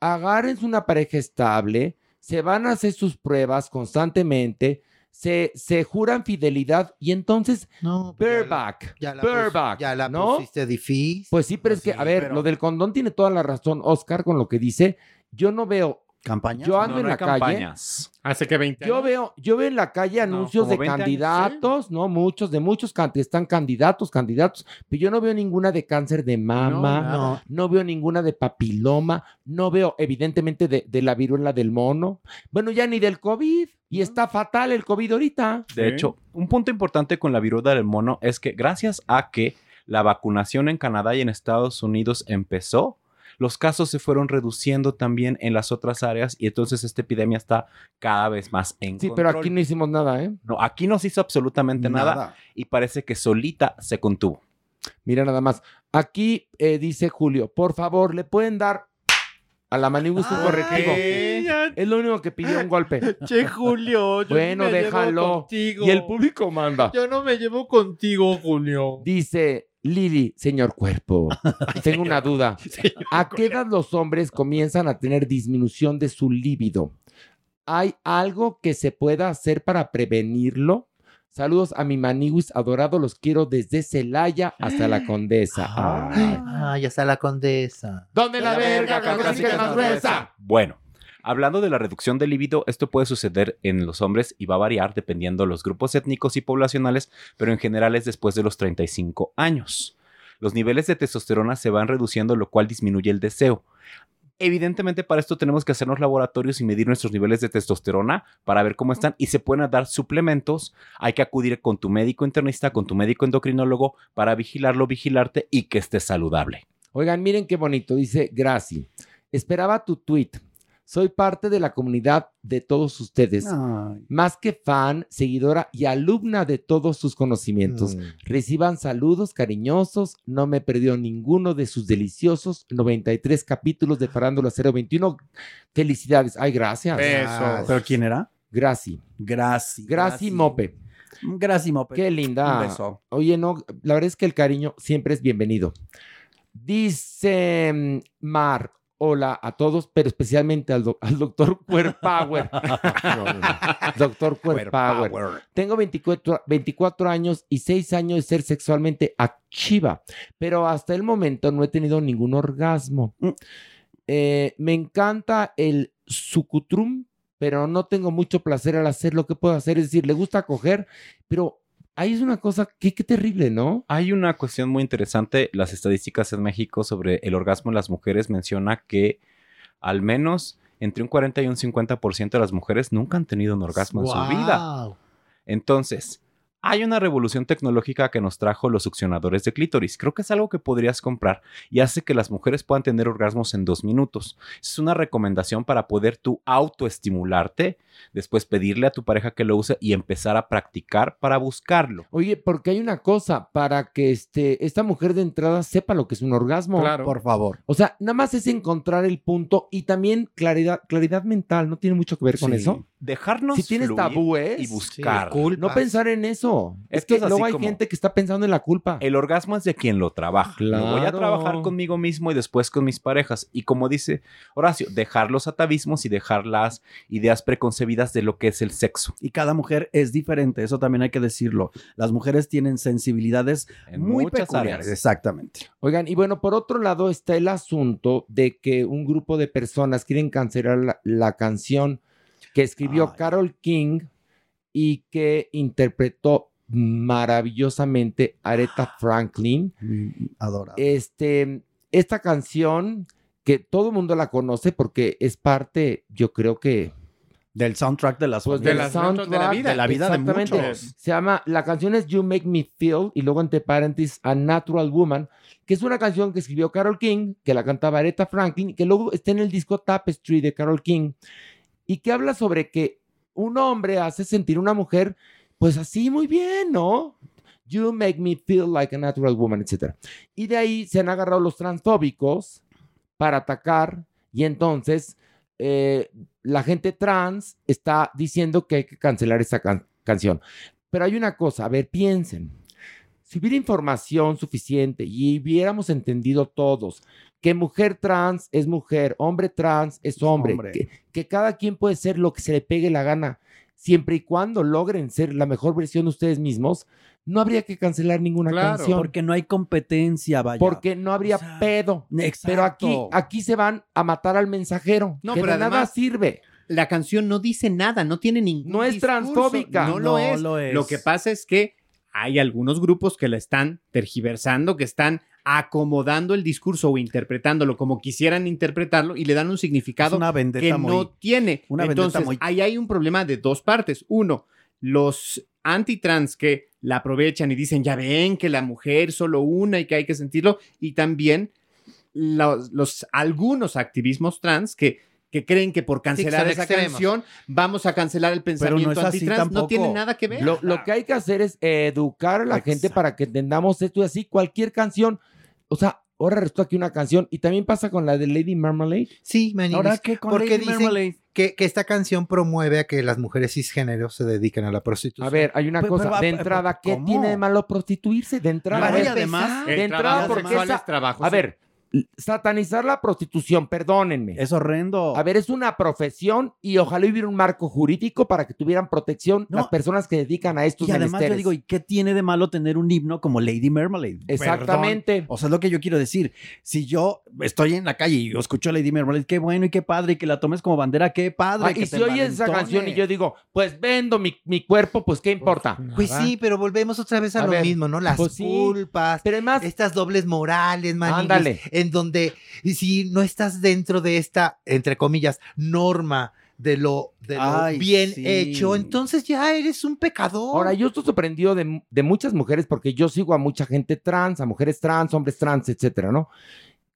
Speaker 2: agárrense una pareja estable, se van a hacer sus pruebas constantemente, se, se juran fidelidad y entonces
Speaker 5: no, pues,
Speaker 2: bareback,
Speaker 5: ya la
Speaker 2: bareback,
Speaker 5: pus- ya la
Speaker 2: ¿no?
Speaker 5: pusiste difícil.
Speaker 2: Pues sí, pero es que, a ver, lo del condón tiene toda la razón, Oscar, con lo que dice. Yo no veo...
Speaker 4: ¿Campañas?
Speaker 2: Yo ando
Speaker 8: No,
Speaker 2: en
Speaker 8: no hay
Speaker 2: la calle...
Speaker 8: campañas.
Speaker 6: Hace que 20
Speaker 2: Yo veo, yo veo en la calle anuncios
Speaker 8: como
Speaker 2: de
Speaker 8: 20 años,
Speaker 2: candidatos, ¿no? Muchos, de muchos can- están candidatos, candidatos, pero yo no veo ninguna de cáncer de mama,
Speaker 4: No,
Speaker 2: no,
Speaker 4: nada.
Speaker 2: veo ninguna de papiloma, no veo evidentemente de, de la viruela del mono, bueno, ya ni del COVID, y está fatal el COVID ahorita.
Speaker 8: De hecho, un punto importante con la viruela del mono es que gracias a que la vacunación en Canadá y en Estados Unidos empezó, los casos se fueron reduciendo también en las otras áreas y entonces esta epidemia está cada vez más en
Speaker 2: Sí,
Speaker 8: control.
Speaker 2: pero aquí no hicimos nada, ¿eh?
Speaker 8: No, aquí no se hizo absolutamente nada.
Speaker 2: Nada.
Speaker 8: y parece que solita se contuvo.
Speaker 2: Mira nada más. Aquí eh, dice Julio, por favor, le pueden dar a la manibus
Speaker 6: Ah,
Speaker 2: un correctivo. Es lo único que pidió un golpe.
Speaker 3: Che, Julio, yo
Speaker 2: bueno,
Speaker 3: no me llevo
Speaker 2: déjalo.
Speaker 3: contigo.
Speaker 2: Y el público manda.
Speaker 3: Yo no me llevo contigo, Julio.
Speaker 2: Dice Lili, señor cuerpo, tengo una duda. ¿A qué edad los hombres comienzan a tener disminución de su líbido? ¿Hay algo que se pueda hacer para prevenirlo? Saludos a mi maniguis adorado, los quiero desde Celaya hasta la Condesa. Ay.
Speaker 5: Ah, ya está la condesa.
Speaker 2: ¿Dónde
Speaker 5: la verga,
Speaker 2: cacique es más gruesa?
Speaker 8: Bueno, hablando de la reducción del libido, esto puede suceder en los hombres y va a variar dependiendo de los grupos étnicos y poblacionales, pero en general es después de los 35 años. Los niveles de testosterona se van reduciendo, lo cual disminuye el deseo. Evidentemente para esto tenemos que hacernos laboratorios y medir nuestros niveles de testosterona para ver cómo están y se pueden dar suplementos. Hay que acudir con tu médico internista, con tu médico endocrinólogo para vigilarlo, vigilarte y que esté saludable.
Speaker 2: Oigan, miren qué bonito, dice Graci. Esperaba tu tweet. Soy parte de la comunidad de todos ustedes.
Speaker 4: Ay.
Speaker 2: Más que fan, seguidora y alumna de todos sus conocimientos.
Speaker 5: Mm.
Speaker 2: Reciban saludos cariñosos. No me perdió ninguno de sus deliciosos 93 capítulos de Farándula 021. Felicidades. Ay, gracias. Ah,
Speaker 4: Besos. ¿Pero quién era?
Speaker 2: Graci.
Speaker 4: Graci.
Speaker 2: Graci Mope.
Speaker 4: Graci
Speaker 8: Pues,
Speaker 4: Mope.
Speaker 2: Qué linda.
Speaker 4: Un beso.
Speaker 2: Oye, no, la verdad es que el cariño siempre es bienvenido. Dice mm, Mar, hola a todos, pero especialmente al, doc- al doctor Power. doctor Power. Tengo 24, 24 años y 6 años de ser sexualmente activa, pero hasta el momento no he tenido ningún orgasmo. Eh, me encanta el sucutrum, pero no tengo mucho placer al hacer lo que puedo hacer. Es decir, le gusta coger, pero ahí es una cosa que qué terrible, ¿no?
Speaker 8: Hay una cuestión muy interesante. Las estadísticas en México sobre el orgasmo en las mujeres menciona que al menos entre un 40 y un 50% de las mujeres nunca han tenido un orgasmo en su vida. Entonces, hay una revolución tecnológica que nos trajo los succionadores de clítoris. Creo que es algo que podrías comprar y hace que las mujeres puedan tener orgasmos en dos minutos. Es una recomendación para poder tú autoestimularte, después pedirle a tu pareja que lo use y empezar a practicar para buscarlo.
Speaker 2: Oye, porque hay una cosa para que este, esta mujer de entrada sepa lo que es un orgasmo.
Speaker 4: Claro. Por favor.
Speaker 2: O sea, nada más es encontrar el punto y también claridad, claridad mental. ¿No tiene mucho que ver con
Speaker 8: Sí.
Speaker 2: eso?
Speaker 8: Dejarnos
Speaker 2: Si tienes
Speaker 8: fluir
Speaker 2: tabúes
Speaker 8: y
Speaker 2: Sí,
Speaker 8: buscar.
Speaker 2: culpas. No pensar en eso. Es,
Speaker 8: Esto
Speaker 2: que
Speaker 8: es así
Speaker 2: luego hay
Speaker 8: como-
Speaker 2: gente que está pensando en la culpa.
Speaker 8: El orgasmo es de quien lo trabaja. Lo voy a
Speaker 2: Claro.
Speaker 8: trabajar conmigo mismo y después con mis parejas. Y como dice Horacio, dejar los atavismos y dejar las ideas preconcebidas de lo que es el sexo.
Speaker 4: Y cada mujer es diferente, eso también hay que decirlo. Las mujeres tienen sensibilidades muy
Speaker 2: muchas
Speaker 4: peculiares.
Speaker 2: áreas.
Speaker 4: Exactamente.
Speaker 2: Oigan, y bueno, por otro lado está el asunto de que un grupo de personas quieren cancelar la, la canción que escribió Carol King y que interpretó maravillosamente
Speaker 8: Ah.
Speaker 2: Aretha Franklin.
Speaker 4: Adora.
Speaker 2: Este, esta canción que todo el mundo la conoce porque es parte, yo creo que
Speaker 4: del soundtrack de las
Speaker 2: pues
Speaker 4: de
Speaker 2: del
Speaker 4: las
Speaker 2: soundtrack
Speaker 4: de la vida. De la vida de
Speaker 2: exactamente.
Speaker 4: muchos.
Speaker 2: Se llama la canción es You Make Me Feel y luego entre paréntesis A Natural Woman, que es una canción que escribió Carol King, que la cantaba Aretha Franklin y que luego está en el disco Tapestry de Carol King y que habla sobre que un hombre hace sentir a una mujer pues así muy bien, ¿no? You make me feel like a natural woman, etc. Y de ahí se han agarrado los transfóbicos para atacar y entonces eh, la gente trans está diciendo que hay que cancelar esa can- canción. Pero hay una cosa, a ver, piensen. Si hubiera información suficiente y hubiéramos entendido todos que mujer trans es mujer, hombre trans es hombre,
Speaker 4: Hombre.
Speaker 2: Que, que cada quien puede ser lo que se le pegue la gana, siempre y cuando logren ser la mejor versión de ustedes mismos, no habría que cancelar ninguna canción.
Speaker 4: Porque no hay competencia, vaya.
Speaker 2: Porque no habría pedo. Pero aquí, aquí se van a matar al mensajero.
Speaker 6: No,
Speaker 2: que
Speaker 6: pero
Speaker 2: de nada
Speaker 6: además-
Speaker 2: sirve.
Speaker 6: La canción no dice nada, no tiene ningún.
Speaker 2: No es transfóbica.
Speaker 6: No, lo, es. lo
Speaker 2: pues.
Speaker 6: que pasa es que hay algunos grupos que la están tergiversando, que están acomodando el discurso o interpretándolo como quisieran interpretarlo y le dan un significado
Speaker 4: Es una vendetta
Speaker 6: que
Speaker 4: muy-
Speaker 6: no tiene.
Speaker 4: una vendetta
Speaker 6: Entonces,
Speaker 4: muy-
Speaker 6: ahí hay un problema de dos partes. Uno, los antitrans que la aprovechan y dicen, ya ven que la mujer solo una y que hay que sentirlo. Y también los, los- algunos activismos trans que, que creen que por cancelar
Speaker 5: son
Speaker 6: esa
Speaker 5: extremos.
Speaker 6: canción vamos a cancelar el pensamiento antitrans. No tiene nada que ver.
Speaker 2: Lo, lo que hay que hacer es educar a la gente para que entendamos esto y así cualquier canción. O sea, ahora resulta que una canción. Y también pasa con la de Lady Marmalade.
Speaker 5: Sí, me animas. Porque dicen que, que esta canción promueve a que las mujeres cisgénero se dediquen a la prostitución.
Speaker 2: A ver, hay una cosa.
Speaker 4: ah,
Speaker 2: de entrada, ¿qué tiene de malo prostituirse? De entrada.
Speaker 5: No,
Speaker 2: a
Speaker 5: y
Speaker 2: ver,
Speaker 5: además-
Speaker 2: de
Speaker 5: El
Speaker 2: entrada,
Speaker 5: trabajo
Speaker 2: porque
Speaker 5: sexual
Speaker 2: esa-
Speaker 5: es trabajo
Speaker 2: A ver, satanizar la prostitución, perdónenme.
Speaker 4: Es horrendo.
Speaker 2: A ver, es una profesión y ojalá hubiera un marco jurídico para que tuvieran protección las personas que dedican a estos
Speaker 4: Y además yo
Speaker 2: menesteres.
Speaker 4: digo, ¿y qué tiene de malo tener un himno como Lady Marmalade?
Speaker 2: Exactamente.
Speaker 4: Perdón. O sea, es lo que yo quiero decir. Si yo estoy en la calle y yo escucho Lady Marmalade, qué bueno y qué padre, y que la tomes como bandera, qué padre.
Speaker 2: Ah, y si oyes esa canción y yo digo, pues vendo mi, mi cuerpo, pues qué importa.
Speaker 5: Pues sí, pero volvemos otra vez a,
Speaker 2: A
Speaker 5: lo
Speaker 2: ver,
Speaker 5: mismo, ¿no? Las
Speaker 2: pues sí,
Speaker 5: culpas, estas dobles morales, man.
Speaker 2: Ándale.
Speaker 5: En donde si no estás dentro de esta, entre comillas, norma de lo, de lo
Speaker 2: Ay,
Speaker 5: bien
Speaker 2: sí.
Speaker 5: hecho, entonces ya eres un pecador.
Speaker 2: Ahora, yo estoy sorprendido de, de muchas mujeres porque yo sigo a mucha gente trans, a mujeres trans, hombres trans, etcétera, ¿no?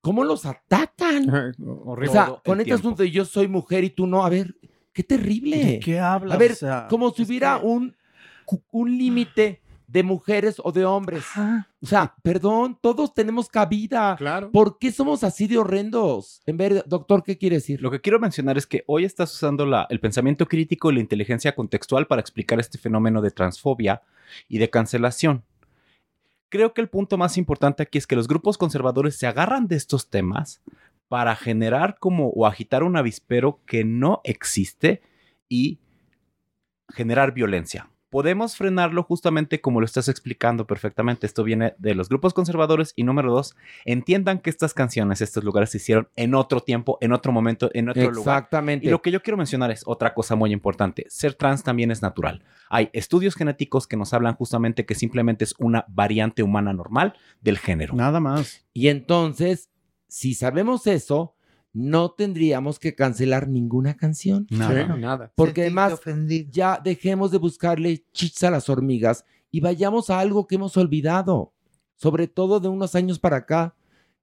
Speaker 2: ¿Cómo los atacan?
Speaker 6: Horrible.
Speaker 2: O sea,
Speaker 6: Todo el
Speaker 2: con este
Speaker 6: tiempo.
Speaker 2: asunto de yo soy mujer y tú no, a ver, qué terrible.
Speaker 4: ¿De qué hablas?
Speaker 2: A ver,
Speaker 4: O sea,
Speaker 2: como si hubiera un, cu- un límite de mujeres o de hombres. O sea, perdón, todos tenemos cabida.
Speaker 6: Claro.
Speaker 2: ¿Por qué somos así de horrendos? En ver, doctor, ¿qué quiere decir?
Speaker 8: Lo que quiero mencionar es que hoy estás usando la- el pensamiento crítico y la inteligencia contextual para explicar este fenómeno de transfobia y de cancelación. Creo que el punto más importante aquí es que los grupos conservadores se agarran de estos temas para generar como o agitar un avispero que no existe y generar violencia. Podemos frenarlo justamente como lo estás explicando perfectamente. Esto viene de los grupos conservadores y número dos, entiendan que estas canciones, estos lugares se hicieron en otro tiempo, en otro momento, en otro lugar.
Speaker 2: Exactamente.
Speaker 8: Y lo que yo quiero mencionar es otra cosa muy importante. Ser trans también es natural. Hay estudios genéticos que nos hablan justamente que simplemente es una variante humana normal del género.
Speaker 4: Nada más.
Speaker 2: Y entonces, si sabemos eso, no tendríamos que cancelar ninguna canción.
Speaker 6: Nada. Sí, nada.
Speaker 2: Porque además, ya dejemos de buscarle chichas a las hormigas y vayamos a algo que hemos olvidado, sobre todo de unos años para acá,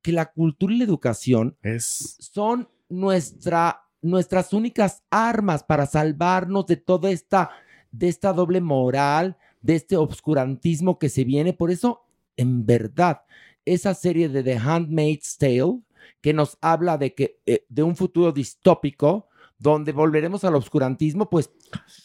Speaker 2: que la cultura y la educación son nuestra, nuestras únicas armas para salvarnos de toda esta, de esta doble moral, de este obscurantismo que se viene. Por eso, en verdad, esa serie de The Handmaid's Tale, que nos habla de, que, eh, de un futuro distópico, donde volveremos al obscurantismo, pues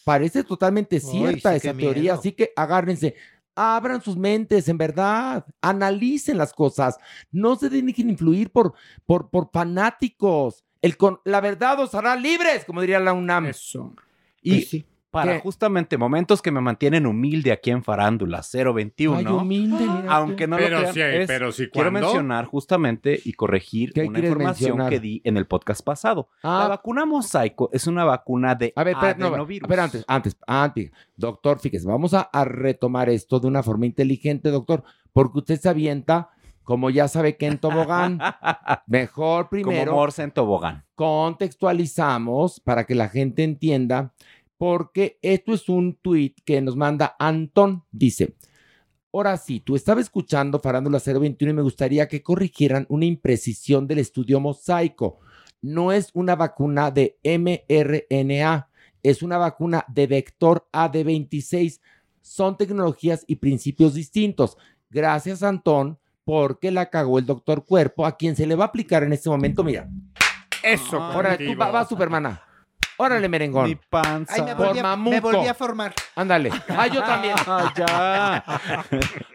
Speaker 2: parece totalmente cierta
Speaker 4: sí, qué
Speaker 2: esa teoría.
Speaker 4: miedo.
Speaker 2: Así que agárrense, abran sus mentes, en verdad, analicen las cosas, no se dejen influir por, por, por fanáticos. El con, la verdad os hará libres, como diría la UNAM.
Speaker 6: Eso.
Speaker 8: Y Para
Speaker 2: ¿Qué?
Speaker 8: justamente momentos que me mantienen humilde aquí en Farándula 021.
Speaker 2: Ay, humilde, mira tú.
Speaker 8: Aunque no
Speaker 2: Pero
Speaker 8: lo crean,
Speaker 2: sí,
Speaker 8: es-
Speaker 2: pero sí,
Speaker 8: quiero
Speaker 2: ¿cuándo?
Speaker 8: mencionar justamente y corregir
Speaker 2: ¿Qué
Speaker 8: una
Speaker 2: quieres
Speaker 8: información
Speaker 2: mencionar? Ah.
Speaker 8: que di en el podcast pasado. La vacuna Mosaico es una vacuna de
Speaker 2: A ver, espera, no,
Speaker 8: adenovirus.
Speaker 2: a ver, antes, antes, antes. Doctor, fíjese, vamos a, a retomar esto de una forma inteligente, doctor, porque usted se avienta, como ya sabe que en tobogán, mejor primero.
Speaker 8: Como Morse en tobogán.
Speaker 2: contextualizamos para que la gente entienda, porque esto es un tuit que nos manda Anton. Dice, ahora sí, tú estaba escuchando Farándula 021 y me gustaría que corrigieran una imprecisión del estudio mosaico. No es una vacuna de mRNA, es una vacuna de vector AD26. Son tecnologías y principios distintos. Gracias, Antón, porque la cagó el doctor Cuerpo, a quien se le va a aplicar en este momento, mira.
Speaker 6: Eso,
Speaker 2: Ahora tú va, va, Supermana. Órale, merengón.
Speaker 8: Mi panza.
Speaker 2: Ay, me volví a- me volví a
Speaker 5: formar.
Speaker 2: Ándale. Ah, yo también.
Speaker 8: ya.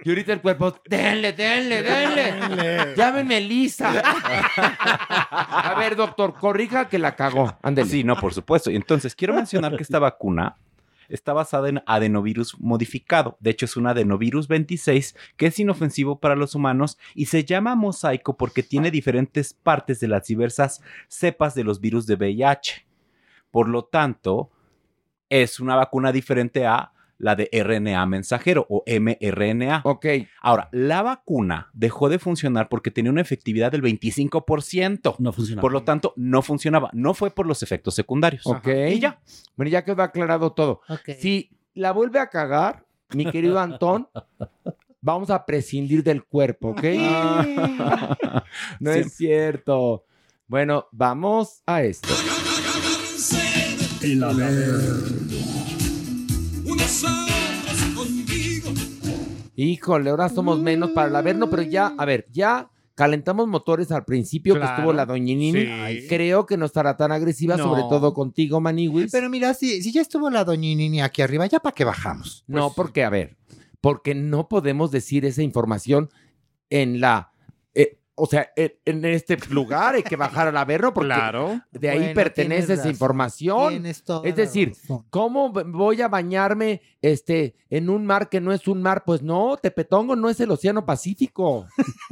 Speaker 2: Y ahorita el cuerpo, denle, denle, denle. Llámenme Lisa. A ver, doctor, corrija que la cagó.
Speaker 8: Sí, no, por supuesto. Y entonces quiero mencionar que esta vacuna está basada en adenovirus modificado. De hecho, es un adenovirus 26 que es inofensivo para los humanos y se llama mosaico porque tiene diferentes partes de las diversas cepas de los virus de VIH. Por lo tanto, es una vacuna diferente a la de RNA mensajero o mRNA.
Speaker 2: Ok.
Speaker 8: Ahora, la vacuna dejó de funcionar porque tenía una efectividad del 25%. No funcionaba. Por lo tanto, no funcionaba. No fue por los efectos secundarios.
Speaker 2: Ok. Y ya. Bueno, ya quedó aclarado todo. Si la vuelve a cagar, mi querido Antón, vamos a prescindir del cuerpo, ¿ok? no es cierto. Bueno, vamos a esto.
Speaker 1: El haber.
Speaker 2: Híjole, ahora somos menos para el averno, pero ya, a ver, ya calentamos motores al principio
Speaker 5: Claro.
Speaker 2: que estuvo la doñinini.
Speaker 5: Sí. Ay,
Speaker 2: Creo que no estará tan agresiva,
Speaker 5: No.
Speaker 2: sobre todo contigo, Maniwis.
Speaker 5: Pero mira, si, si ya estuvo la doñinini aquí arriba, ya para qué bajamos. Pues
Speaker 2: no, pues, porque, a ver, porque no podemos decir esa información en la. eh, o sea, en, en este lugar hay que bajar al averno porque de ahí
Speaker 5: Bueno, tienes
Speaker 2: pertenece esa
Speaker 5: razón.
Speaker 2: información.
Speaker 5: Tienes toda
Speaker 2: Es
Speaker 5: la
Speaker 2: decir, ¿cómo v- voy a bañarme este, en un mar que no es un mar? Pues no, Tepetongo no es el Océano Pacífico.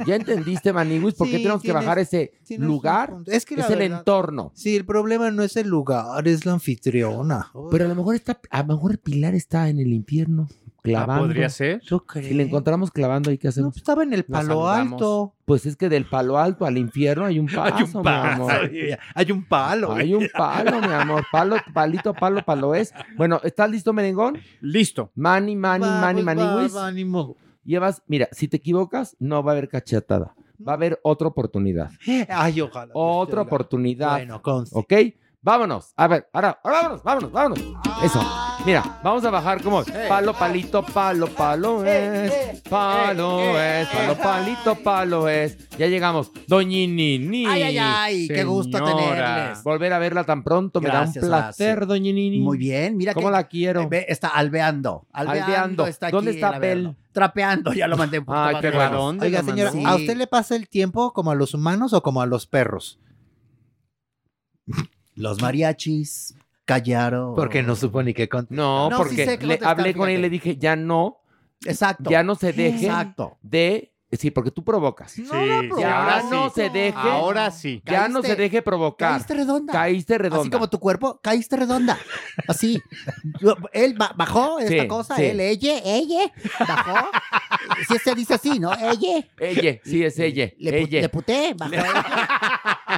Speaker 2: ¿Ya entendiste, Maniguis? ¿Por qué
Speaker 5: Sí,
Speaker 2: tenemos
Speaker 5: tienes-
Speaker 2: que bajar ese
Speaker 5: tienes un
Speaker 2: lugar?
Speaker 5: punto. Es que la
Speaker 2: el
Speaker 5: verdad-
Speaker 2: entorno.
Speaker 5: Sí, el problema no es el lugar, es la anfitriona.
Speaker 2: Pero a lo mejor está, a lo mejor Pilar está en el infierno clavando.
Speaker 6: podría ser.
Speaker 5: Yo
Speaker 2: Si la encontramos clavando ahí, ¿qué hacemos?
Speaker 5: estaba en el palo alto.
Speaker 2: Pues es que del palo alto al infierno hay un paso,
Speaker 5: Hay un
Speaker 2: mi
Speaker 5: paso,
Speaker 2: amor.
Speaker 5: Hay un palo.
Speaker 2: Hay un palo, mi amor. Palo, palito, palo, palo es. Bueno, ¿estás listo, merengón?
Speaker 6: Listo.
Speaker 2: Mani, mani, mani,
Speaker 5: Vamos,
Speaker 2: mani,
Speaker 5: va,
Speaker 2: whis.
Speaker 5: va, ánimo.
Speaker 2: Llevas, mira, si te equivocas, no va a haber cachetada. Va a haber otra oportunidad.
Speaker 5: Ay, ojalá.
Speaker 2: Otra
Speaker 5: Dios te oiga.
Speaker 2: oportunidad.
Speaker 5: Bueno, conste.
Speaker 2: ¿Ok? Vámonos. A ver, ahora, ahora vámonos, vámonos, vámonos. Eso. Mira, vamos a bajar como palo, palito, palo, palo es. Palo es, palo, palito, palo es. Ya llegamos. Doñinini.
Speaker 5: Ay, ay, ay, qué gusto Señora. tenerles.
Speaker 2: Volver a verla tan pronto me
Speaker 5: Gracias,
Speaker 2: da un placer,
Speaker 5: gracias.
Speaker 2: Doñinini.
Speaker 5: Muy bien, mira
Speaker 2: ¿Cómo
Speaker 5: que-
Speaker 2: la quiero?
Speaker 5: Ve, Está albeando. Albeando.
Speaker 2: Albeando.
Speaker 5: Está aquí
Speaker 2: ¿Dónde está
Speaker 5: el albeando.
Speaker 2: Bel?
Speaker 5: Trapeando, ya lo mandé un poquito
Speaker 2: Ay,
Speaker 5: más
Speaker 2: qué
Speaker 5: lejos.
Speaker 2: raro. ¿Dónde
Speaker 5: Oiga,
Speaker 2: lo
Speaker 5: señora,
Speaker 2: mandó?
Speaker 5: ¿a
Speaker 2: Sí.
Speaker 5: usted le pasa el tiempo como a los humanos o como a los perros?
Speaker 13: Los mariachis callaron.
Speaker 5: Porque no supo ni qué contar.
Speaker 2: No,
Speaker 5: No, sí
Speaker 2: porque
Speaker 5: sé que
Speaker 2: le
Speaker 5: contestar,
Speaker 2: hablé con él y le dije, ya no.
Speaker 5: Exacto.
Speaker 2: Ya no se deje
Speaker 5: Exacto.
Speaker 2: de. Sí, porque tú provocas. ya no se deje.
Speaker 6: Ahora sí.
Speaker 2: Ya no se deje provocar.
Speaker 13: Caíste redonda.
Speaker 2: Caíste redonda.
Speaker 13: Así como tu cuerpo, caíste redonda. Así. Yo- Él ba- bajó esta
Speaker 2: Sí,
Speaker 13: cosa,
Speaker 2: sí.
Speaker 13: él, ella, ella, bajó. Si se dice así, ¿no? Ella.
Speaker 2: Ella, sí, es ella.
Speaker 13: Le, pu-
Speaker 2: ella.
Speaker 13: le puté, bajó ella.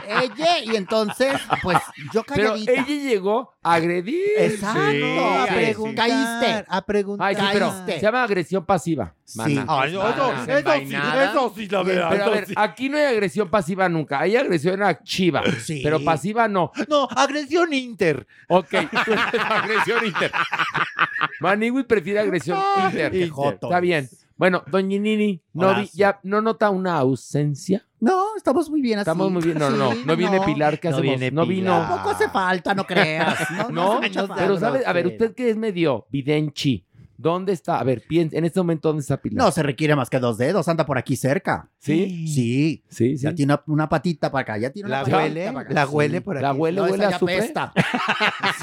Speaker 13: Ella, y entonces, pues yo
Speaker 2: Pero
Speaker 13: calladita.
Speaker 2: ella llegó a agredir.
Speaker 13: Exacto, a preguntar. Caíste.
Speaker 5: A preguntar.
Speaker 2: Ay, sí, pero se llama agresión pasiva. mana.
Speaker 13: Ah,
Speaker 5: Ay, no, no,
Speaker 2: Mana.
Speaker 5: eso sí, eso sí, la verdad,
Speaker 2: Pero a
Speaker 5: eso
Speaker 2: ver, ah,
Speaker 5: sí.
Speaker 2: aquí no hay agresión pasiva nunca. Hay agresión activa. Pero pasiva no.
Speaker 5: No, agresión inter.
Speaker 2: Ok. agresión inter. Maniwi prefiere agresión
Speaker 5: Ay,
Speaker 2: inter.
Speaker 5: qué joto.
Speaker 2: Está bien. Bueno, doña Nini, ¿no, vi-
Speaker 13: Horacio.
Speaker 2: ya, ¿no nota una ausencia?
Speaker 13: No, estamos muy bien así.
Speaker 2: Estamos muy bien. No, no, no.
Speaker 13: Ah, Sí,
Speaker 2: No viene Pilar, ¿qué
Speaker 13: No
Speaker 2: hacemos?
Speaker 13: viene
Speaker 2: no vino.
Speaker 13: Tampoco hace falta, no creas. No,
Speaker 2: No,
Speaker 13: hace mucha
Speaker 2: pero
Speaker 13: falta.
Speaker 2: sabes, a ver, usted que es medio videnchi, ¿dónde está? A ver, piensa, en este momento, ¿dónde está Pilar?
Speaker 13: No se requiere más que dos dedos, anda por aquí cerca.
Speaker 2: ¿Sí?
Speaker 13: Sí.
Speaker 2: Sí,
Speaker 13: Ya tiene una, una patita para acá, ya tiene
Speaker 5: La
Speaker 13: una patita
Speaker 5: huele,
Speaker 13: para acá.
Speaker 5: la huele por
Speaker 13: La
Speaker 5: aquí.
Speaker 13: huele,
Speaker 5: No,
Speaker 13: huele
Speaker 5: esa
Speaker 13: a
Speaker 5: ya
Speaker 13: supe.
Speaker 5: apesta.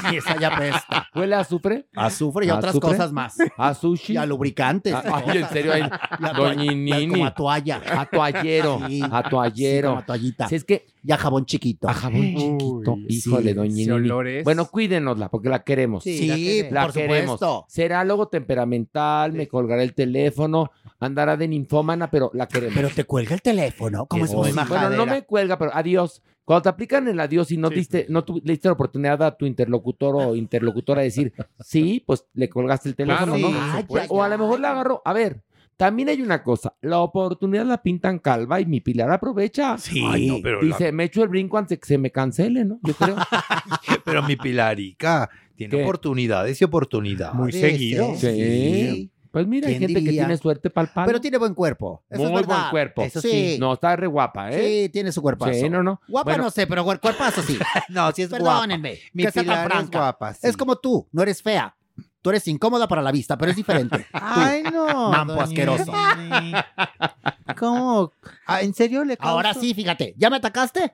Speaker 13: sí, esa ya apesta.
Speaker 2: Huele a azufre.
Speaker 13: Azufre y
Speaker 2: ¿A
Speaker 13: otras
Speaker 2: azufre?
Speaker 13: cosas más.
Speaker 2: A sushi.
Speaker 13: Y a lubricantes.
Speaker 2: A- ay, en serio, ay,
Speaker 13: La toa-
Speaker 2: doñinini.
Speaker 13: la- como a toalla.
Speaker 2: A toallero, a toallero.
Speaker 13: Sí, como a toallita.
Speaker 2: Si es que-
Speaker 13: Y a jabón chiquito.
Speaker 2: A jabón chiquito. Híjole, doña Nini. Bueno, cuídenosla porque la queremos.
Speaker 13: Sí, Sí, la queremos.
Speaker 2: la
Speaker 13: por
Speaker 2: queremos.
Speaker 13: supuesto.
Speaker 2: Será luego temperamental, me colgará el teléfono, andará de ninfómana, pero la queremos. Pero
Speaker 13: te cuelga el teléfono, como es muy
Speaker 2: Bueno, no
Speaker 13: majadera.
Speaker 2: me cuelga, pero adiós. Cuando te aplican el adiós y no diste, no tu- le diste la oportunidad a tu interlocutor o interlocutora de decir, sí, pues le colgaste el teléfono, ¿no?
Speaker 13: Claro, sí, por
Speaker 2: Ay,
Speaker 13: supuesto.
Speaker 2: o a lo mejor la agarró. A ver, también hay una cosa, la oportunidad la pintan calva y mi Pilar aprovecha. Sí,
Speaker 5: Ay, no, pero
Speaker 2: dice,
Speaker 5: la-
Speaker 2: me echo el brinco antes de que se me cancele, ¿no? Yo creo.
Speaker 5: Pero mi Pilarica tiene oportunidades y oportunidades. ¿eh?
Speaker 2: Muy seguido. Sí. Pues mira, hay
Speaker 5: ¿Quién
Speaker 2: gente que
Speaker 5: diría?
Speaker 2: tiene suerte para el palo.
Speaker 13: Pero tiene buen cuerpo. Eso
Speaker 2: Muy
Speaker 13: es verdad.
Speaker 2: buen cuerpo.
Speaker 13: Eso sí.
Speaker 2: No, está re guapa, ¿eh?
Speaker 13: Sí, tiene su cuerpazo.
Speaker 2: Sí, no, no.
Speaker 13: Guapa
Speaker 2: Bueno,
Speaker 13: no sé, pero cuer- cuerpazo sí.
Speaker 5: no, sí es guapa.
Speaker 13: Perdónenme.
Speaker 5: Mi
Speaker 13: que sea
Speaker 5: Pilar
Speaker 13: tan
Speaker 5: es
Speaker 13: franca.
Speaker 5: guapa, sí.
Speaker 13: Es como tú, no eres fea. Tú eres incómoda para la vista, pero es diferente.
Speaker 5: Ay,
Speaker 13: Tú,
Speaker 5: no.
Speaker 13: Mampo
Speaker 5: doña
Speaker 13: asqueroso.
Speaker 5: Nini. ¿Cómo? Ah, ¿En serio le causo?
Speaker 13: Ahora sí, fíjate. ¿Ya me atacaste?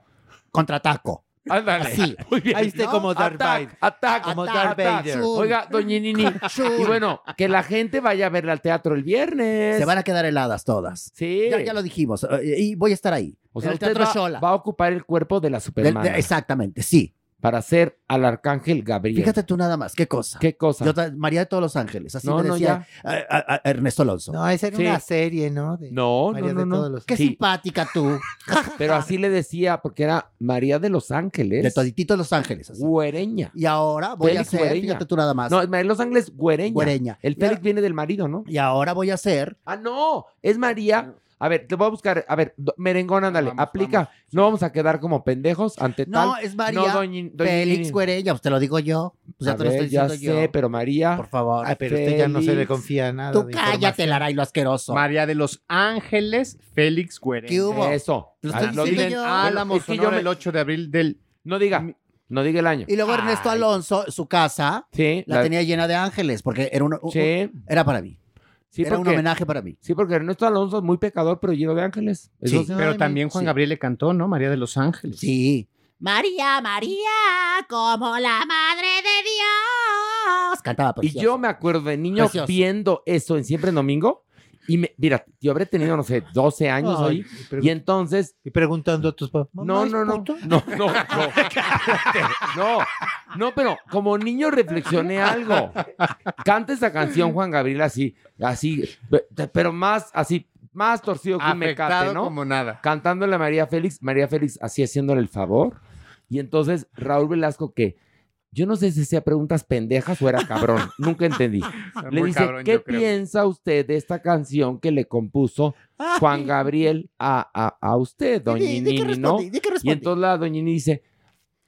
Speaker 13: Contraataco.
Speaker 2: Ándale.
Speaker 13: Sí.
Speaker 2: Muy bien,
Speaker 5: Ahí está
Speaker 2: ¿no?
Speaker 5: como Darth
Speaker 2: Attack,
Speaker 5: Vader.
Speaker 2: attack,
Speaker 5: Como
Speaker 2: attack,
Speaker 5: Darth Vader.
Speaker 2: attack. Oiga, doña Nini.
Speaker 13: Chun.
Speaker 2: Y bueno, que la gente vaya a verla al teatro el viernes.
Speaker 13: Se van a quedar heladas todas.
Speaker 2: Sí.
Speaker 13: Ya, ya lo dijimos. eh, Y voy a estar ahí.
Speaker 2: O sea,
Speaker 13: en el
Speaker 2: usted
Speaker 13: Teatro
Speaker 2: va-
Speaker 13: Xola.
Speaker 2: va a ocupar el cuerpo de la Superman.
Speaker 13: Del- de- exactamente, sí.
Speaker 2: Para ser al arcángel Gabriel.
Speaker 13: Fíjate tú nada más, qué cosa.
Speaker 2: Qué cosa.
Speaker 13: Yo ta- María de todos los Ángeles, así
Speaker 2: No,
Speaker 13: me
Speaker 2: no,
Speaker 13: decía eh, a- a- Ernesto Alonso.
Speaker 5: No, esa era
Speaker 2: Sí.
Speaker 5: una serie, ¿no? De
Speaker 2: No,
Speaker 5: María
Speaker 2: no, no,
Speaker 5: de
Speaker 2: no.
Speaker 5: todos los-
Speaker 13: Qué
Speaker 2: Sí,
Speaker 13: simpática tú.
Speaker 2: pero así le decía, porque era María de Los Ángeles.
Speaker 13: De toditito Los Ángeles. así.
Speaker 2: Güereña.
Speaker 13: Y ahora voy
Speaker 2: Félix
Speaker 13: a hacer,
Speaker 2: Güereña.
Speaker 13: fíjate tú nada más.
Speaker 2: No, es María de Los Ángeles, Güereña.
Speaker 13: Güereña.
Speaker 2: El
Speaker 13: Y ahora-
Speaker 2: Félix viene del marido, ¿no?
Speaker 13: Y ahora voy a hacer.
Speaker 2: Ah, no, es María. A ver, te voy a buscar. A ver, do- merengón, ándale, aplica. No vamos a quedar como pendejos ante tal.
Speaker 13: No, es María.
Speaker 2: No, doñi- doñi-
Speaker 13: Félix Güereña, pues te lo digo yo. Pues ya
Speaker 2: A
Speaker 13: te lo
Speaker 2: ver,
Speaker 13: estoy
Speaker 2: ya
Speaker 13: diciendo
Speaker 2: sé,
Speaker 13: yo.
Speaker 2: pero María.
Speaker 13: Por favor.
Speaker 5: Ay, pero usted este ya no se le confía nada.
Speaker 13: Tú
Speaker 5: de
Speaker 13: cállate,
Speaker 5: información.
Speaker 13: Lara, y lo asqueroso.
Speaker 6: María de los Ángeles, Félix Güereña.
Speaker 13: ¿Qué hubo?
Speaker 2: Eso.
Speaker 13: Te lo
Speaker 6: Ah,
Speaker 13: estoy
Speaker 6: Lo
Speaker 13: diciendo
Speaker 6: dicen
Speaker 13: yo.
Speaker 6: Álamo,
Speaker 13: Es que yo
Speaker 6: Sonora,
Speaker 13: me-
Speaker 6: el 8 de abril del...
Speaker 2: No diga, no diga el año.
Speaker 13: Y luego Ernesto Alonso, su casa,
Speaker 2: Sí,
Speaker 13: la,
Speaker 2: la-
Speaker 13: tenía llena de ángeles, porque era, un, un-
Speaker 2: Sí.
Speaker 13: era para mí.
Speaker 2: Sí,
Speaker 13: era
Speaker 2: porque-
Speaker 13: un homenaje para mí.
Speaker 2: Sí, porque Ernesto Alonso es muy pecador, pero lleno de ángeles. Eso
Speaker 6: Sí,
Speaker 2: sí.
Speaker 6: pero también Juan
Speaker 2: sí.
Speaker 6: Gabriel le cantó, ¿no? María de los Ángeles.
Speaker 13: Sí. María, María, como la madre de Dios. Cantaba
Speaker 2: Y
Speaker 13: precioso.
Speaker 2: yo me acuerdo de niño
Speaker 13: Precioso.
Speaker 2: viendo eso en Siempre en Domingo. Y me, mira, yo habré tenido, no sé, 12 años
Speaker 5: Ay,
Speaker 2: hoy.
Speaker 5: y pregun-
Speaker 2: Y entonces.
Speaker 5: Y preguntando a tus papás.
Speaker 2: No, no, no. No, no, no. No, no, pero como niño reflexioné algo. Canta esa canción, Juan Gabriel, así, así, pe- pero más, así, más torcido que un mecate,
Speaker 6: Afectado
Speaker 2: ¿no?
Speaker 6: como nada.
Speaker 2: Cantándole a María Félix, María Félix así haciéndole el favor. Y entonces Raúl Velasco, que yo no sé si sea preguntas pendejas o era cabrón, nunca entendí. Le
Speaker 6: muy
Speaker 2: dice,
Speaker 6: cabrón,
Speaker 2: ¿qué
Speaker 6: yo creo".
Speaker 2: piensa usted de esta canción que le compuso Juan Gabriel a, a, a usted, doña
Speaker 13: ¿de Ah, qué
Speaker 2: Nini, no?
Speaker 13: respondí? ¿De qué
Speaker 2: Y
Speaker 13: respondí?
Speaker 2: entonces la doña Nini dice,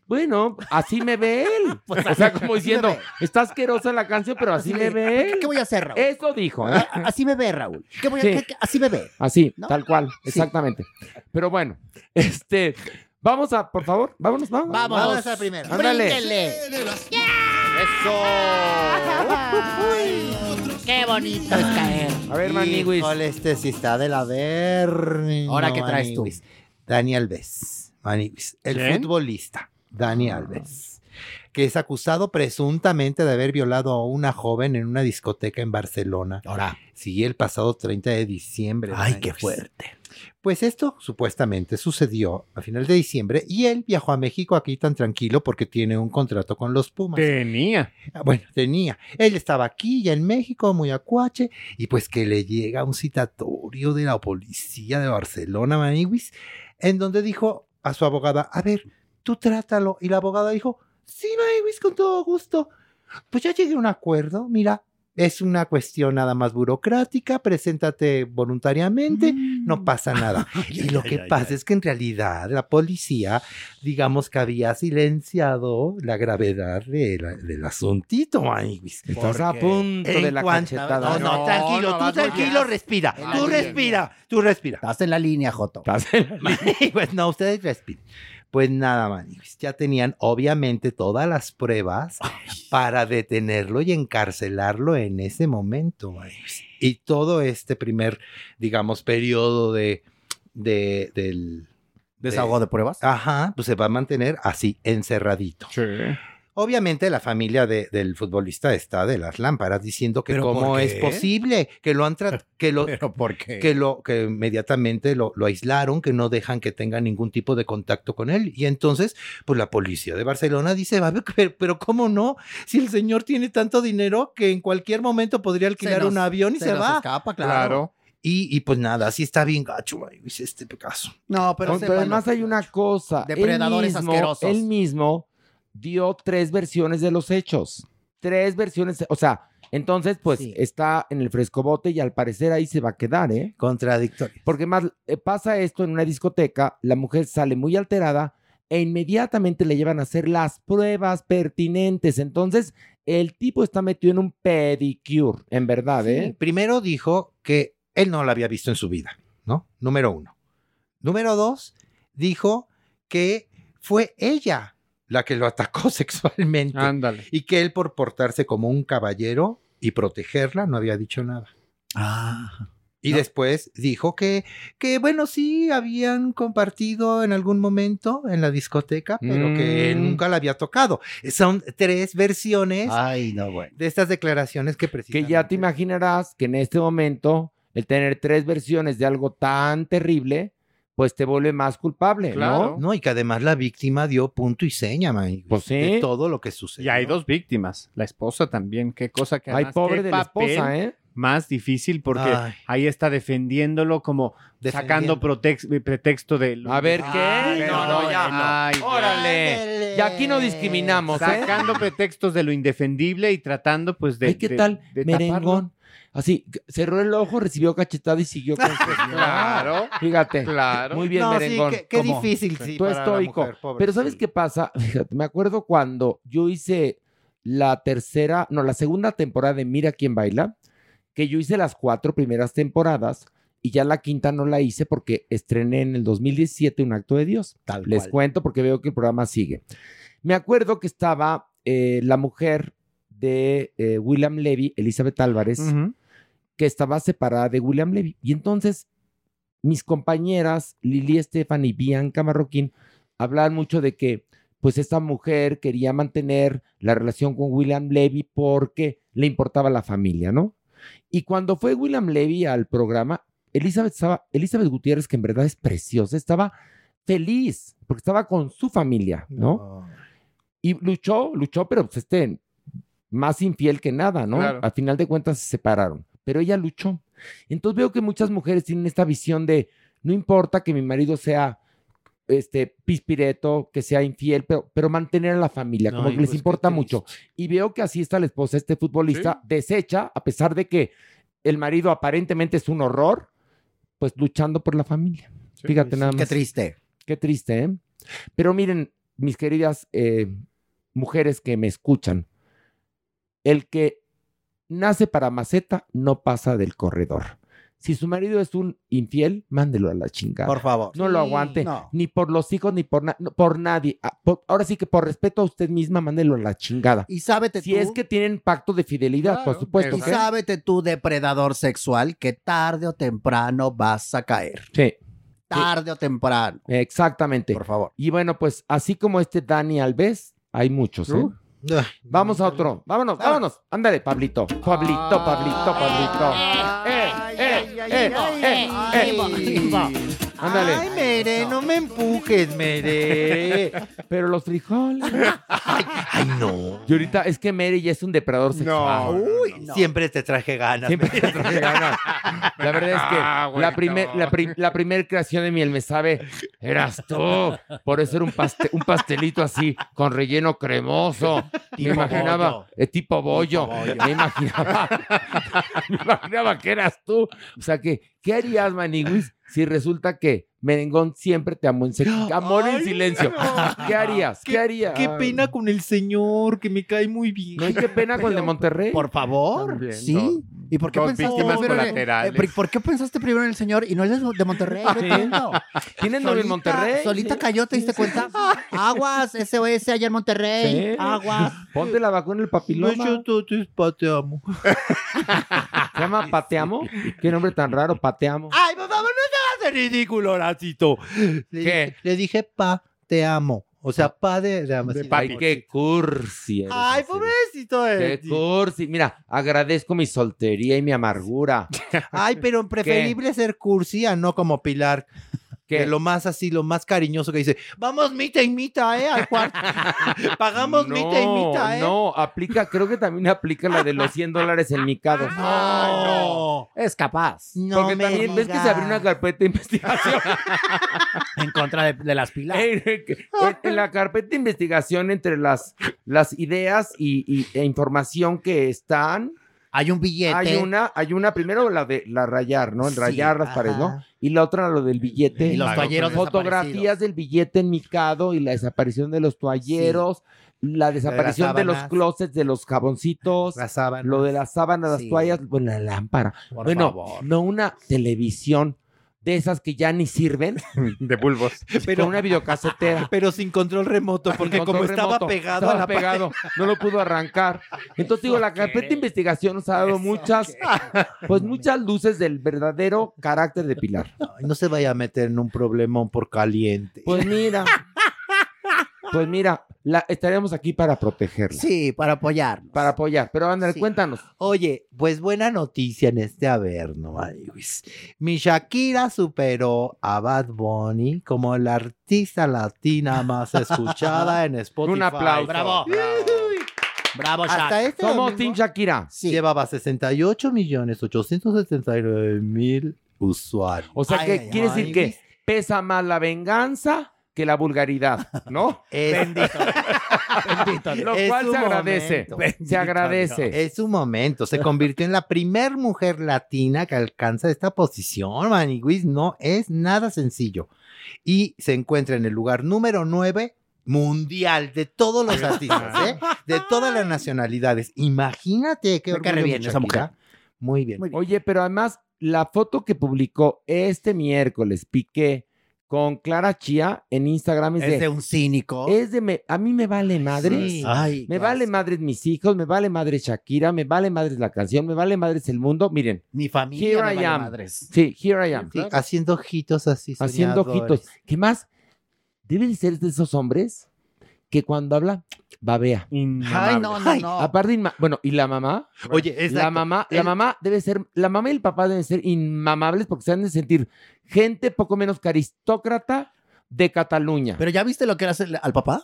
Speaker 2: bueno, así me ve él.
Speaker 13: Pues
Speaker 2: o sea, como diciendo, está asquerosa la canción, pero así, me ve él.
Speaker 13: ¿Qué voy a hacer, Raúl?
Speaker 2: Eso dijo, ¿eh?
Speaker 13: A- Así me ve, Raúl. ¿Qué voy a-
Speaker 2: Sí.
Speaker 13: qué- qué- así me ve.
Speaker 2: Así,
Speaker 13: ah. ¿No?
Speaker 2: tal cual, exactamente. Pero bueno, este, vamos a, por favor, vámonos, vamos.
Speaker 13: Vamos, vamos a primero.
Speaker 2: Ándale.
Speaker 13: ¡Eso! ¡Qué bonito es caer!
Speaker 2: A ver,
Speaker 5: Maniguis.
Speaker 2: Maniguis.
Speaker 5: este sí está de la ver.
Speaker 13: Ahora, ¿qué traes tú?
Speaker 5: Dani Alves. Maniguis. El
Speaker 13: ¿Quién?
Speaker 5: futbolista. Dani Alves. Que es acusado presuntamente de haber violado a una joven en una discoteca en Barcelona.
Speaker 13: Ahora.
Speaker 5: Sí, el pasado 30 de diciembre.
Speaker 13: Ay,
Speaker 5: Maniguis.
Speaker 13: qué fuerte.
Speaker 5: Pues esto supuestamente sucedió a final de diciembre y él viajó a México aquí tan tranquilo porque tiene un contrato con los Pumas.
Speaker 6: Tenía.
Speaker 5: Ah, Bueno, tenía. Él estaba aquí, ya en México, muy acuache, y pues que le llega un citatorio de la policía de Barcelona, Maniguis, en donde dijo a su abogada, a ver, tú trátalo. Y la abogada dijo, sí, Maniguis, con todo gusto. Pues ya llegué a un acuerdo, mira, es una cuestión nada más burocrática, preséntate voluntariamente, no pasa nada. y lo que pasa es que en realidad la policía, digamos que había silenciado la gravedad de la- del asuntito, Maniguis.
Speaker 2: Estás a punto
Speaker 5: En
Speaker 2: de la
Speaker 5: cuanto-
Speaker 2: cachetada.
Speaker 5: No, no, tranquilo,
Speaker 6: no,
Speaker 5: tú
Speaker 6: vas muy
Speaker 5: tranquilo,
Speaker 6: bien.
Speaker 5: respira.
Speaker 6: Vas
Speaker 5: Tú
Speaker 6: muy bien.
Speaker 5: respira, tú respira.
Speaker 13: Estás en la línea, Joto.
Speaker 5: pues no, ustedes respiren. Pues nada, maniguis. Ya tenían obviamente todas las pruebas para detenerlo y encarcelarlo en ese momento, maniguis. Y todo este primer, digamos, periodo de, de del
Speaker 6: Ah,
Speaker 13: ¿Desahogo de pruebas?
Speaker 5: Ajá, pues se va a mantener así, encerradito. Obviamente la familia de- del futbolista está de las lámparas diciendo que
Speaker 14: ¿Pero
Speaker 5: cómo
Speaker 14: por qué?
Speaker 5: es posible que lo han tra- que lo que lo que inmediatamente lo, lo aislaron, que no dejan que tenga ningún tipo de contacto con él y entonces pues la policía de Barcelona dice, "Va, pero, pero cómo no, si el señor tiene tanto dinero que en cualquier momento podría alquilar
Speaker 4: nos-
Speaker 5: un avión y
Speaker 4: se
Speaker 5: se,
Speaker 4: nos
Speaker 5: va."
Speaker 4: escapa, claro.
Speaker 5: Y, y pues nada, así está bien gacho, güey, dice este Picasso.
Speaker 4: No, pero
Speaker 2: Pero además hay una cosa. él
Speaker 4: Depredadores
Speaker 2: mismo-
Speaker 4: asquerosos.
Speaker 2: Él mismo dio tres versiones de los hechos. Tres versiones. O sea, entonces, pues está en el frescobote y al parecer ahí se va a quedar, ¿eh?
Speaker 5: Contradictorio.
Speaker 2: Porque más eh, pasa esto en una discoteca, la mujer sale muy alterada e inmediatamente le llevan a hacer las pruebas pertinentes. Entonces, el tipo está metido en un pedicure, en verdad, ¿eh?
Speaker 5: Sí, Primero dijo que él no la había visto en su vida, ¿no? Número uno. Número dos, dijo que fue ella la que lo atacó sexualmente.
Speaker 6: Ándale.
Speaker 5: Y que él, por portarse como un caballero y protegerla, no había dicho nada.
Speaker 4: Ah.
Speaker 5: Y después dijo que, que, bueno, sí, habían compartido en algún momento en la discoteca, pero que
Speaker 14: Mm.
Speaker 5: nunca la había tocado. Son tres versiones
Speaker 14: Ay,
Speaker 2: no, bueno.
Speaker 5: de estas declaraciones que
Speaker 2: Ah. Que ya te imaginarás que en este momento el tener tres versiones de algo tan terrible, pues te vuelve más culpable,
Speaker 5: Claro.
Speaker 2: ¿no?
Speaker 5: No, y que además la víctima dio punto y seña, man.
Speaker 2: Pues sí.
Speaker 5: de todo lo que sucede.
Speaker 6: Y hay dos víctimas, la esposa también, qué cosa que
Speaker 2: Ay,
Speaker 6: además,
Speaker 2: pobre
Speaker 6: qué
Speaker 2: de la
Speaker 6: papel
Speaker 2: esposa, ¿eh?
Speaker 6: Más difícil porque
Speaker 2: Ay.
Speaker 6: ahí está defendiéndolo como sacando
Speaker 2: Defendiendo.
Speaker 6: protex- eh, pretexto de lo-
Speaker 2: A ver, ¿qué?
Speaker 6: Ay,
Speaker 2: no, no, ya.
Speaker 6: Ay,
Speaker 2: ¡Órale! Y aquí no discriminamos, ¿eh?
Speaker 6: Sacando pretextos de lo indefendible y tratando pues de
Speaker 2: Ay, ¿qué
Speaker 6: de-
Speaker 2: tal?
Speaker 6: de taparlo.
Speaker 2: Merengón. Así, c- cerró el ojo, recibió cachetada y siguió con su-
Speaker 6: Claro.
Speaker 2: Fíjate.
Speaker 6: Claro.
Speaker 2: Muy bien,
Speaker 6: No, sí,
Speaker 2: Merengón.
Speaker 6: qué- qué
Speaker 2: ¿Cómo?
Speaker 6: difícil, sí,
Speaker 2: Tú
Speaker 6: para la
Speaker 2: estoico.
Speaker 6: mujer, pobre,
Speaker 2: Pero ¿sabes qué pasa? Fíjate, me acuerdo cuando yo hice la tercera, no, la segunda temporada de Mira quién baila, que yo hice las cuatro primeras temporadas y ya la quinta no la hice porque estrené en el 2017 un acto de Dios. Tal Les
Speaker 8: cual.
Speaker 2: cuento porque veo que el programa sigue. Me acuerdo que estaba eh, la mujer de eh, William Levy, Elizabeth Álvarez,
Speaker 6: Ujú.
Speaker 2: que estaba separada de William Levy. Y entonces mis compañeras Lili Estefan y Bianca Marroquín hablaban mucho de que pues esta mujer quería mantener la relación con William Levy porque le importaba la familia, ¿no? Y cuando fue William Levy al programa, Elizabeth, estaba, Elizabeth Gutiérrez, que en verdad es preciosa, estaba feliz porque estaba con su familia, ¿no? Y luchó, luchó, pero pues este, más infiel que nada, ¿no?
Speaker 8: Claro.
Speaker 2: Al final de cuentas se separaron, pero ella luchó. Entonces veo que muchas mujeres tienen esta visión de, no importa que mi marido sea este pispireto, que sea infiel, pero, pero mantener a la familia, como
Speaker 8: Ay,
Speaker 2: que les
Speaker 8: pues, qué
Speaker 2: importa mucho. Y veo que así está la esposa, de este futbolista, deshecha, a pesar de que el marido aparentemente es un horror, pues luchando por la familia. Fíjate nada más. Qué
Speaker 5: triste.
Speaker 2: Qué triste, ¿eh? Pero miren, mis queridas eh, mujeres que me escuchan, el que nace para maceta no pasa del corredor. Si su marido es un infiel, mándelo a la chingada.
Speaker 4: Por favor.
Speaker 2: No lo
Speaker 4: Sí,
Speaker 2: aguante.
Speaker 4: no.
Speaker 2: Ni por los hijos, ni por, na- no, por nadie. Ah, por- ahora sí que por respeto a usted misma, mándelo a la chingada.
Speaker 4: Y sábete
Speaker 2: Si
Speaker 4: tú-
Speaker 2: es que tienen pacto de fidelidad, por supuesto.
Speaker 4: Y
Speaker 2: ¿ok?
Speaker 4: sábete tú, depredador sexual, que tarde o temprano vas a caer.
Speaker 2: Sí.
Speaker 4: Tarde o temprano.
Speaker 2: Exactamente.
Speaker 4: Por favor.
Speaker 2: Y bueno, pues así como este Dani Alves, hay muchos, ¿eh?
Speaker 4: Uh.
Speaker 2: Vamos a otro. Vámonos, vámonos. Ándale, Pablito. Pablito, Pablito, Pablito. eh, Ándale. Eh,
Speaker 5: Ay, Mere, no me empujes, Mere.
Speaker 2: Pero los frijoles.
Speaker 5: Ay, no.
Speaker 2: Y ahorita es que Mary ya es un depredador sexual.
Speaker 5: Uy, siempre te traje ganas.
Speaker 2: Siempre
Speaker 5: Mere.
Speaker 2: te traje ganas. La verdad es que
Speaker 5: Ah, güey,
Speaker 2: la primera
Speaker 5: no.
Speaker 2: primer creación de miel me sabe eras tú. Por eso era un, paste- un pastelito así, con relleno cremoso. Me
Speaker 8: Tipo
Speaker 2: imaginaba,
Speaker 8: bollo.
Speaker 2: eh, tipo bollo. Me imaginaba, me imaginaba que eras tú. O sea que, ¿qué harías, Maniguis, si resulta que Merengón siempre te amó en, sec- amor en silencio? ¿Qué harías? ¿Qué, harías?
Speaker 3: Qué pena con el señor, que me cae muy bien.
Speaker 2: No, y qué pena con el de Monterrey.
Speaker 4: Por favor. Sí. ¿Y por qué,
Speaker 2: Dos
Speaker 4: pensaste
Speaker 2: víctimas
Speaker 4: primero en-
Speaker 2: colaterales.
Speaker 4: eh, por- por qué pensaste primero en el señor y no en el de Monterrey? No
Speaker 2: Sí.
Speaker 4: entiendo.
Speaker 2: ¿Tienes novio en
Speaker 4: Solita-
Speaker 2: Monterrey?
Speaker 4: Solita cayó, ¿te diste cuenta? Ah, Aguas, SOS allá en Monterrey.
Speaker 2: Sí.
Speaker 4: Aguas.
Speaker 2: Ponte la vacuna en el papiloma.
Speaker 5: Pues
Speaker 4: Yo
Speaker 2: pateamo. ¿Se llama pateamo? Qué nombre tan raro, pateamo.
Speaker 5: Ay, por favor, no te hagas el ridículo, Horacito. Le, ¿Qué? le dije, pa, te amo. O sea, pa de, de
Speaker 2: De Ay, qué cursi. eres.
Speaker 3: Ay, pobrecito eh. de
Speaker 2: Qué
Speaker 3: ti.
Speaker 2: cursi. Mira, agradezco mi soltería y mi amargura.
Speaker 5: Ay, pero preferible ser cursi a no como Pilar. Que lo más así, lo más cariñoso que dice, vamos mita y mita, ¿eh? Al cuarto. Pagamos mita y mita, ¿eh?
Speaker 2: no, aplica, creo que también aplica la de los 100 dólares en mi casa.
Speaker 6: Ah,
Speaker 2: No, es capaz.
Speaker 12: No
Speaker 2: Porque
Speaker 12: me
Speaker 2: también ves que
Speaker 12: digas.
Speaker 2: se abrió una carpeta de investigación.
Speaker 14: en contra de, de las pilas.
Speaker 2: Eh, en la carpeta de investigación entre las, las ideas y, y- e información que están.
Speaker 5: Hay un billete.
Speaker 2: Hay una, hay una primero la de la rayar, ¿no? El
Speaker 14: Sí,
Speaker 2: rayar las paredes, ¿no?
Speaker 14: ajá.
Speaker 2: Y la otra lo del billete.
Speaker 14: Y los
Speaker 2: La
Speaker 14: toalleros
Speaker 2: Fotografías del billete en micado y la desaparición de los toalleros, la desaparición de, los
Speaker 14: sábanas.
Speaker 2: closets, de los jaboncitos, lo de las sábanas, las
Speaker 14: Sí.
Speaker 2: toallas, bueno, la lámpara.
Speaker 14: Por
Speaker 2: bueno,
Speaker 14: favor.
Speaker 2: no una televisión de esas que ya ni sirven. de bulbos. Pero una videocasetera.
Speaker 5: Pero sin control remoto, porque
Speaker 2: Sin control
Speaker 5: como estaba
Speaker 2: remoto,
Speaker 5: pegado
Speaker 2: estaba
Speaker 5: a la pared.
Speaker 2: pegado, no lo pudo arrancar. Entonces digo, la carpeta de investigación nos ha dado muchas, pues muchas luces del verdadero carácter de Pilar.
Speaker 5: Ay, no se vaya a meter en un problemón por caliente.
Speaker 2: Pues mira, pues mira, la, estaremos aquí para protegerla.
Speaker 5: Sí, para apoyarnos.
Speaker 2: Para apoyar. Pero, Andrés, cuéntanos.
Speaker 5: Oye, pues buena noticia en este averno, ay, Luis. Mi Shakira superó a Bad Bunny como la artista latina más escuchada en Spotify.
Speaker 2: Un aplauso. Bravo.
Speaker 14: Bravo,
Speaker 5: Hasta este
Speaker 2: Pues Somos Team
Speaker 5: domingo
Speaker 2: Shakira.
Speaker 5: Llevaba 68 millones 879 mil usuarios.
Speaker 2: O sea, que quiere decir que pesa más la venganza que la vulgaridad, ¿no?
Speaker 5: Bendito.
Speaker 2: Lo cual se agradece. Se agradece.
Speaker 5: Es un momento. Se convirtió en la primer mujer latina que alcanza esta posición, Maniguis. No es nada sencillo. Y se encuentra en el lugar número 9 mundial de todos los artistas, ¿eh? de todas las nacionalidades. Imagínate qué
Speaker 2: Me cae
Speaker 5: orgullo,
Speaker 2: bien
Speaker 5: mi
Speaker 2: esa
Speaker 5: Shakira.
Speaker 2: mujer.
Speaker 5: Muy bien.
Speaker 2: Oye, pero además, la foto que publicó este miércoles, Piqué, con Clara Chía en Instagram es,
Speaker 14: Es de un
Speaker 2: cínico. Pues Es de me- a mí me vale madre.
Speaker 14: Sí. Ay,
Speaker 2: me vale madres mis hijos, me vale madre Shakira, me vale madres la canción, me vale madres el mundo. Miren.
Speaker 14: Mi
Speaker 2: familia
Speaker 14: me vale madres.
Speaker 2: Sí, here I am.
Speaker 5: Sí, haciendo ojitos así.
Speaker 2: Haciendo
Speaker 5: soñadores.
Speaker 2: ojitos. ¿Qué más? Debe de ser de esos hombres que cuando habla, babea.
Speaker 14: Ay, no, no, no.
Speaker 2: Aparte, inma- bueno, ¿y la mamá?
Speaker 5: Oye,
Speaker 2: La
Speaker 5: exacto.
Speaker 2: mamá, la
Speaker 5: El-
Speaker 2: mamá debe ser, la mamá y el papá deben ser inmamables porque se han de sentir gente poco menos que aristócrata de Cataluña.
Speaker 14: Pero ya viste lo que hace al papá?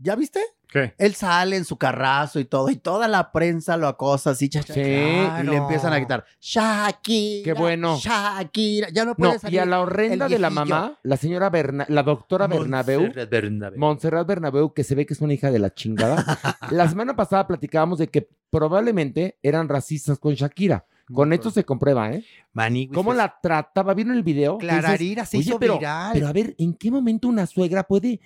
Speaker 14: ¿Ya viste?
Speaker 6: ¿Qué?
Speaker 14: Él sale en su carrazo y todo, y toda la prensa lo acosa así, cha, cha,
Speaker 2: Sí,
Speaker 14: cha, y
Speaker 2: claro.
Speaker 14: le empiezan a gritar, Shakira,
Speaker 2: Qué bueno.
Speaker 14: Shakira, ya no
Speaker 2: No,
Speaker 14: puede salir
Speaker 2: y a la horrenda
Speaker 14: el
Speaker 2: de la
Speaker 14: viejillo.
Speaker 2: mamá, la señora Berna, la doctora Bernabeu,
Speaker 5: Montserrat Bernabeu.
Speaker 2: Montserrat Bernabeu, que se ve que es una hija de la chingada. la semana pasada platicábamos de que probablemente eran racistas con Shakira. Con esto se comprueba, ¿eh?
Speaker 14: pues
Speaker 2: ¿Cómo la trataba? ¿Vieron el video? Que dices,
Speaker 5: Clararira se
Speaker 2: "Oye,
Speaker 5: hizo
Speaker 2: pero,
Speaker 5: viral".
Speaker 2: Pero a ver, ¿en qué momento una suegra puede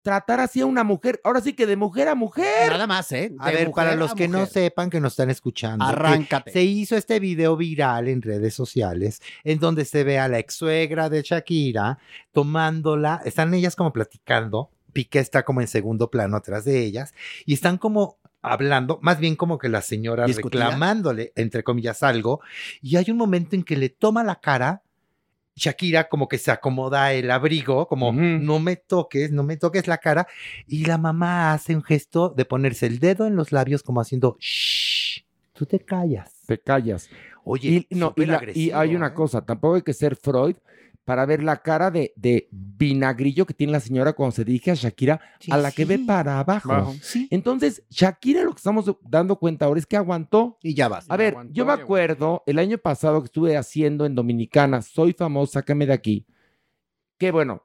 Speaker 2: tratar así a una mujer? Ahora sí que de mujer a mujer.
Speaker 14: Nada más, ¿eh?
Speaker 5: A ver, para los que no sepan que nos están escuchando, que
Speaker 14: Arráncate.
Speaker 5: Se hizo este video viral en redes sociales en donde se ve a la ex suegra de Shakira tomándola, están ellas como platicando, Piqué está como en segundo plano atrás de ellas y están como hablando, más bien como que la señora
Speaker 14: ¿Discutida?
Speaker 5: reclamándole, entre comillas, algo, y hay un momento en que le toma la cara Shakira como que se acomoda el abrigo, como no me toques, no me toques la cara. Y la mamá hace un gesto de ponerse el dedo en los labios como haciendo, shh, tú te callas.
Speaker 2: Te callas.
Speaker 5: Oye, ¿eh?
Speaker 2: y, no, y, la- y
Speaker 5: superagresivo,
Speaker 2: hay una cosa, tampoco hay que ser Freud para ver la cara de, de vinagrillo que tiene la señora cuando se dirige a Shakira, a la que ve para abajo.
Speaker 14: Abajo.
Speaker 2: Entonces, Shakira lo que estamos dando cuenta ahora es que aguantó.
Speaker 14: Y ya vas.
Speaker 2: A ver, yo me acuerdo el año pasado que estuve haciendo en Dominicana, soy famosa, sácame de aquí. Que bueno,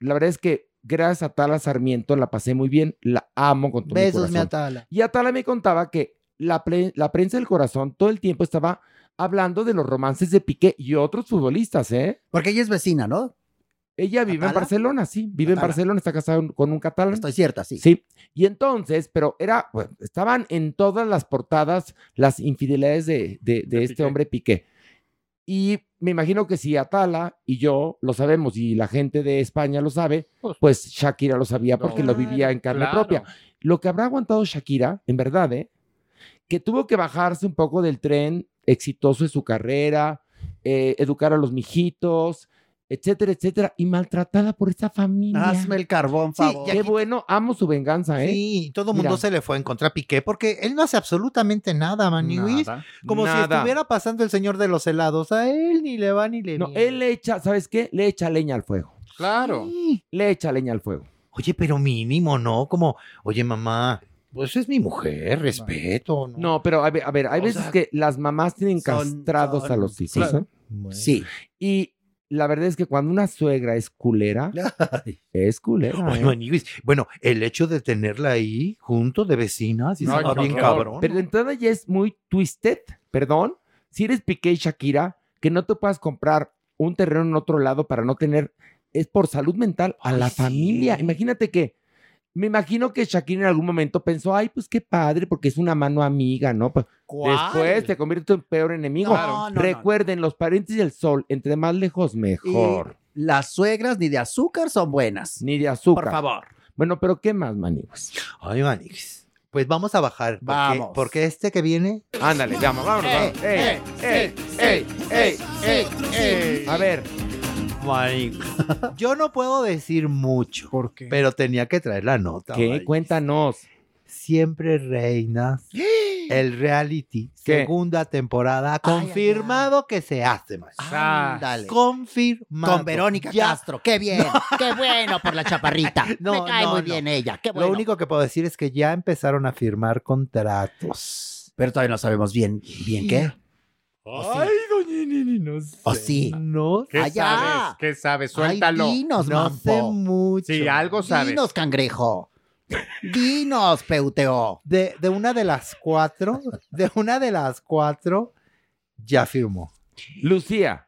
Speaker 2: la verdad es que gracias a Tala Sarmiento la pasé muy bien, la amo con todo mi
Speaker 5: Besos, mi
Speaker 2: corazón.
Speaker 5: Atala.
Speaker 2: Y Atala me contaba que la, pre- la prensa del corazón todo el tiempo estaba hablando de los romances de Piqué y otros futbolistas, ¿eh?
Speaker 14: Porque ella es vecina, ¿no?
Speaker 2: Ella vive en Barcelona, sí, vive en
Speaker 14: Atala.
Speaker 2: Barcelona, está casada un- con un catalán. Estoy
Speaker 14: cierta, sí.
Speaker 2: Sí, y entonces, pero era, bueno, estaban en todas las portadas las infidelidades de, de- de este hombre Piqué. Y me imagino que si Atala y yo lo sabemos y la gente de España lo sabe, pues Shakira lo sabía porque lo vivía en carne
Speaker 14: claro.
Speaker 2: propia. Lo que habrá aguantado Shakira, en verdad, ¿eh? que tuvo que bajarse un poco del tren exitoso de su carrera, eh, educar a los mijitos, etcétera, etcétera, y maltratada por esa familia.
Speaker 4: Hazme el carbón, favor.
Speaker 2: Sí, qué bueno, amo su venganza, ¿eh?
Speaker 5: Sí, todo el mundo se le fue en contra a Piqué porque él no hace absolutamente nada, Maniwis.
Speaker 2: Nada.
Speaker 5: Como si
Speaker 2: Nada.
Speaker 5: estuviera pasando el señor de los helados. A él ni le va ni le
Speaker 2: No,
Speaker 5: viene.
Speaker 2: él le echa, ¿sabes qué? Le echa leña al fuego.
Speaker 5: Claro.
Speaker 2: Le echa leña al fuego.
Speaker 5: Oye, pero mínimo, ¿no? Como, oye, mamá, pues es mi mujer, respeto. ¿no?
Speaker 2: No, pero a ver, a ver, hay veces que las mamás tienen castrados
Speaker 5: son-
Speaker 2: a los hijos.
Speaker 5: Claro.
Speaker 2: ¿eh? Sí. Y la verdad es que cuando una suegra es culera, es culera.
Speaker 5: Ay,
Speaker 2: ¿eh?
Speaker 5: Maniwis. Bueno, el hecho de tenerla ahí junto de vecinas y
Speaker 2: No,
Speaker 5: estaba
Speaker 2: no,
Speaker 5: "Ah, bien
Speaker 2: no.
Speaker 5: cabrón.
Speaker 2: Pero de entrada ya es muy twisted, perdón. Si eres Piqué y Shakira, que no te puedas comprar un terreno en otro lado para no tener, es por salud mental a la familia. Imagínate que, me imagino que Shakira en algún momento pensó, ay, pues qué padre, porque es una mano amiga, ¿no? Pues,
Speaker 12: ¿Cuál?
Speaker 2: Después te convierte en peor enemigo.
Speaker 12: No, Claro. no, no.
Speaker 2: Recuerden, los parientes del sol, entre más lejos, mejor.
Speaker 4: Las suegras ni de azúcar son buenas.
Speaker 2: Ni de azúcar.
Speaker 4: Por favor.
Speaker 2: Bueno, pero ¿qué más, manigos?
Speaker 5: Ay, manigos. Pues vamos a bajar. porque-
Speaker 2: Vamos.
Speaker 5: Porque este que viene.
Speaker 2: Ándale, llama, vámonos. vámonos. Ey, ey, ey, ey, ey, ey. A ver.
Speaker 5: Yo no puedo decir mucho. Pero tenía que traer la nota.
Speaker 2: ¿Qué? Cuéntanos.
Speaker 5: Siempre reinas.
Speaker 14: ¡Eh!
Speaker 5: El reality. Segunda temporada. Confirmado que se hace, más.
Speaker 6: Ah,
Speaker 14: Ándale.
Speaker 5: Confirmado.
Speaker 14: Con Verónica
Speaker 5: Ya.
Speaker 14: Castro. Qué bien. Qué bueno por la chaparrita. Me cae
Speaker 5: no,
Speaker 14: muy
Speaker 5: no.
Speaker 14: bien ella. Qué
Speaker 5: Lo
Speaker 14: bueno.
Speaker 5: único que puedo decir es que ya empezaron a firmar contratos.
Speaker 4: Pero todavía no sabemos bien, bien qué.
Speaker 6: Ay, doña Nini, no sé.
Speaker 4: ¿O sí?
Speaker 5: No.
Speaker 6: ¿Qué
Speaker 14: Allá.
Speaker 6: sabes? ¿Qué sabes?
Speaker 14: Ay,
Speaker 6: Suéltalo.
Speaker 14: dinos,
Speaker 6: no
Speaker 14: mampo.
Speaker 6: sé mucho. Sí, algo sabes.
Speaker 14: Dinos, cangrejo. Dinos, peuteo.
Speaker 5: De, de una de las cuatro, de una de las cuatro, ya firmó.
Speaker 2: Lucía.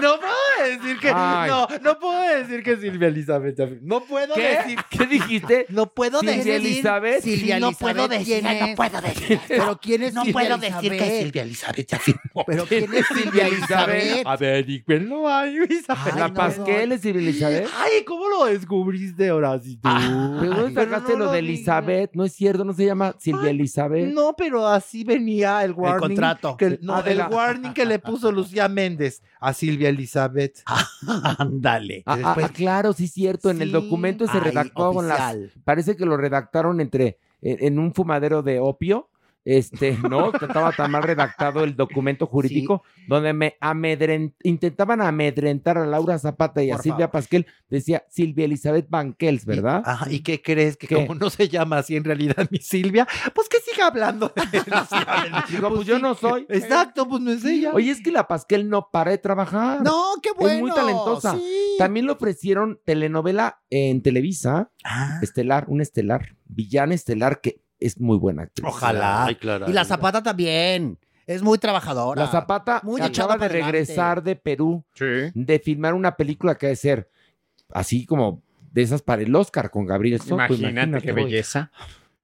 Speaker 3: No puedo decir que.
Speaker 5: Ay.
Speaker 3: No, no puedo decir que Silvia Elizabeth. ya- No puedo
Speaker 2: ¿Qué?
Speaker 3: decir.
Speaker 2: ¿Qué dijiste?
Speaker 5: No puedo
Speaker 2: ¿Silvia
Speaker 3: decir.
Speaker 2: Elizabeth?
Speaker 14: Silvia
Speaker 3: no
Speaker 14: Elizabeth,
Speaker 3: puedo decir.
Speaker 14: ¿quién es?
Speaker 3: No puedo decir.
Speaker 14: Pero quién es
Speaker 3: No
Speaker 14: Silvia
Speaker 3: puedo decir
Speaker 14: Elizabeth?
Speaker 3: que Silvia
Speaker 5: Elizabeth ya firmó.
Speaker 14: Pero quién es Silvia Elizabeth?
Speaker 2: A ver, y
Speaker 3: No hay, Elizabeth.
Speaker 2: La Pasquel es Silvia Elizabeth.
Speaker 3: Ay, ¿cómo lo descubriste, Horacio?
Speaker 2: ¿De dónde sacaste lo de Elizabeth? No es cierto, no se llama Silvia Elizabeth.
Speaker 5: No, pero así venía el warning.
Speaker 2: contrato.
Speaker 5: que- no,
Speaker 2: Ah, de
Speaker 5: el
Speaker 2: la-
Speaker 5: warning que le puso Lucía Méndez a Silvia Elizabeth.
Speaker 4: Ándale.
Speaker 2: Ah, ah, ah, claro, sí es cierto. En el documento se
Speaker 5: Ay,
Speaker 2: redactó con las.
Speaker 5: oficial.
Speaker 2: Parece que lo redactaron entre en, en un fumadero de opio. Este, no, que estaba tan mal redactado el documento jurídico donde me amedren- intentaban amedrentar a Laura Zapata y a
Speaker 5: Por
Speaker 2: Silvia Pasquel. Decía Silvia Elizabeth Banquels, ¿verdad?
Speaker 5: Ajá, Ah, ¿y qué crees? Que
Speaker 2: ¿Qué?
Speaker 5: como no se llama así en realidad mi Silvia, pues que siga hablando de Lucía
Speaker 2: Digo, pues, yo no soy.
Speaker 5: Exacto, pues no es ella.
Speaker 2: Oye, es que la Pasquel no para de trabajar.
Speaker 14: No, qué
Speaker 2: Es muy
Speaker 14: bueno,
Speaker 2: talentosa.
Speaker 14: sí.
Speaker 2: También le ofrecieron telenovela en Televisa,
Speaker 6: Ah,
Speaker 2: estelar, un estelar, villana estelar que es muy buena actriz.
Speaker 14: Ojalá. y la Zapata también. Es muy trabajadora.
Speaker 2: La Zapata
Speaker 14: Muy echada
Speaker 2: acaba de
Speaker 14: para adelante.
Speaker 2: regresar de Perú, de filmar una película que ha de ser así como de esas para el Oscar con Gabriel Soto. pues
Speaker 6: Imagínate qué
Speaker 2: güey.
Speaker 6: belleza.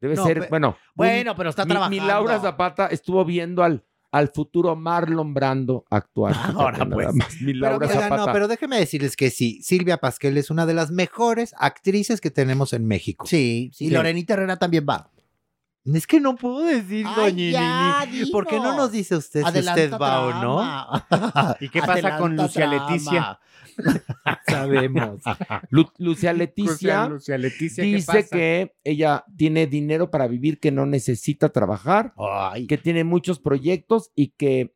Speaker 2: Debe
Speaker 6: No,
Speaker 2: ser,
Speaker 6: pe-
Speaker 2: bueno.
Speaker 6: Bueno, pero está
Speaker 2: pues, mi- Mi
Speaker 6: trabajando.
Speaker 2: Laura Zapata estuvo viendo al, al futuro Marlon Brando actuar. Ahora
Speaker 5: pues.
Speaker 2: Mi
Speaker 5: Pero,
Speaker 2: Laura
Speaker 5: oigan,
Speaker 2: Zapata.
Speaker 5: no, pero déjenme decirles que sí, Silvia Pasquel es una de las mejores actrices que tenemos en México.
Speaker 14: Sí, Y Lorenita Herrera también va.
Speaker 5: Es que no puedo decir,
Speaker 14: Ay,
Speaker 5: doña
Speaker 14: ya,
Speaker 5: Nini. ¿Por qué no
Speaker 14: dinos.
Speaker 5: nos dice usted
Speaker 14: Adelanta
Speaker 5: si usted va o no?
Speaker 6: ¿Y qué pasa con Lucia Leticia?
Speaker 5: Sabemos.
Speaker 2: Lu- Lucia Leticia,
Speaker 6: Lucia Leticia, ¿qué
Speaker 2: dice
Speaker 6: pasa?
Speaker 2: que ella tiene dinero para vivir, que no necesita trabajar, que tiene muchos proyectos y que,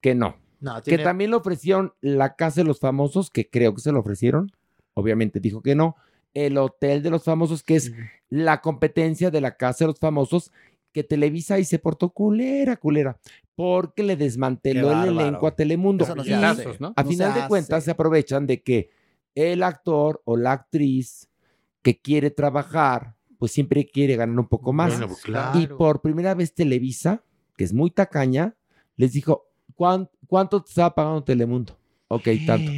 Speaker 2: que no.
Speaker 5: No,
Speaker 2: Que
Speaker 5: tiene-
Speaker 2: también le ofrecieron la casa de los famosos, que creo que se lo ofrecieron. Obviamente dijo que no. El hotel de los famosos, que es la competencia de la casa de los famosos, que Televisa y se portó culera, culera, porque le desmanteló el
Speaker 8: bárbaro.
Speaker 2: elenco a Telemundo.
Speaker 8: Eso no se
Speaker 2: Y
Speaker 8: hace. No
Speaker 2: A
Speaker 8: se
Speaker 2: final de
Speaker 8: hace.
Speaker 2: cuentas se aprovechan de que el actor o la actriz que quiere trabajar, pues siempre quiere ganar un poco más.
Speaker 8: Bueno, pues, claro.
Speaker 2: Y por primera vez Televisa, que es muy tacaña, les dijo, "¿Cuán- ¿cuánto te estaba pagando Telemundo? Ok, tanto.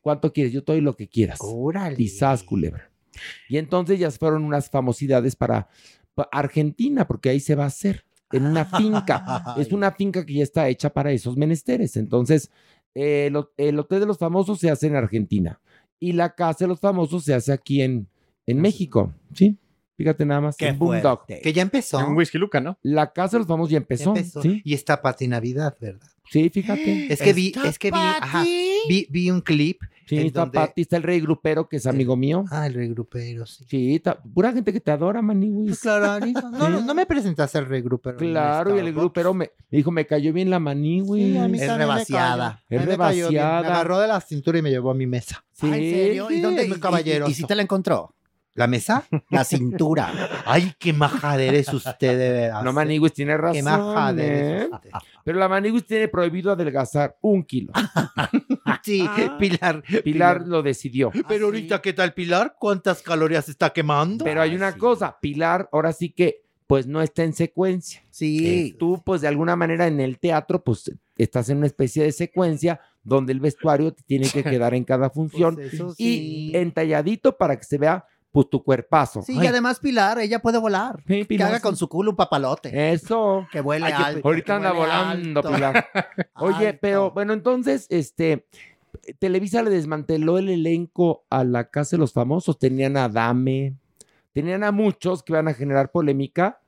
Speaker 2: ¿Cuánto quieres? Yo te doy lo que quieras.
Speaker 5: Oh,
Speaker 2: Y zas, culebra. Y entonces ya fueron unas famosidades para, pa- Argentina, porque ahí se va a hacer, en una finca. es una finca que ya está hecha para esos menesteres. Entonces, eh, el, ho- el Hotel de los Famosos se hace en Argentina y la Casa de los Famosos se hace aquí en, en México. ¿Sí? Fíjate nada más.
Speaker 5: Qué
Speaker 2: en Boondock.
Speaker 5: fuerte. Que ya empezó. En
Speaker 6: Whisky Luca, ¿no?
Speaker 2: La Casa de los Famosos ya empezó.
Speaker 5: Empezó.
Speaker 2: ¿sí?
Speaker 5: Y está Pati Navidad, ¿verdad?
Speaker 2: Sí, fíjate.
Speaker 5: Es que vi, es que vi, ajá, vi, vi un clip
Speaker 2: Sí,
Speaker 5: en
Speaker 2: está
Speaker 5: donde-
Speaker 2: Pati, está el rey grupero, que es amigo mío.
Speaker 5: Ah, el rey grupero, sí.
Speaker 2: Sí, está- pura gente que te adora, Maniwis.
Speaker 5: Pues claro, hijo. no, no, no me presentaste al rey grupero. en
Speaker 2: Claro, y el
Speaker 5: Starbucks.
Speaker 2: grupero me dijo, me cayó bien la Maniwis.
Speaker 5: Sí, a mí también me cayó.
Speaker 2: Es
Speaker 5: A mí me cayó bien. Me
Speaker 2: rebaciada.
Speaker 5: agarró de la cintura y me llevó a mi mesa.
Speaker 2: Sí.
Speaker 5: Ah, ¿en serio? ¿Y dónde es caballero?
Speaker 14: ¿Y si te la encontró?
Speaker 5: ¿La mesa?
Speaker 14: La cintura.
Speaker 5: Ay, qué majadera es usted, de veras.
Speaker 2: No, Maniguis tiene razón.
Speaker 5: Qué majadera
Speaker 2: ¿eh?
Speaker 5: es usted.
Speaker 2: Pero la Maniguis tiene prohibido adelgazar un kilo.
Speaker 5: Ah, sí, Pilar.
Speaker 2: Ah. Pilar ah, lo decidió.
Speaker 5: Pero ahorita, ¿qué tal, Pilar? ¿Cuántas calorías está quemando?
Speaker 2: Pero hay una cosa, Pilar, ahora sí que pues no está en secuencia.
Speaker 14: Sí.
Speaker 2: Tú pues de alguna manera en el teatro pues estás en una especie de secuencia donde el vestuario te tiene que quedar en cada función
Speaker 14: Pues, eso
Speaker 2: y entalladito para que se vea pues tu cuerpazo.
Speaker 14: Sí,
Speaker 2: Ay,
Speaker 14: y además Pilar, ella puede volar. que
Speaker 2: Pilar,
Speaker 14: haga
Speaker 2: sí.
Speaker 14: con su culo un papalote.
Speaker 2: Eso.
Speaker 14: Que vuele
Speaker 2: Ay, que-
Speaker 14: alto.
Speaker 2: ahorita
Speaker 14: que
Speaker 2: anda
Speaker 14: vuele
Speaker 2: volando,
Speaker 14: alto.
Speaker 2: Pilar. Oye, pero bueno, entonces, este, Televisa le desmanteló el elenco a la Casa de los Famosos. Tenían a Dame, tenían a muchos que van a generar polémica.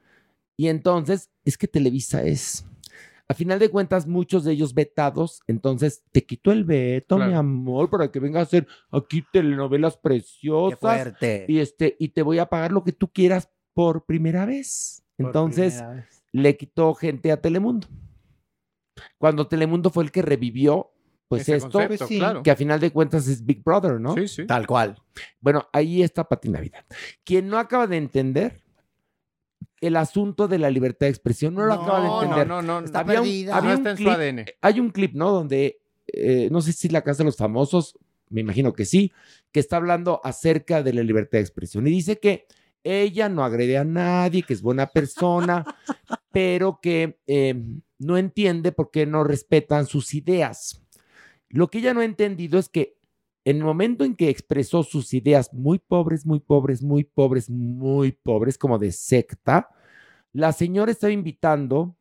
Speaker 2: Y entonces, es que Televisa es. A final de cuentas, muchos de ellos vetados, entonces te quitó el veto, mi amor, para que venga a hacer aquí telenovelas preciosas.
Speaker 14: fuerte.
Speaker 2: Y este, y te voy a pagar lo que tú quieras por primera vez.
Speaker 14: Por
Speaker 2: Entonces,
Speaker 14: primera vez.
Speaker 2: le quitó gente a Telemundo. Cuando Telemundo fue el que revivió, pues
Speaker 14: Ese
Speaker 2: esto,
Speaker 14: concepto, Sí. claro.
Speaker 2: que a final de cuentas es Big Brother, ¿no? Sí,
Speaker 14: sí. Tal cual.
Speaker 2: Bueno, ahí está Pati Navidad. Quien no acaba de entender el asunto de la libertad de expresión, no, lo
Speaker 6: No,
Speaker 2: acaba de
Speaker 6: no,
Speaker 2: entender.
Speaker 6: no, no, no. Está
Speaker 2: Había un-
Speaker 6: perdida.
Speaker 2: había
Speaker 6: No
Speaker 2: un
Speaker 6: está en su
Speaker 2: clip-
Speaker 6: ADN.
Speaker 2: Hay un clip, ¿no? Donde, eh, no sé si la Casa de los Famosos, me imagino que sí, que está hablando acerca de la libertad de expresión y dice que ella no agrede a nadie, que es buena persona, pero que eh, no entiende por qué no respetan sus ideas. Lo que ella no ha entendido es que en el momento en que expresó sus ideas muy pobres, muy pobres, muy pobres, muy pobres, como de secta, la señora estaba invitando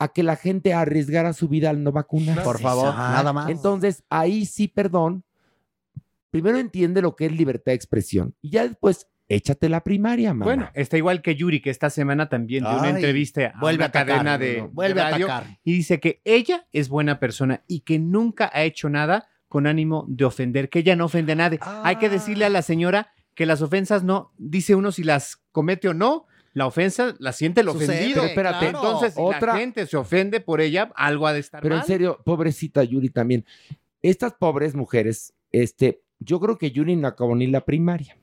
Speaker 2: a que la gente arriesgara su vida al no vacunarse.
Speaker 14: Por favor, Exacto. nada más.
Speaker 2: Entonces, ahí sí, perdón, primero entiende lo que es libertad de expresión y ya después échate la primaria, mamá.
Speaker 6: Bueno, está igual que Yuri, que esta semana también dio una
Speaker 2: Ay,
Speaker 6: entrevista a
Speaker 2: vuelve
Speaker 6: una
Speaker 2: a atacar,
Speaker 6: cadena de,
Speaker 2: no, no,
Speaker 6: de
Speaker 2: vuelve a
Speaker 6: radio
Speaker 2: atacar.
Speaker 6: y dice que ella es buena persona y que nunca ha hecho nada con ánimo de ofender, que ella no ofende a nadie. Hay que decirle a la señora que las ofensas no, dice uno si las comete o no, la ofensa la siente el
Speaker 2: Sucede,
Speaker 6: ofendido.
Speaker 2: Pero espérate, claro.
Speaker 6: entonces si
Speaker 2: otra-
Speaker 6: la gente se ofende por ella, algo ha de estar
Speaker 2: Pero en
Speaker 6: mal.
Speaker 2: serio, pobrecita Yuri también. Estas pobres mujeres, este, yo creo que Yuri no acabó ni la primaria.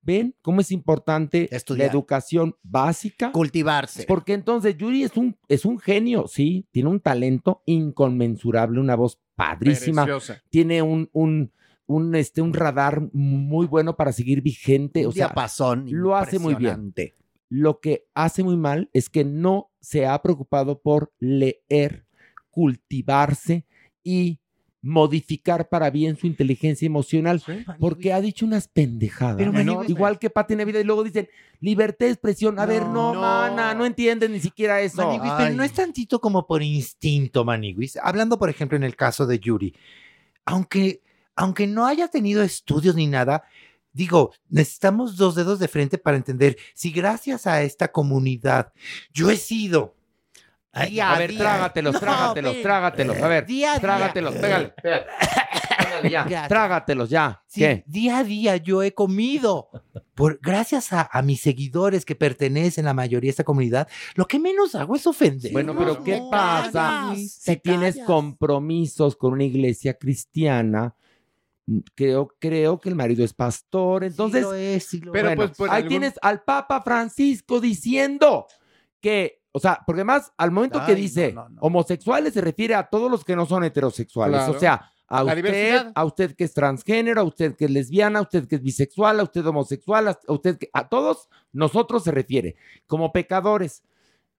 Speaker 2: ¿Ven cómo es importante
Speaker 14: Estudiar.
Speaker 2: la educación básica?
Speaker 14: Cultivarse.
Speaker 2: Porque entonces Yuri es un, es un genio, sí, tiene un talento inconmensurable, una voz padrísima,
Speaker 14: Preciosa.
Speaker 2: tiene un, un, un, este, un radar muy bueno para seguir vigente, o
Speaker 14: Un
Speaker 2: sea,
Speaker 14: diapasón
Speaker 2: lo hace muy bien.
Speaker 14: impresionante.
Speaker 2: Lo que hace muy mal es que no se ha preocupado por leer, cultivarse y modificar para bien su inteligencia emocional, porque ha dicho unas pendejadas.
Speaker 14: Pero,
Speaker 2: ¿no?
Speaker 14: Maniwis-
Speaker 2: Igual que Pati Navidad y luego dicen, libertad de expresión. A ver, no, mana, no entiendes ni siquiera eso.
Speaker 5: Maniguis, pero no es tantito como por instinto, Maniguis. Hablando, por ejemplo, en el caso de Yuri, aunque, aunque no haya tenido estudios ni nada, digo, necesitamos dos dedos de frente para entender si gracias a esta comunidad yo he sido. día
Speaker 2: a ver,
Speaker 5: día-
Speaker 2: trágatelos,
Speaker 5: No,
Speaker 2: trágatelos,
Speaker 5: ven.
Speaker 2: trágatelos. A ver,
Speaker 5: Día a día.
Speaker 2: trágatelos, pégale. pégale. Ándale, ya,
Speaker 5: Gracias.
Speaker 2: Trágatelos, ya.
Speaker 5: Sí,
Speaker 2: ¿Qué?
Speaker 5: día a día yo he comido. Por, gracias a, a mis seguidores que pertenecen la mayoría a esta comunidad, lo que menos hago es ofender.
Speaker 2: Bueno, pero ¿qué pasa
Speaker 5: callas,
Speaker 2: si tienes compromisos con una iglesia cristiana? Mm, Creo, creo que el marido es pastor, entonces.
Speaker 5: lo es, sí lo
Speaker 2: Pero
Speaker 5: es.
Speaker 2: pues, por ahí
Speaker 5: algún-
Speaker 2: tienes al Papa Francisco diciendo que, o sea, porque más al momento
Speaker 14: Ay,
Speaker 2: que
Speaker 14: no,
Speaker 2: dice homosexuales se refiere a todos los que no son heterosexuales,
Speaker 14: Claro.
Speaker 2: o sea, a
Speaker 14: La
Speaker 2: usted,
Speaker 14: diversidad.
Speaker 2: a usted que es transgénero, a usted que es lesbiana, a usted que es bisexual, a usted homosexual, a a usted que a todos nosotros se refiere como pecadores.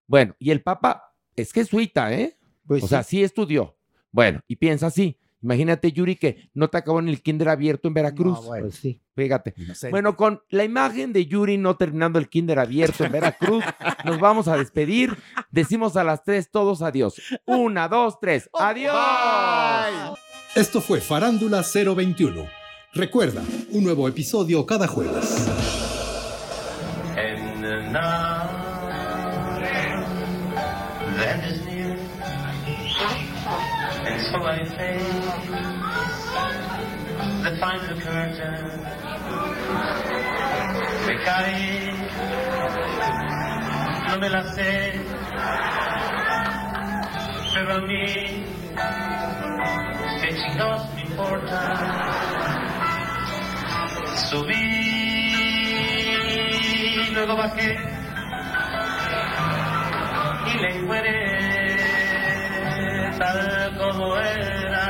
Speaker 2: Bueno, y el Papa es jesuita, ¿eh?
Speaker 5: Pues
Speaker 2: o sea, sí estudió. Bueno, y piensa así. Imagínate, Yuri, que no te acabó en el kinder abierto en Veracruz. Pues,
Speaker 5: bueno, sí.
Speaker 2: Fíjate.
Speaker 5: sé.
Speaker 2: Bueno, con la imagen de Yuri no terminando el kinder abierto en Veracruz, nos vamos a despedir. Decimos a las tres todos adiós. Una, dos, tres.
Speaker 5: Oh,
Speaker 2: ¡Adiós!
Speaker 1: Esto fue Farándula 021. Recuerda, un nuevo episodio cada jueves.
Speaker 12: And now that is near, and so I think
Speaker 15: the finds the curtain. Becari, no me la sé, pero a mí, que chingados me importa. Subí, luego bajé, y le muere tal como era.